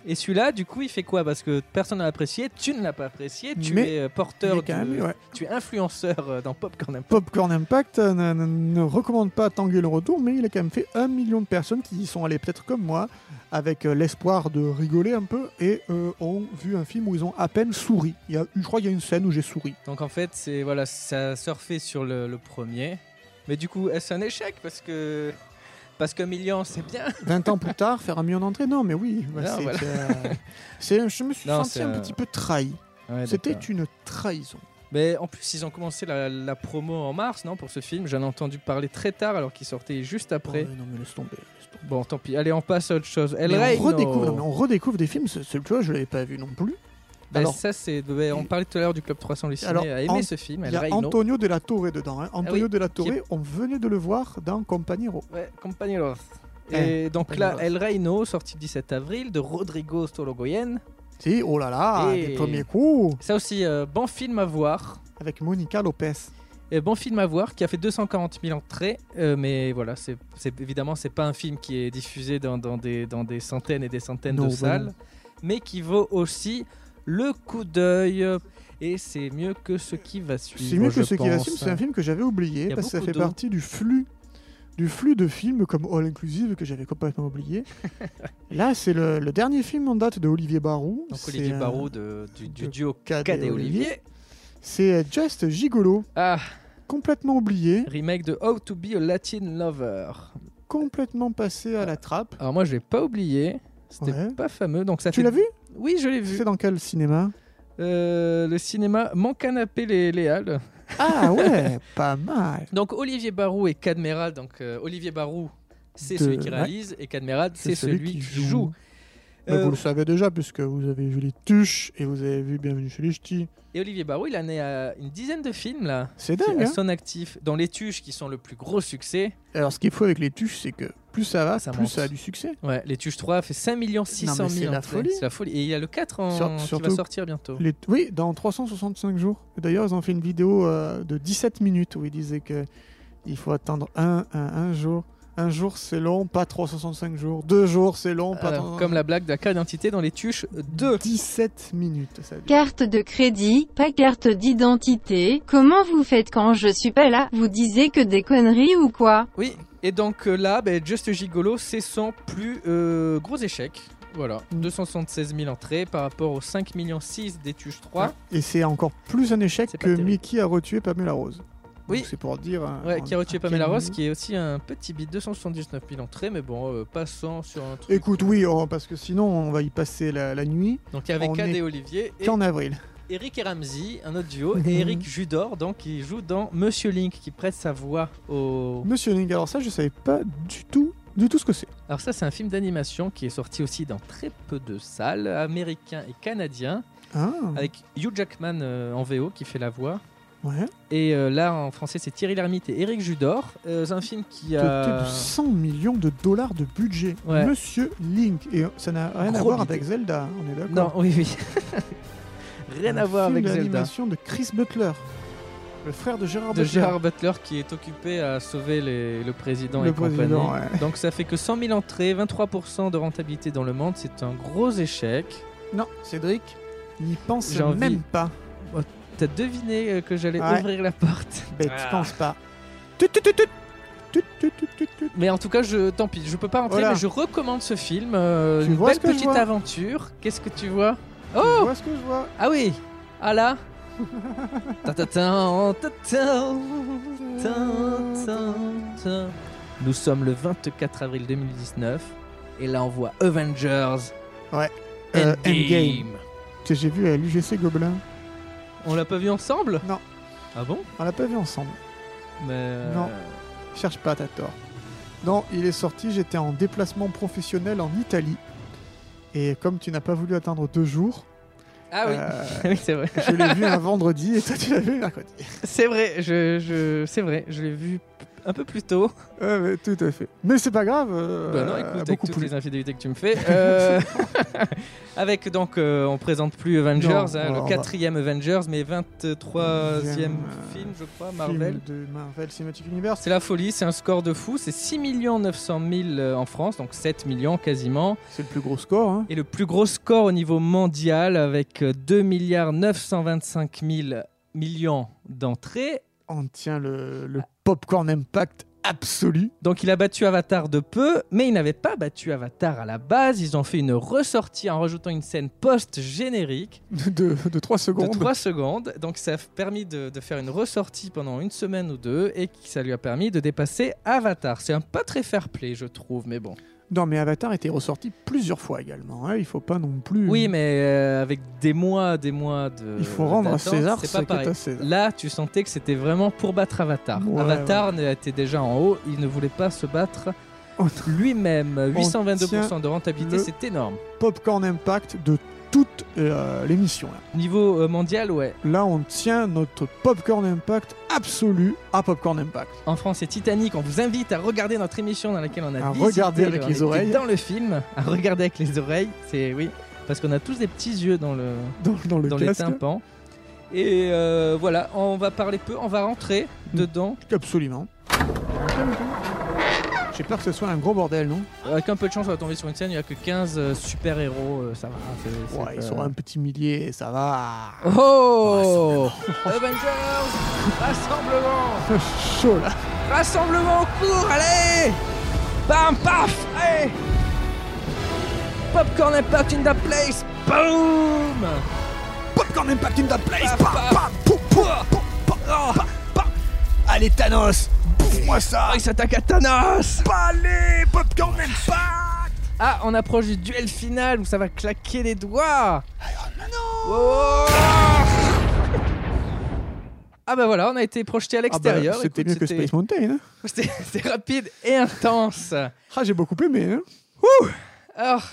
Speaker 4: Et celui-là, du coup, il fait quoi Parce que personne n'a apprécié, tu ne l'as pas apprécié, tu
Speaker 5: Mais
Speaker 4: es euh,
Speaker 5: il
Speaker 4: porteur,
Speaker 5: est quand
Speaker 4: du-
Speaker 5: même, ouais.
Speaker 4: tu es influenceur euh, dans Popcorn Impact.
Speaker 5: Popcorn Impact euh, ne, ne- ne recommande pas Tanguy le retour, mais il a quand même fait un million de personnes qui y sont allées peut-être comme moi, avec euh, l'espoir de rigoler un peu, et euh, ont vu un film où ils ont à peine souri. Il y a, je crois qu'il y a une scène où j'ai souri.
Speaker 4: Donc en fait, c'est voilà, ça surfait sur le, le premier. Mais du coup, est-ce un échec Parce que parce qu'un million, c'est bien.
Speaker 5: 20 ans plus tard, faire un million d'entrées, non, mais oui. bah,
Speaker 4: Non,
Speaker 5: c'est-
Speaker 4: Ah, voilà.
Speaker 5: c'est, euh, c'est- je me suis
Speaker 4: Non,
Speaker 5: senti
Speaker 4: c'est
Speaker 5: un
Speaker 4: un-
Speaker 5: petit peu trahi.
Speaker 4: Ouais, euh,
Speaker 5: C'était
Speaker 4: d'accord.
Speaker 5: une trahison.
Speaker 4: Mais en plus, ils ont commencé la, la promo en mars, non, pour ce film. J'en ai entendu parler très tard, alors qu'il sortait juste après.
Speaker 5: non, mais laisse tomber.
Speaker 4: Bon, tant pis. Allez, on passe à autre chose. El
Speaker 5: Mais
Speaker 4: Rey,
Speaker 5: on, redécouvre, non, mais on redécouvre des films, ce- celui-là je l'avais pas vu non plus.
Speaker 4: Ben,
Speaker 5: Alors-
Speaker 4: ça, c'est. ben, on parlait tout à l'heure du Club 300 Luciné.
Speaker 5: Alors,
Speaker 4: a aimé
Speaker 5: An-
Speaker 4: ce film.
Speaker 5: Il
Speaker 4: El
Speaker 5: y a
Speaker 4: Rey, non.
Speaker 5: Antonio de la Torre dedans. hein. Antonio
Speaker 4: Ah oui,
Speaker 5: de la
Speaker 4: qui
Speaker 5: Torre,
Speaker 4: est-
Speaker 5: on venait de le voir dans Compagnero.
Speaker 4: Ouais, Compañeros.
Speaker 5: Eh,
Speaker 4: Et donc là, El
Speaker 5: Compañeros.
Speaker 4: Reino, sorti le 17 avril, de Rodrigo Stologoyen.
Speaker 5: Si, oh là là,
Speaker 4: Et-
Speaker 5: des premiers coups.
Speaker 4: Ça aussi, euh, bon film à voir.
Speaker 5: Avec Monica Lopez.
Speaker 4: Et bon film à voir qui a fait 240 000 entrées, euh, mais voilà, c'est c'est- évidemment c'est pas un film qui est diffusé dans, dans des, dans des centaines et des centaines
Speaker 5: Non,
Speaker 4: de
Speaker 5: bah
Speaker 4: salles,
Speaker 5: non.
Speaker 4: mais qui vaut aussi le coup d'œil. Et c'est mieux que ce qui va suivre.
Speaker 5: C'est mieux que
Speaker 4: je
Speaker 5: ce qui va
Speaker 4: pense. hein.
Speaker 5: suivre, c'est un film que j'avais
Speaker 4: Il y
Speaker 5: oublié
Speaker 4: a
Speaker 5: parce que ça
Speaker 4: beaucoup
Speaker 5: fait
Speaker 4: d'eau.
Speaker 5: partie du flux du flux de films comme All Inclusive que j'avais complètement oublié. Là, c'est le, le dernier film en date de Olivier Barou.
Speaker 4: Donc
Speaker 5: C'est,
Speaker 4: Olivier
Speaker 5: euh,
Speaker 4: Barraud de- du, du
Speaker 5: de
Speaker 4: duo
Speaker 5: Cad
Speaker 4: Cad et
Speaker 5: et
Speaker 4: Olivier.
Speaker 5: C'est euh, Just Gigolo.
Speaker 4: Ah.
Speaker 5: Complètement oublié,
Speaker 4: Remake de How to be a Latin Lover.
Speaker 5: complètement passé à la trappe.
Speaker 4: Alors moi je l'ai pas oublié, c'était
Speaker 5: Ouais.
Speaker 4: pas fameux. Donc ça
Speaker 5: Tu
Speaker 4: fait-
Speaker 5: l'as vu
Speaker 4: Oui, je l'ai vu.
Speaker 5: C'est dans quel cinéma
Speaker 4: Euh, le cinéma, mon canapé, les, les Halles.
Speaker 5: Ah ouais, pas mal.
Speaker 4: Donc Olivier Barou et Cadmeral, donc euh, Olivier Barou, c'est
Speaker 5: De-
Speaker 4: celui qui
Speaker 5: ouais.
Speaker 4: réalise et Cadmeral, c'est celui qui joue.
Speaker 5: Mais
Speaker 4: Euh,
Speaker 5: vous le savez déjà, puisque vous avez vu Les Tuches et vous avez vu Bienvenue chez les Ch'tis.
Speaker 4: Et Olivier Barou, il en est à une dizaine de films là.
Speaker 5: C'est
Speaker 4: qui-
Speaker 5: dingue,
Speaker 4: À
Speaker 5: hein.
Speaker 4: son actif, dans Les Tuches qui sont le plus gros succès.
Speaker 5: Alors, ce qu'il faut avec Les Tuches, c'est que plus ça va,
Speaker 4: Ça
Speaker 5: plus
Speaker 4: monte.
Speaker 5: ça a du succès.
Speaker 4: Ouais, les Tuches 3 a fait 5 millions 600 000
Speaker 5: Non, mais c'est la
Speaker 4: entrées.
Speaker 5: folie.
Speaker 4: C'est la folie. Et il y a le 4 en...
Speaker 5: Sur-
Speaker 4: qui
Speaker 5: surtout-
Speaker 4: va sortir bientôt.
Speaker 5: Les- oui, dans 365 jours. D'ailleurs, ils ont fait une vidéo euh, de 17 minutes où ils disaient que il faut attendre un, un, un jour. Un jour c'est long, pas 365 jours. Deux jours c'est long, pas
Speaker 4: Alors,
Speaker 5: 365
Speaker 4: Euh, comme la blague de la carte d'identité dans les Tuches 2.
Speaker 5: 17 minutes. Ça dure.
Speaker 2: Carte de crédit, pas carte d'identité. Comment vous faites quand je suis pas là Vous disiez que des conneries ou quoi
Speaker 4: Oui, et donc euh, là, ben, Just Gigolo, c'est son plus euh, gros échec. Voilà,
Speaker 5: Mm.
Speaker 4: 276 000 entrées par rapport aux 5 millions 6 des Tuches 3.
Speaker 5: Et c'est encore plus un échec
Speaker 4: C'est pas
Speaker 5: que
Speaker 4: terrible.
Speaker 5: Mickey a retué Pamela Rose.
Speaker 4: Oui.
Speaker 5: Donc C'est pour dire. hein,
Speaker 4: Ouais,
Speaker 5: on-
Speaker 4: qui a retué
Speaker 5: à
Speaker 4: Pamela
Speaker 5: quel
Speaker 4: Ross,
Speaker 5: niveau.
Speaker 4: qui est aussi un petit bit, 279 000 entrées, mais bon, euh, passant sur un truc.
Speaker 5: Écoute, oui, oh, parce que sinon on va y passer la, la nuit.
Speaker 4: Donc il y avait
Speaker 5: On
Speaker 4: Kad
Speaker 5: est
Speaker 4: et Olivier. Et
Speaker 5: Qu'en avril.
Speaker 4: Eric et Ramsey, un autre duo.
Speaker 5: Mhm.
Speaker 4: Et Eric Judor, donc, qui joue dans Monsieur Link, qui prête sa voix au.
Speaker 5: Monsieur Ling, alors ça je savais pas du tout, du tout ce que c'est.
Speaker 4: Alors, ça, c'est un film d'animation qui est sorti aussi dans très peu de salles, américain et canadien,
Speaker 5: Ah.
Speaker 4: avec Hugh Jackman euh, en VO qui fait la voix.
Speaker 5: Ouais.
Speaker 4: Et euh, là, en français, c'est Thierry Lhermitte et Eric Judor. Euh, c'est un film qui
Speaker 5: Doté
Speaker 4: a.
Speaker 5: de 100 millions de dollars de budget.
Speaker 4: Ouais.
Speaker 5: Monsieur Link. Et ça n'a rien à
Speaker 4: Gros
Speaker 5: voir
Speaker 4: bidou.
Speaker 5: avec Zelda, hein, on est
Speaker 4: Non,
Speaker 5: d'accord
Speaker 4: oui, oui. Rien à voir avec
Speaker 5: Zelda.
Speaker 4: Zelda.
Speaker 5: l'animation de Chris Butler, le frère de Gérard
Speaker 4: de
Speaker 5: Butler.
Speaker 4: Gérard Butler qui est occupé à sauver les- le président
Speaker 5: Le
Speaker 4: et compagnie.
Speaker 5: président, ouais.
Speaker 4: Donc ça fait que 100 000 entrées, 23% de rentabilité dans le monde, c'est un gros échec.
Speaker 5: Non, Cédric, il pense
Speaker 4: J'ai envie-
Speaker 5: même pas.
Speaker 4: Oh, T'as deviné euh, que j'allais
Speaker 5: Ouais.
Speaker 4: ouvrir la porte.
Speaker 5: Ben, tu penses pas.
Speaker 4: Mais en tout cas, je, tant pis, je peux pas entrer,
Speaker 5: Voilà.
Speaker 4: mais je recommande ce film. euh,
Speaker 5: Tu
Speaker 4: une
Speaker 5: vois
Speaker 4: belle
Speaker 5: ce que je
Speaker 4: petite
Speaker 5: vois
Speaker 4: aventure. Qu'est-ce que tu vois
Speaker 5: Tu
Speaker 4: Oh
Speaker 5: vois ce que je vois
Speaker 4: Ah oui Ah là Ta ta ta, ta ta, ta ta, ta. Nous sommes le 24 avril 2019 et là on voit Avengers.
Speaker 5: Ouais.
Speaker 4: Endgame.
Speaker 5: Euh, Tu sais, J'ai vu euh, à l'UGC Gobelin.
Speaker 4: On l'a pas vu ensemble
Speaker 5: Non.
Speaker 4: Ah bon
Speaker 5: On l'a pas vu ensemble.
Speaker 4: Mais euh,
Speaker 5: Non. Cherche pas, t'as tort. Non, il est sorti, j'étais en déplacement professionnel en Italie. Et comme tu n'as pas voulu attendre deux jours,
Speaker 4: Ah oui.
Speaker 5: Euh,
Speaker 4: oui, c'est vrai.
Speaker 5: je l'ai vu un vendredi et toi tu l'as vu mercredi.
Speaker 4: C'est vrai, je, je- c'est vrai, je l'ai vu un peu plus tôt.
Speaker 5: Ouais, mais tout à fait. Mais c'est pas grave. euh,
Speaker 4: Bah non, écoute, avec
Speaker 5: beaucoup
Speaker 4: toutes
Speaker 5: plus.
Speaker 4: les infidélités que tu me fais. euh, avec donc, euh, on présente plus Avengers,
Speaker 5: Non, oh, bah.
Speaker 4: hein,
Speaker 5: voilà, on
Speaker 4: le
Speaker 5: va-
Speaker 4: quatrième Avengers, mais 23e
Speaker 5: Deuxième,
Speaker 4: film, je crois,
Speaker 5: euh, film
Speaker 4: Marvel.
Speaker 5: de Marvel Cinematic Universe.
Speaker 4: C'est la folie, c'est un score de fou, c'est 6 900 000 euh, en France, donc 7 millions quasiment.
Speaker 5: C'est le plus gros score. hein.
Speaker 4: Et le plus gros score au niveau mondial avec euh, 2 925 000 millions d'entrées.
Speaker 5: On tient le, le popcorn impact absolu.
Speaker 4: Donc il a battu Avatar de peu, mais il n'avait pas battu Avatar à la base. Ils ont fait une ressortie en rajoutant une scène post-générique
Speaker 5: De, de 3
Speaker 4: de
Speaker 5: secondes.
Speaker 4: 3 secondes. Donc ça a permis de, de faire une ressortie pendant une semaine ou deux et qui- ça lui a permis de dépasser Avatar. C'est un pas très fair-play, je trouve, mais bon.
Speaker 5: Non, mais Avatar était ressorti plusieurs fois également. hein, Il faut pas non plus.
Speaker 4: Oui, mais euh, avec des mois, des mois de.
Speaker 5: Il faut rendre à
Speaker 4: d'attente,
Speaker 5: César
Speaker 4: c'est
Speaker 5: ce
Speaker 4: pas
Speaker 5: qui est
Speaker 4: pareil.
Speaker 5: à César.
Speaker 4: Là, tu sentais que c'était vraiment pour battre Avatar.
Speaker 5: Ouais,
Speaker 4: Avatar était déjà en haut, il ne voulait pas se battre
Speaker 5: On-
Speaker 4: lui-même.
Speaker 5: On
Speaker 4: 822% de rentabilité,
Speaker 5: le-
Speaker 4: c'est énorme.
Speaker 5: Popcorn impact de toute euh, l'émission. Là.
Speaker 4: Niveau euh, mondial, ouais.
Speaker 5: Là, on tient notre popcorn impact absolu à popcorn impact.
Speaker 4: En France, c'est Titanic. On vous invite à regarder notre émission dans laquelle on a
Speaker 5: À
Speaker 4: visité,
Speaker 5: regarder avec
Speaker 4: on
Speaker 5: les
Speaker 4: était
Speaker 5: oreilles.
Speaker 4: dans le film, à regarder avec les oreilles. C'est oui, parce qu'on a tous des petits yeux dans le
Speaker 5: Dans, dans le
Speaker 4: dans les
Speaker 5: casque.
Speaker 4: tympans. Et euh, voilà, on va parler peu, on va rentrer
Speaker 5: Mm.
Speaker 4: dedans
Speaker 5: Absolument. J'ai peur que ce soit un gros bordel, non
Speaker 4: Avec un peu de chance, on va tomber sur une scène, il n'y a que 15 euh, super-héros, euh, ça va. c'est- c'est
Speaker 5: Ouais,
Speaker 4: pas-
Speaker 5: ils seront un petit millier et ça va.
Speaker 4: Oh Avengers Rassemblement
Speaker 5: Ah, Chaud là.
Speaker 4: Rassemblement au cours, allez Bam, paf Allez Popcorn Impact in the place Boom
Speaker 5: Popcorn impact in the place. Pa, pa, pou, pou, pou, pa,
Speaker 4: Ah.
Speaker 5: pa, pa. Allez Thanos, bouffe-moi ça.
Speaker 4: Ah, Il s'attaque à Thanos
Speaker 5: Allez, popcorn impact.
Speaker 4: Ah, on approche du duel final où ça va claquer les doigts Non Ah bah voilà, on a été projeté à
Speaker 5: Ah bah,
Speaker 4: l'extérieur.
Speaker 5: C'était
Speaker 4: Écoute,
Speaker 5: mieux que
Speaker 4: c'était-
Speaker 5: Space Mountain. hein.
Speaker 4: C'était c'était rapide et intense. Oh.
Speaker 5: Ah, j'ai beaucoup aimé. hein.
Speaker 4: Alors,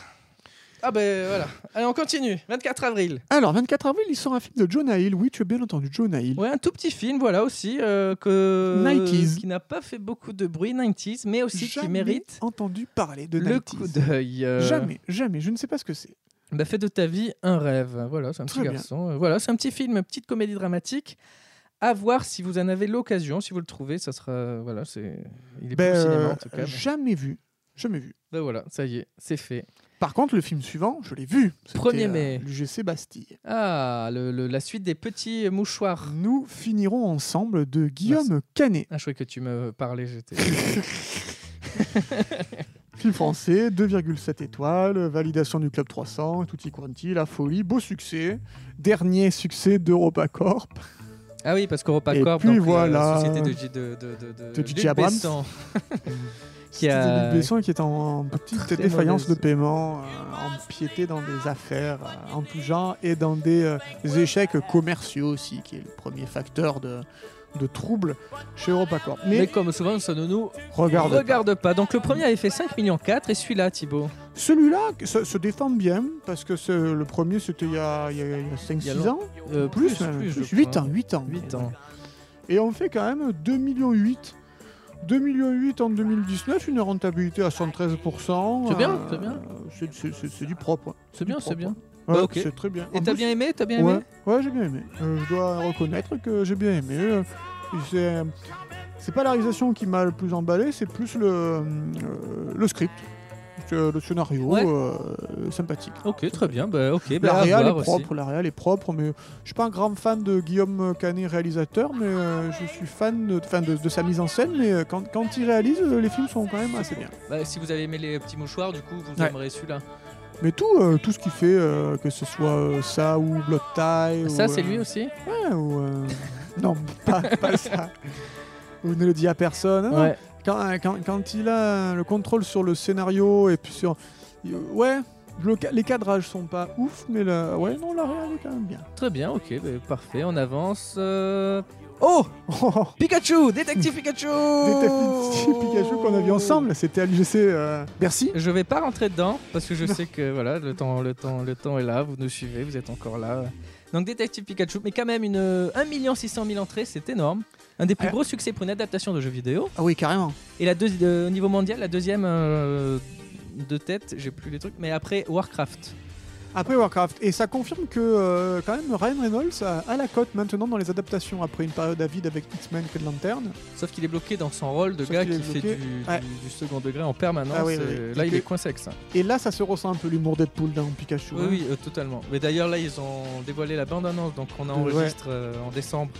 Speaker 4: Ah ben voilà. Allez, on continue. 24 avril.
Speaker 5: Alors, 24 avril, il sort un film de Jonah Hill. Oui, tu as bien entendu Jonah Hill.
Speaker 4: Ouais, un tout petit film, voilà aussi, euh, que...
Speaker 5: 90s.
Speaker 4: qui n'a pas fait beaucoup de bruit, 90s, mais aussi qui
Speaker 5: Jamais
Speaker 4: mérite
Speaker 5: entendu parler de
Speaker 4: le
Speaker 5: 90s.
Speaker 4: coup d'œil. euh,
Speaker 5: Jamais, jamais. Je ne sais pas ce que c'est.
Speaker 4: Bah, fais de ta vie un rêve. Voilà, c'est un petit
Speaker 5: Très bien.
Speaker 4: garçon. Euh, Voilà, c'est un petit film, petite comédie dramatique. À voir si vous en avez l'occasion, si vous le trouvez, ça sera voilà, c'est il est
Speaker 5: Ben,
Speaker 4: pas au cinéma en
Speaker 5: euh,
Speaker 4: tout cas. mais-
Speaker 5: Jamais vu. Jamais vu.
Speaker 4: Ben voilà, ça y est, c'est fait.
Speaker 5: Par contre, le film suivant, je l'ai vu. C'était,
Speaker 4: 1er
Speaker 5: euh,
Speaker 4: mai.
Speaker 5: L'UGC Bastille.
Speaker 4: Ah, le- le- la suite des petits mouchoirs.
Speaker 5: Nous finirons ensemble de Guillaume Canet.
Speaker 4: Ah, je croyais que tu me parlais, j'étais.
Speaker 5: Film français, 2,7 étoiles, validation du Club 300, Tutti Quanti, La Folie, beau succès. Dernier succès d'EuropaCorp.
Speaker 4: ah oui, parce qu'Europa
Speaker 5: Et
Speaker 4: Corp,
Speaker 5: puis
Speaker 4: donc, la
Speaker 5: voilà.
Speaker 4: société de, J- de, de, de, de,
Speaker 5: De DJ
Speaker 4: Luc
Speaker 5: Abrams.
Speaker 4: Besson. qui
Speaker 5: C'était
Speaker 4: a
Speaker 5: David Besson qui est en, en petite
Speaker 4: Très
Speaker 5: défaillance de
Speaker 4: mauvaise.
Speaker 5: paiement, euh, empiété dans des affaires euh, en tout genre et dans des, euh, des échecs commerciaux aussi, qui est le premier facteur de, de troubles chez EuropaCorp.
Speaker 4: Mais,
Speaker 5: Mais,
Speaker 4: comme souvent, ça ne nous
Speaker 5: Regarde pas.
Speaker 4: pas. Donc le premier avait fait 5 millions 4 et celui-là, Thibaut.
Speaker 5: celui-là que- se, se défend bien, parce que ce- le premier c'était il y a, il y a- il y a
Speaker 4: Il y a
Speaker 5: 5-6
Speaker 4: long-
Speaker 5: ans,
Speaker 4: Euh,
Speaker 5: plus,
Speaker 4: plus,
Speaker 5: même,
Speaker 4: plus,
Speaker 5: plus,
Speaker 4: je
Speaker 5: 8
Speaker 4: crois.
Speaker 5: ans, 8 ans.
Speaker 4: 8 ans.
Speaker 5: Et on fait quand même 2,8 millions. 2,8 millions en 2019, une rentabilité à 113%.
Speaker 4: C'est bien,
Speaker 5: euh,
Speaker 4: c'est bien.
Speaker 5: c'est- c'est- C'est c'est du propre. ouais.
Speaker 4: C'est bien,
Speaker 5: Du
Speaker 4: c'est
Speaker 5: propre,
Speaker 4: bien.
Speaker 5: ouais.
Speaker 4: Bah,
Speaker 5: Ouais,
Speaker 4: ok.
Speaker 5: C'est très bien.
Speaker 4: Et
Speaker 5: En
Speaker 4: t'as
Speaker 5: plus-
Speaker 4: bien aimé T'as bien
Speaker 5: ouais,
Speaker 4: aimé
Speaker 5: Ouais, j'ai bien aimé. Euh, je dois reconnaître que j'ai bien aimé. Euh, c'est- C'est pas la réalisation qui m'a le plus emballé, c'est plus le, euh, le script, euh, le scénario
Speaker 4: Ouais.
Speaker 5: euh, sympathique.
Speaker 4: Ok, très bien. Bah, ok, bah,
Speaker 5: La
Speaker 4: à
Speaker 5: réal est
Speaker 4: voir aussi.
Speaker 5: propre, la réal est propre, mais je suis pas un grand fan de Guillaume Canet réalisateur, mais euh, je suis fan de, enfin, de, de sa mise en scène, mais euh, quand, quand il réalise, euh, les films sont quand même assez bien.
Speaker 4: Bah, si vous avez aimé les petits mouchoirs, du coup, vous
Speaker 5: Ouais.
Speaker 4: aimerez celui-là.
Speaker 5: Mais tout, euh, tout ce qu'il fait, euh, que ce soit euh, ça ou Blood Tie,
Speaker 4: Ça,
Speaker 5: ou,
Speaker 4: c'est
Speaker 5: euh,
Speaker 4: lui aussi
Speaker 5: Ouais, ou... euh, non, pas, pas ça. Ou ne le dit à personne. Non,
Speaker 4: Ouais.
Speaker 5: Quand, euh, quand, quand il a le contrôle sur le scénario et puis sur... Ouais, le ca- les cadrages sont pas ouf, mais la... ouais, non, la réal est quand même bien.
Speaker 4: Très bien, ok, bah, parfait, on avance. euh, Oh Pikachu Détective Pikachu
Speaker 5: Détective Pikachu qu'on a vu ensemble, c'était à l'UGC euh, Bercy.
Speaker 4: Je vais pas rentrer dedans parce que je sais que voilà le temps le temps le temps est là vous nous suivez vous êtes encore là donc détective Pikachu mais quand même une 1 600 000 entrées c'est énorme un des plus gros succès pour une adaptation de jeu vidéo
Speaker 5: Ah oui, carrément.
Speaker 4: et la deuxi- euh, au niveau mondial la deuxième euh, de tête j'ai plus les trucs mais après Warcraft
Speaker 5: Après Warcraft. Et ça confirme que euh, quand même Ryan Reynolds a, a la cote maintenant dans les adaptations après une période à vide avec X-Men Red Lantern.
Speaker 4: sauf qu'il est bloqué dans son rôle de
Speaker 5: Sauf
Speaker 4: gars
Speaker 5: qu'il
Speaker 4: qui fait
Speaker 5: est bloqué.
Speaker 4: du, du-
Speaker 5: Ouais.
Speaker 4: du second degré en permanence
Speaker 5: Ah oui, oui,
Speaker 4: euh,
Speaker 5: oui.
Speaker 4: là
Speaker 5: Et
Speaker 4: il
Speaker 5: que-
Speaker 4: est coincé avec ça
Speaker 5: Et là, ça se ressent un peu l'humour Deadpool dans Pikachu.
Speaker 4: Oui,
Speaker 5: hein.
Speaker 4: oui, euh, totalement. Mais d'ailleurs, là, ils ont dévoilé la bande-annonce, donc on enregistre euh, en décembre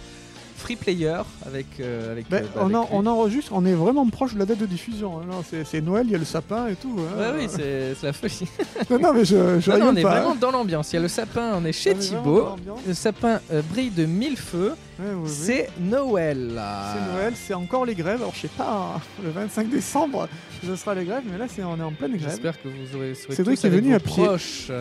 Speaker 4: Free Player avec. euh, avec,
Speaker 5: Ben,
Speaker 4: euh, bah,
Speaker 5: on, en-
Speaker 4: avec lui.
Speaker 5: on enregistre, on est vraiment proche de la date de diffusion. hein. Non, c'est c'est Noël, il y a le sapin et tout. hein.
Speaker 4: Ouais, oui, c'est c'est la folie.
Speaker 5: Non, non, mais je, je
Speaker 4: Non, non,
Speaker 5: rigole
Speaker 4: on est
Speaker 5: pas. hein.
Speaker 4: vraiment dans l'ambiance. Il y a le sapin, on est chez
Speaker 5: On est vraiment
Speaker 4: Thibaut.
Speaker 5: dans l'ambiance.
Speaker 4: Le sapin euh, brille de mille feux.
Speaker 5: Ouais, ouais, ouais.
Speaker 4: C'est Noël. Ah.
Speaker 5: C'est Noël, c'est encore les grèves. Alors, je sais pas, hein, le 25 décembre, ce sera les grèves, mais là, c'est on est en pleine grève.
Speaker 4: J'espère que vous aurez souhaité.
Speaker 5: C'est vrai qu'il est venu à pied.
Speaker 4: Proche.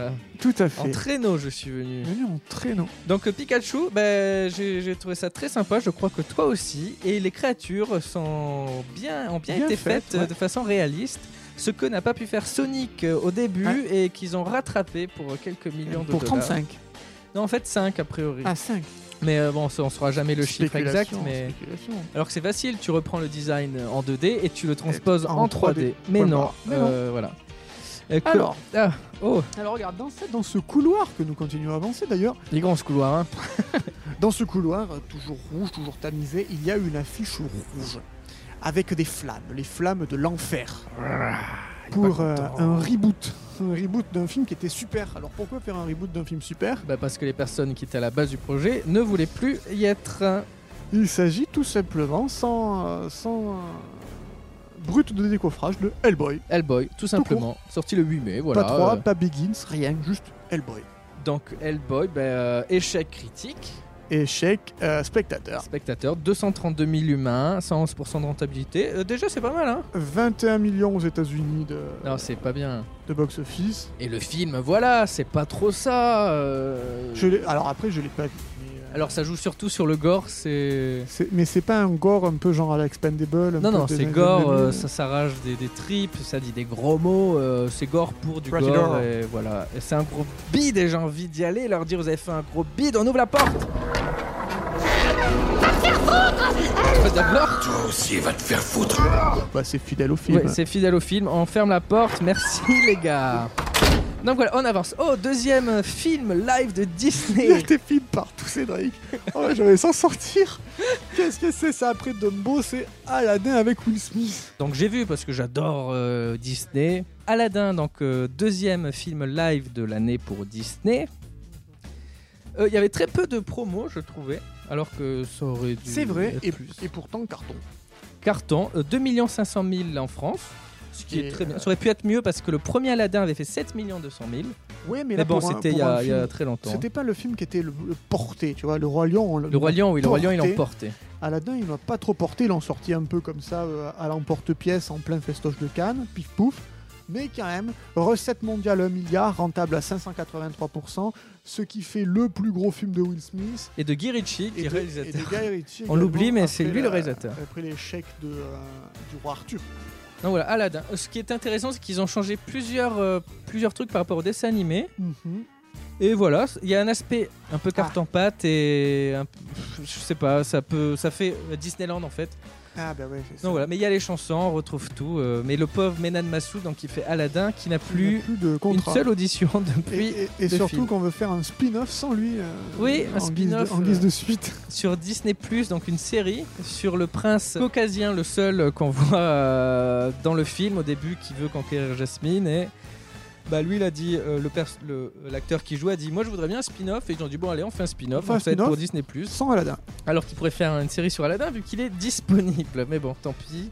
Speaker 5: Tout à fait.
Speaker 4: euh, En traîneau, je suis venu.
Speaker 5: Venu en traîneau.
Speaker 4: Donc euh, Pikachu, ben, j'ai j'ai trouvé ça très sympa, je crois que toi aussi, et les créatures sont bien, ont bien,
Speaker 5: Bien
Speaker 4: été faites,
Speaker 5: faites,
Speaker 4: euh,
Speaker 5: ouais.
Speaker 4: de façon réaliste, ce que n'a pas pu faire Sonic euh, au début et qu'ils ont rattrapé pour euh, quelques millions de
Speaker 5: Pour
Speaker 4: dollars.
Speaker 5: 35.
Speaker 4: Non, en fait 5 a priori.
Speaker 5: Ah, 5.
Speaker 4: Mais euh, bon, ça, on saura jamais le chiffre exact,
Speaker 5: Spéculation, hein,
Speaker 4: mais...
Speaker 5: spéculation.
Speaker 4: Alors que c'est facile, tu reprends le design en 2D et tu le transposes
Speaker 5: en
Speaker 4: en 3D.
Speaker 5: 3D.
Speaker 4: Mais,
Speaker 5: Point
Speaker 4: non,
Speaker 5: barre. Mais non.
Speaker 4: euh, voilà. Euh, que-
Speaker 5: Alors.
Speaker 4: Ah, oh,
Speaker 5: Alors regarde, dans ce, dans ce couloir que nous continuons à avancer d'ailleurs,
Speaker 4: les grands ce couloir, hein.
Speaker 5: dans ce couloir, euh, toujours rouge, toujours tamisé, il y a une affiche rouge avec des flammes, les flammes de l'enfer.
Speaker 4: Ah,
Speaker 5: Pour euh, un reboot, un reboot d'un film qui était super. Alors pourquoi faire un reboot d'un film super
Speaker 4: Bah, parce que les personnes qui étaient à la base du projet ne voulaient plus y être.
Speaker 5: Il s'agit tout simplement, sans, euh, sans euh, brut de décoffrage, de Hellboy.
Speaker 4: Hellboy, tout simplement. Sorti le 8 mai, voilà.
Speaker 5: pas 3,
Speaker 4: Euh,
Speaker 5: pas Begins, rien, juste Hellboy.
Speaker 4: Donc Hellboy, ben, euh, échec critique.
Speaker 5: Échec euh, spectateur.
Speaker 4: Spectateur, 232 000 humains, 111% de rentabilité. Euh, déjà, c'est pas mal, hein
Speaker 5: 21 millions aux États-Unis de,
Speaker 4: Non, c'est pas bien.
Speaker 5: de box-office.
Speaker 4: Et le film, voilà, c'est pas trop ça. euh,
Speaker 5: Je l'ai- alors après, je l'ai pas vu. mais, euh,
Speaker 4: Alors ça joue surtout sur le gore, c'est.
Speaker 5: C'est- Mais c'est pas un gore un peu genre à la Expendable
Speaker 4: Non,
Speaker 5: un peu
Speaker 4: non,
Speaker 5: de-
Speaker 4: c'est
Speaker 5: de-
Speaker 4: gore,
Speaker 5: de-
Speaker 4: euh, ça s'arrache des, des tripes, ça dit des gros mots, euh, c'est gore pour du
Speaker 5: Pretty
Speaker 4: gore,
Speaker 5: gore.
Speaker 4: et voilà. Et c'est un gros bide et j'ai envie d'y aller, leur dire vous avez fait un gros bide, on ouvre la porte
Speaker 14: Toi aussi, va te faire foutre.
Speaker 5: Bah, c'est fidèle au film.
Speaker 4: Ouais, c'est fidèle au film, on ferme la porte, merci les gars Donc voilà, on avance. Oh, deuxième film live de Disney
Speaker 5: Il y a des films partout, Cédric. Oh, j'allais s'en sortir. Qu'est-ce que c'est ça après Dumbo C'est Aladdin avec Will Smith.
Speaker 4: Donc j'ai vu parce que j'adore euh, Disney. Aladdin, donc euh, deuxième film live de l'année pour Disney. Euh, Il y avait très peu de promos, je trouvais, alors que ça aurait dû.
Speaker 5: C'est vrai,
Speaker 4: être
Speaker 5: et,
Speaker 4: plus.
Speaker 5: et pourtant carton.
Speaker 4: Carton, euh, 2 500 000 en France, ce qui
Speaker 5: Et,
Speaker 4: est très bien.
Speaker 5: euh,
Speaker 4: Ça aurait pu être mieux parce que le premier Aladdin avait fait 7 200 000.
Speaker 5: Oui, mais,
Speaker 4: Mais
Speaker 5: là,
Speaker 4: bon,
Speaker 5: pour un-
Speaker 4: c'était il
Speaker 5: pour
Speaker 4: y a-
Speaker 5: un
Speaker 4: il y a
Speaker 5: film,
Speaker 4: très longtemps,
Speaker 5: C'était pas le film qui était le, le porté, tu vois. Le Roi Lion, on
Speaker 4: Le Roi Lion, oui, le Roi Lion, il
Speaker 5: porté.
Speaker 4: l'emportait.
Speaker 5: Aladdin, il m'a pas trop porté. Il en sortit un peu comme ça euh, à l'emporte-pièce en plein festoche de Cannes, pif pouf. Mais quand même, recette mondiale 1 milliard, rentable à 583%, ce qui fait le plus gros film de Will Smith.
Speaker 4: Et de Guy Ritchie, qui
Speaker 5: Et
Speaker 4: est
Speaker 5: de- et de
Speaker 4: réalisateur.
Speaker 5: Guy Ritchie
Speaker 4: On l'oublie,
Speaker 5: également,
Speaker 4: mais c'est
Speaker 5: après
Speaker 4: lui le
Speaker 5: la-
Speaker 4: réalisateur.
Speaker 5: Après l'échec de, euh, du roi Arthur.
Speaker 4: Donc voilà, Aladdin. Euh, Ce qui est intéressant, c'est qu'ils ont changé plusieurs, euh, plusieurs trucs par rapport au dessin animé. Mhm. Et voilà, il y a un aspect un
Speaker 5: Ah.
Speaker 4: peu carte en pâte et un p- je sais pas, ça peut, ça fait euh, Disneyland en fait.
Speaker 5: Ah bah ouais, c'est ça.
Speaker 4: Donc voilà, mais il y a les chansons, on retrouve tout. euh, mais le pauvre Menan Massoud, donc qui fait Aladdin, qui n'a plus,
Speaker 5: plus de
Speaker 4: une
Speaker 5: contrat.
Speaker 4: seule audition depuis.
Speaker 5: Et, et- et
Speaker 4: le
Speaker 5: surtout
Speaker 4: film.
Speaker 5: qu'on veut faire un spin-off sans lui. euh,
Speaker 4: Oui, un
Speaker 5: en guise de-
Speaker 4: spin-off
Speaker 5: En guise de
Speaker 4: euh,
Speaker 5: suite.
Speaker 4: sur Disney donc une série sur le prince caucasien, le seul euh, qu'on voit euh, dans le film au début qui veut conquérir Jasmine et bah lui il a dit euh, le pers- le- l'acteur qui joue a dit moi je voudrais bien un spin-off et ils ont dit bon allez on fait un spin-off
Speaker 5: On fait un
Speaker 4: donc ça va être
Speaker 5: spin-off
Speaker 4: pour Disney
Speaker 5: sans Aladdin.
Speaker 4: alors qu'il pourrait faire une série sur Aladdin vu qu'il est disponible mais bon tant pis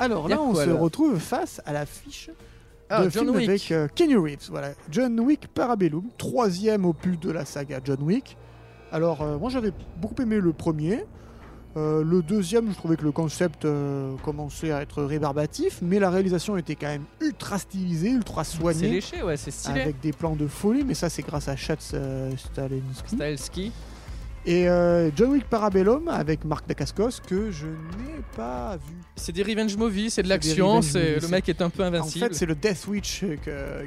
Speaker 5: Alors
Speaker 4: Y a
Speaker 5: là, on
Speaker 4: quoi,
Speaker 5: se
Speaker 4: là
Speaker 5: retrouve face à l'affiche
Speaker 4: Ah,
Speaker 5: de
Speaker 4: John
Speaker 5: film
Speaker 4: Wick.
Speaker 5: avec euh, Keanu Reeves. Voilà. John Wick Parabellum, troisième opus de la saga John Wick. Alors, euh, moi j'avais beaucoup aimé le premier. Euh, le deuxième, je trouvais que le concept euh, commençait à être rébarbatif, mais la réalisation était quand même ultra stylisée, ultra soignée.
Speaker 4: c'est léché ouais c'est stylé
Speaker 5: Avec des plans de folie, mais ça c'est grâce à Schatz euh, Stalinski.
Speaker 4: Stahelski.
Speaker 5: Et euh, John Wick Parabellum avec Marc Dacascos que je n'ai pas vu.
Speaker 4: c'est des revenge movies c'est de
Speaker 5: des
Speaker 4: l'action
Speaker 5: revenge
Speaker 4: c'est
Speaker 5: movies,
Speaker 4: le mec est un peu invincible
Speaker 5: En fait, c'est le Death Witch euh,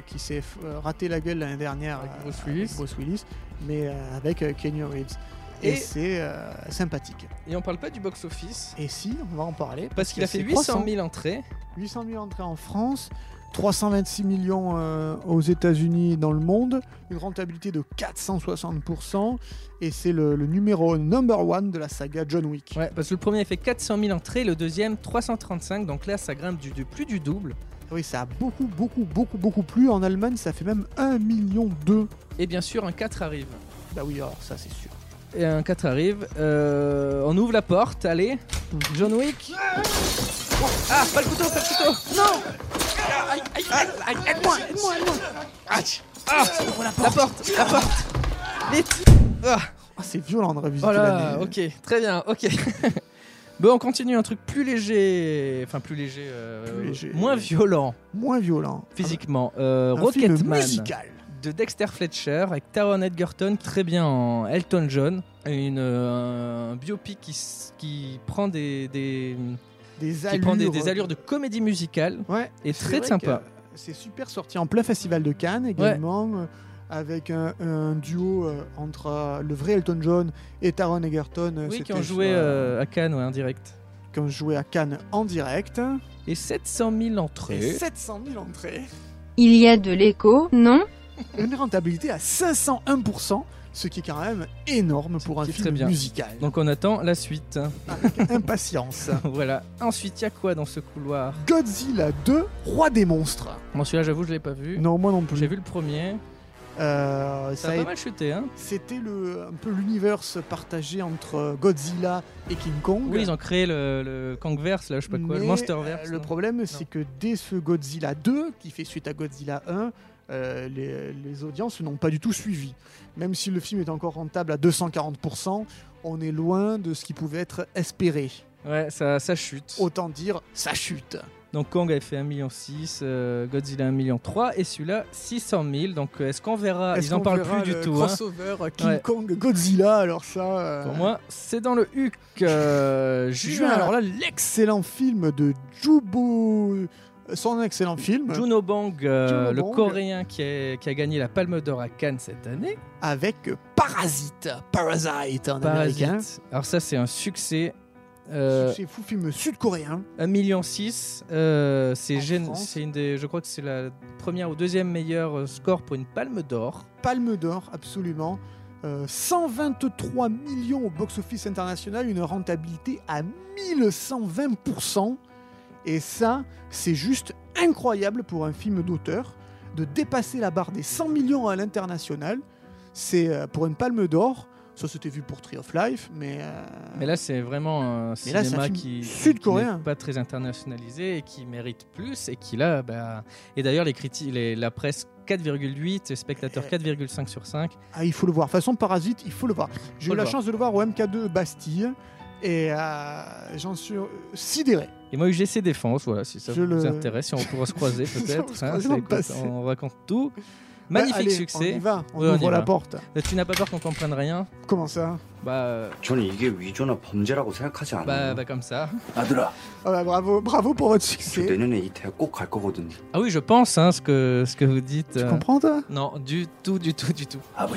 Speaker 5: que- qui s'est euh, raté la gueule l'année dernière euh, avec Bruce Willis, mais euh, avec euh, Keanu Reeves. Et,
Speaker 4: Et-
Speaker 5: c'est euh, sympathique.
Speaker 4: et on parle pas du box office
Speaker 5: Et si, on va en parler.
Speaker 4: parce qu'il
Speaker 5: que
Speaker 4: a fait
Speaker 5: c'est
Speaker 4: 800
Speaker 5: croissant.
Speaker 4: 000 entrées
Speaker 5: 800 000 entrées en France, 326 millions euh, aux États-Unis et dans le monde, une rentabilité de 460%, et c'est le, le numéro number one de la saga John Wick.
Speaker 4: Ouais, parce que le premier a fait 400 000 entrées, le deuxième 335, donc là ça grimpe du, du plus du double.
Speaker 5: Oui, ça a beaucoup, beaucoup, beaucoup, beaucoup plu. En Allemagne, ça fait même 1 million 2.
Speaker 4: Et bien sûr, un 4 arrive.
Speaker 5: Bah oui, alors ça, c'est sûr.
Speaker 4: Et un 4 arrive, euh, on ouvre la porte, allez, John Wick. Ah, pas le couteau, pas le couteau
Speaker 1: Non Aïe, aïe, aïe, aïe, aide-moi, aide-moi, aide-moi Aïe Ah
Speaker 4: la porte, la porte, Vite Ah.
Speaker 5: Ah, c'est violent de réviser
Speaker 4: Oh là, ok, très bien, ok. bon, on continue, un truc plus léger, enfin plus léger, euh,
Speaker 5: Plus léger.
Speaker 4: moins violent.
Speaker 5: Moins violent.
Speaker 4: Physiquement. Euh,
Speaker 5: Un film
Speaker 4: Rocketman.
Speaker 5: musical.
Speaker 4: De Dexter Fletcher avec Taron Edgerton, très bien en Elton John. Une, euh, un biopic qui, s- qui prend des. des
Speaker 5: Des
Speaker 4: qui prend des,
Speaker 5: allures,
Speaker 4: des
Speaker 5: euh,
Speaker 4: allures de comédie musicale
Speaker 5: Ouais,
Speaker 4: et
Speaker 5: c'est
Speaker 4: très
Speaker 5: vrai
Speaker 4: sympa.
Speaker 5: que C'est super sorti en plein festival de Cannes également, euh, avec un, un duo euh, entre euh, le vrai Elton John et Taron Egerton. euh,
Speaker 4: Oui, qui
Speaker 5: c'était
Speaker 4: ont joué
Speaker 5: sur-
Speaker 4: euh, à Cannes, ouais, en direct.
Speaker 5: Qui ont joué à Cannes en direct.
Speaker 4: Et 700 000 entrées.
Speaker 5: Et 700 000 entrées.
Speaker 2: Il y a de l'écho, non
Speaker 5: Une rentabilité à 501%, ce qui est quand même énorme pour un
Speaker 4: qui est
Speaker 5: film
Speaker 4: très bien.
Speaker 5: musical.
Speaker 4: Donc on attend la suite.
Speaker 5: Impatience.
Speaker 4: voilà. Ensuite, il y a quoi dans ce couloir
Speaker 5: Godzilla 2, Roi des monstres.
Speaker 4: Bon, celui-là, j'avoue, je l'ai pas vu.
Speaker 5: Non, moi non plus.
Speaker 4: J'ai vu le premier.
Speaker 5: Euh,
Speaker 4: Ça a
Speaker 5: a
Speaker 4: pas
Speaker 5: été-
Speaker 4: mal chuté, hein
Speaker 5: C'était le, un peu l'univers partagé entre euh, Godzilla et King Kong.
Speaker 4: Oui, ils ont créé le, le Kangverse, là, je sais pas quoi, le
Speaker 5: Mais,
Speaker 4: Monsterverse.
Speaker 5: euh, le
Speaker 4: non
Speaker 5: problème, c'est que dès ce Godzilla 2, qui fait suite à Godzilla 1, euh, les, les audiences n'ont pas du tout suivi. Même si le film est encore rentable à 240%, on est loin de ce qui pouvait être espéré.
Speaker 4: Ouais, ça, ça chute.
Speaker 5: Autant dire, ça chute.
Speaker 4: Donc Kong avait fait 1,6 million, euh, Godzilla 1,3 million, et celui-là 600 000. Donc euh, est-ce qu'on verra
Speaker 5: Est-ce
Speaker 4: Ils en
Speaker 5: qu'on
Speaker 4: parlent
Speaker 5: verra
Speaker 4: plus
Speaker 5: le
Speaker 4: du tout. hein.
Speaker 5: Crossover euh, King
Speaker 4: Ouais.
Speaker 5: Kong Godzilla, alors ça. euh,
Speaker 4: Pour moi, c'est dans le HUC. euh,
Speaker 5: Juin,
Speaker 4: juin,
Speaker 5: alors là, l'excellent film de Jubo. Son excellent film.
Speaker 4: Juno Bang, euh,
Speaker 5: Juno
Speaker 4: le
Speaker 5: Bang.
Speaker 4: coréen qui a, qui a gagné la Palme d'Or à Cannes cette année.
Speaker 5: Avec Parasite. Parasite en
Speaker 4: Parasite.
Speaker 5: américain.
Speaker 4: Alors ça, c'est un succès. Euh,
Speaker 5: C'est fou film sud-coréen.
Speaker 4: 1,6 million, euh, c'est gén-
Speaker 5: France.
Speaker 4: c'est une des, je crois que c'est la première ou deuxième meilleure euh, score pour une Palme d'Or.
Speaker 5: Palme d'Or, absolument. Euh, 123 millions au box-office international, une rentabilité à 1120%. Et ça, c'est juste incroyable pour un film d'auteur de dépasser la barre des 100 millions à l'international. C'est euh, pour une palme d'or. Ça, c'était vu pour Tree of Life, mais euh,
Speaker 4: Mais là, c'est vraiment un
Speaker 5: Mais là, c'est un
Speaker 4: cinéma
Speaker 5: film
Speaker 4: qui,
Speaker 5: sud-coréen.
Speaker 4: qui n'est pas très internationalisé et qui mérite plus et qui là, bah, et d'ailleurs les critiques, les- la presse 4,8, les spectateurs 4,5 sur 5.
Speaker 5: ah, il faut le voir. De toute façon, Parasite, il faut le voir. J'ai
Speaker 4: Faut le
Speaker 5: eu la
Speaker 4: voir.
Speaker 5: chance de le voir au MK2 Bastille et euh, j'en suis sidéré.
Speaker 4: Et moi UGC défense, voilà, si ça
Speaker 5: Je
Speaker 4: vous
Speaker 5: le-
Speaker 4: intéresse, si on pourra se croiser
Speaker 5: Si on peut
Speaker 4: peut-être.
Speaker 5: se
Speaker 4: hein,
Speaker 5: croiser
Speaker 4: c'est
Speaker 5: dans le
Speaker 4: comme
Speaker 5: passé.
Speaker 4: ça, on raconte tout. Magnifique
Speaker 5: Bah, allez,
Speaker 4: succès.
Speaker 5: on y va, on
Speaker 4: Ouais,
Speaker 5: ouvre
Speaker 4: y
Speaker 5: la
Speaker 4: va.
Speaker 5: porte.
Speaker 4: Mais Tu n'as pas peur qu'on comprenne rien
Speaker 5: Comment ça
Speaker 4: bah,
Speaker 15: 저는 이게 위조나 범죄라고 생각하지 않아요.
Speaker 4: bah, bah, comme ça.
Speaker 15: 아들아,
Speaker 5: Ah bah, bravo, bravo pour votre succès.
Speaker 15: 저 내년에 이 대학 꼭 갈 거거든요.
Speaker 4: Ah oui, je pense hein, ce que ce que vous dites. Tu
Speaker 5: comprends toi
Speaker 4: Non, du tout, du tout, du tout.
Speaker 15: Ah, vous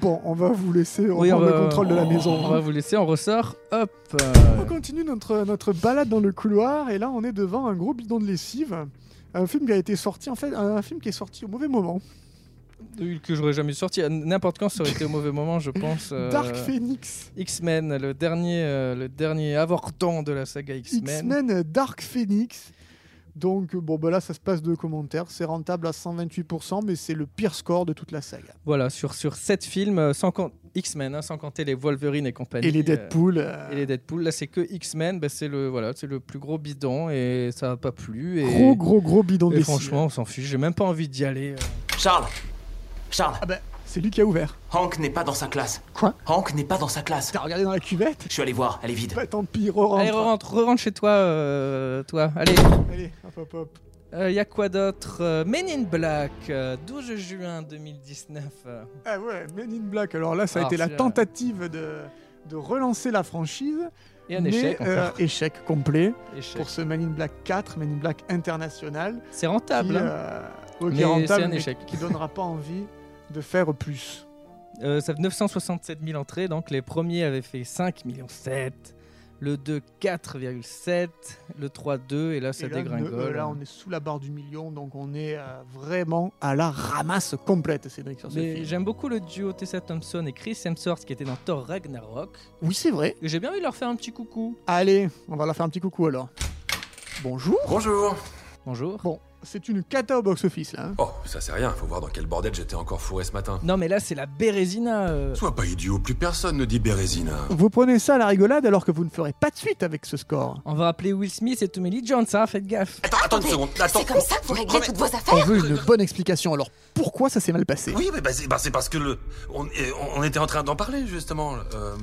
Speaker 5: Bon, on va vous laisser
Speaker 4: Oui,
Speaker 5: reprendre
Speaker 4: va-
Speaker 5: le contrôle de la maison. hein.
Speaker 4: On va vous laisser, on ressort. Hop. euh,
Speaker 5: On continue notre, notre balade dans le couloir et là on est devant un gros bidon de lessive. Un film qui a été sorti, en fait, un film qui est sorti au mauvais moment.
Speaker 4: que j'aurais jamais sorti. N'importe quand, ça aurait été au mauvais moment, je pense. euh,
Speaker 5: Dark Phoenix.
Speaker 4: X-Men, le dernier, euh, le dernier avorton de la saga X-Men.
Speaker 5: X-Men Dark Phoenix. Donc, bon, bah là, ça se passe de commentaires. C'est rentable à 128%, mais c'est le pire score de toute la saga.
Speaker 4: Voilà, sur, sur 7 films, euh, sans com- X-Men, hein, sans compter les Wolverine et compagnie.
Speaker 5: Et les
Speaker 4: euh,
Speaker 5: Deadpool, euh.
Speaker 4: et les Deadpool. Là, c'est que X-Men, bah, c'est le, voilà, c'est le plus gros bidon et ça n'a pas plu. Et,
Speaker 5: Gros, gros, gros bidon de
Speaker 4: Et
Speaker 5: lessive.
Speaker 4: franchement, on s'en fiche, j'ai même pas envie d'y aller. euh.
Speaker 9: Charles Charles
Speaker 5: C'est lui qui a ouvert.
Speaker 9: Hank n'est pas dans sa classe.
Speaker 5: Quoi
Speaker 9: Hank n'est pas dans sa classe.
Speaker 5: T'as regardé dans la cuvette
Speaker 9: Je suis allé voir, elle est vide.
Speaker 5: Bah, tant pis, re-rentre.
Speaker 4: Allez, re-rentre, re-rentre chez toi, euh, toi. Allez.
Speaker 5: Allez, hop, hop, hop.
Speaker 4: Il y a quoi d'autre Euh, Men in Black, euh, 12 juin 2019. euh.
Speaker 5: Ah ouais, Men in Black. Alors là, ça a
Speaker 4: Alors,
Speaker 5: été la
Speaker 4: c'est, euh,
Speaker 5: tentative de, de relancer la franchise.
Speaker 4: Et un
Speaker 5: mais,
Speaker 4: échec
Speaker 5: euh,
Speaker 4: encore.
Speaker 5: échec complet
Speaker 4: Échec.
Speaker 5: pour ce Men in Black 4, Men in Black international.
Speaker 4: C'est rentable,
Speaker 5: Qui,
Speaker 4: hein.
Speaker 5: euh, ouais, qui
Speaker 4: Mais
Speaker 5: est rentable,
Speaker 4: c'est un
Speaker 5: mais
Speaker 4: échec.
Speaker 5: Qui donnera pas envie de faire plus.
Speaker 4: Euh, ça fait 967 000 entrées, donc les premiers avaient fait 5,7 millions, le 2, 4,7, le 3, 2, et là ça
Speaker 5: Et là,
Speaker 4: dégringole. hein.
Speaker 5: ne- euh, là, on est sous la barre du million, donc on est euh, vraiment à la ramasse complète, Cédric, sur ce
Speaker 4: Mais
Speaker 5: film.
Speaker 4: j'aime beaucoup le duo Tessa Thompson et Chris Hemsworth qui était dans Thor Ragnarok.
Speaker 5: Oui, c'est vrai.
Speaker 4: Et J'ai bien envie de leur faire un petit coucou.
Speaker 5: Allez, on va leur faire un petit coucou alors. Bonjour.
Speaker 16: Bonjour.
Speaker 4: Bonjour.
Speaker 5: Bon, c'est une cata au box-office là. hein.
Speaker 16: Oh, ça c'est rien, faut voir dans quel bordel j'étais encore fourré ce matin.
Speaker 4: Non mais là c'est la Bérésina. euh.
Speaker 16: Sois pas idiot, plus personne ne dit Bérésina.
Speaker 5: Vous prenez ça à la rigolade alors que vous ne ferez pas de suite avec ce score.
Speaker 4: On va appeler Will Smith et Tommy Lee Jones, hein, faites gaffe.
Speaker 16: Attends, une seconde, attends.
Speaker 12: C'est comme ça que vous réglez toutes vos affaires
Speaker 5: On veut une bonne explication. Alors pourquoi ça s'est mal passé
Speaker 16: Oui, mais bah, c'est bah, c'est parce que le. On, et on- on était en train d'en parler justement. euh,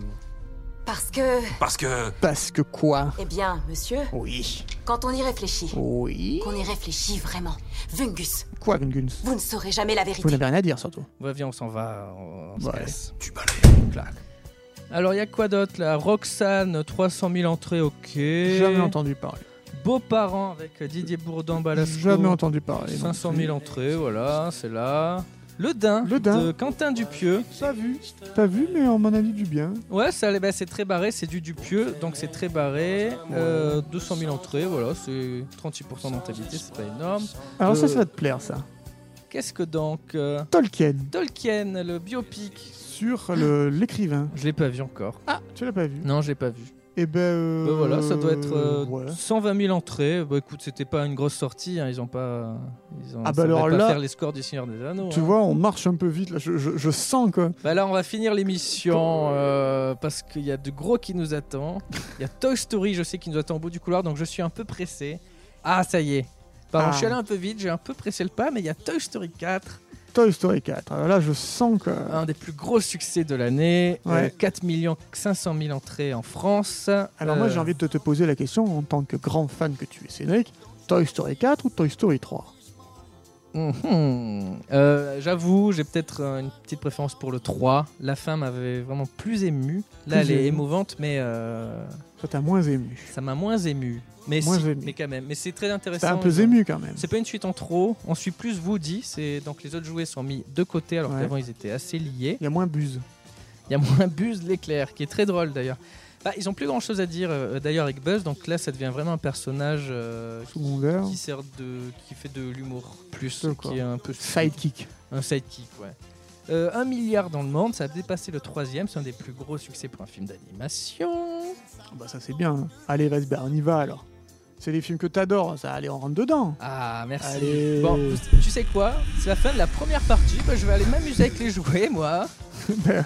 Speaker 12: Parce que.
Speaker 16: parce que.
Speaker 5: Parce que quoi
Speaker 12: Eh bien, monsieur.
Speaker 5: Oui.
Speaker 12: Quand on y réfléchit.
Speaker 5: Oui.
Speaker 12: Qu'on y réfléchit vraiment. Vungus,
Speaker 5: Quoi, Gunguns
Speaker 12: vous ne saurez jamais la
Speaker 5: Vous
Speaker 12: vérité.
Speaker 5: n'avez rien à dire surtout.
Speaker 4: Ouais, viens, on s'en va. On, on se
Speaker 5: Ouais.
Speaker 4: casse. Clac. Alors, il y a quoi d'autre là Roxane, 300 000 entrées, ok.
Speaker 5: Jamais entendu parler.
Speaker 4: Beaux-parents avec Didier Bourdon, Balasco.
Speaker 5: Jamais entendu parler. non
Speaker 4: 500
Speaker 5: plus.
Speaker 4: 000 entrées, voilà, c'est là. Le Dain,
Speaker 5: Dain.
Speaker 4: de Quentin Dupieux.
Speaker 5: Pas vu. Pas vu, mais on m'en a dit du bien.
Speaker 4: Ouais, ça, bah, c'est très barré, c'est du Dupieux, donc c'est très barré. Euh, 200 000 entrées, voilà, c'est 36% d'entabilité, c'est pas énorme.
Speaker 5: Alors ça,
Speaker 4: Euh,
Speaker 5: ça va te plaire ça.
Speaker 4: Qu'est-ce que donc euh,
Speaker 5: Tolkien
Speaker 4: Tolkien, le biopic.
Speaker 5: sur le- l'écrivain.
Speaker 4: Je l'ai pas vu encore.
Speaker 5: Ah, tu l'as pas vu
Speaker 4: Non, je l'ai pas vu.
Speaker 5: Eh ben. euh,
Speaker 4: Bah voilà, ça doit être euh,
Speaker 5: ouais.
Speaker 4: 120 000 entrées. Bah écoute, c'était pas une grosse sortie, hein, ils ont pas, ils ont,
Speaker 5: Ah
Speaker 4: ça va
Speaker 5: bah alors
Speaker 4: pas
Speaker 5: là,
Speaker 4: faire les scores du Seigneur des Anneaux.
Speaker 5: Tu
Speaker 4: hein.
Speaker 5: vois, on marche un peu vite là. Je, je- je sens que.
Speaker 4: Bah là, on va finir l'émission euh, parce qu'il y a de gros qui nous attend. Il y a Toy Story, je sais, qui nous attend au bout du couloir, donc je suis un peu pressé. Ah, ça y est. Pardon,
Speaker 5: Ah.
Speaker 4: je suis allé un peu vite, j'ai un peu pressé le pas, mais il y a Toy Story 4
Speaker 5: Toy Story 4. Alors là, je sens que.
Speaker 4: Un des plus gros succès de l'année,
Speaker 5: Ouais.
Speaker 4: euh, 4 500 000 entrées en France.
Speaker 5: Alors moi,
Speaker 4: Euh.
Speaker 5: j'ai envie de te poser la question en tant que grand fan que tu es, Cédric. Toy Story 4 ou Toy Story 3
Speaker 4: Mhm. Euh, J'avoue, j'ai peut-être euh, une petite préférence pour le 3. La fin m'avait vraiment plus ému. Là,
Speaker 5: Plus
Speaker 4: elle est
Speaker 5: ému.
Speaker 4: émouvante, mais. euh,
Speaker 5: Ça t'a moins ému.
Speaker 4: Ça m'a moins ému. Mais,
Speaker 5: Moins
Speaker 4: si,
Speaker 5: ému.
Speaker 4: mais quand même. Mais c'est très intéressant.
Speaker 5: T'as un peu ému quand même.
Speaker 4: C'est pas une suite en trop. On suit plus Woody. C'est donc les autres jouets sont mis de côté alors
Speaker 5: Ouais.
Speaker 4: qu'avant ils étaient assez liés.
Speaker 5: Il y a moins Buzz.
Speaker 4: Il y a moins Buzz l'éclair qui est très drôle d'ailleurs. Bah, ils ont plus grand chose à dire euh, d'ailleurs avec Buzz. Donc là, ça devient vraiment un personnage euh,
Speaker 5: Secondaire.
Speaker 4: qui sert de, qui fait de l'humour plus,
Speaker 5: Peu, Oh. quoi.
Speaker 4: qui est un peu
Speaker 5: Sidekick.
Speaker 4: un sidekick, ouais. Euh, un milliard dans le monde, ça a dépassé le troisième. C'est un des plus gros succès pour un film d'animation.
Speaker 5: Bah ça c'est bien. Allez, vas-y, bah, on y va alors. C'est les films que t'adores, ça. Allez, on rentre dedans.
Speaker 4: Ah, merci.
Speaker 5: Allez.
Speaker 4: Bon, tu sais quoi C'est la fin de la première partie. Bah, je vais aller m'amuser avec les jouets, moi.
Speaker 5: Ben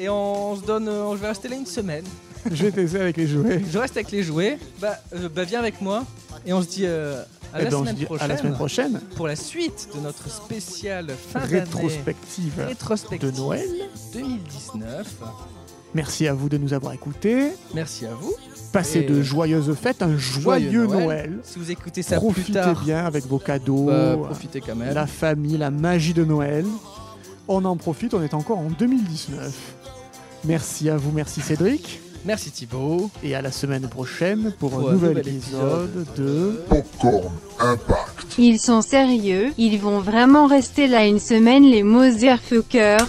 Speaker 4: Et on se donne. euh, je vais rester là une semaine.
Speaker 5: Je vais t'aider avec les jouets.
Speaker 4: Je reste avec les jouets. Bah, euh, bah viens avec moi. Et on se dit euh, à,
Speaker 5: Eh
Speaker 4: la
Speaker 5: ben, on se
Speaker 4: semaine
Speaker 5: dit à
Speaker 4: prochaine
Speaker 5: la semaine prochaine.
Speaker 4: Pour la suite de notre spéciale fin d'année.
Speaker 5: Rétrospective
Speaker 4: Rétrospective
Speaker 5: de Noël.
Speaker 4: 2019.
Speaker 5: Merci à vous de nous avoir écoutés.
Speaker 4: Merci à vous.
Speaker 5: Passez
Speaker 4: Et
Speaker 5: de joyeuses fêtes, un joyeux, Noël.
Speaker 4: Si vous écoutez ça
Speaker 5: profitez
Speaker 4: plus tard,
Speaker 5: bien avec vos cadeaux.
Speaker 4: Bah, profitez quand même.
Speaker 5: La famille, la magie de Noël. On en profite, on est encore en 2019. Merci à vous, merci Cédric.
Speaker 4: Merci Thibaut.
Speaker 5: Et à la semaine prochaine pour,
Speaker 4: Pour
Speaker 5: un, nouvel, épisode de
Speaker 14: Popcorn Impact.
Speaker 2: Ils sont sérieux, ils vont vraiment rester là une semaine les Moserfuckers.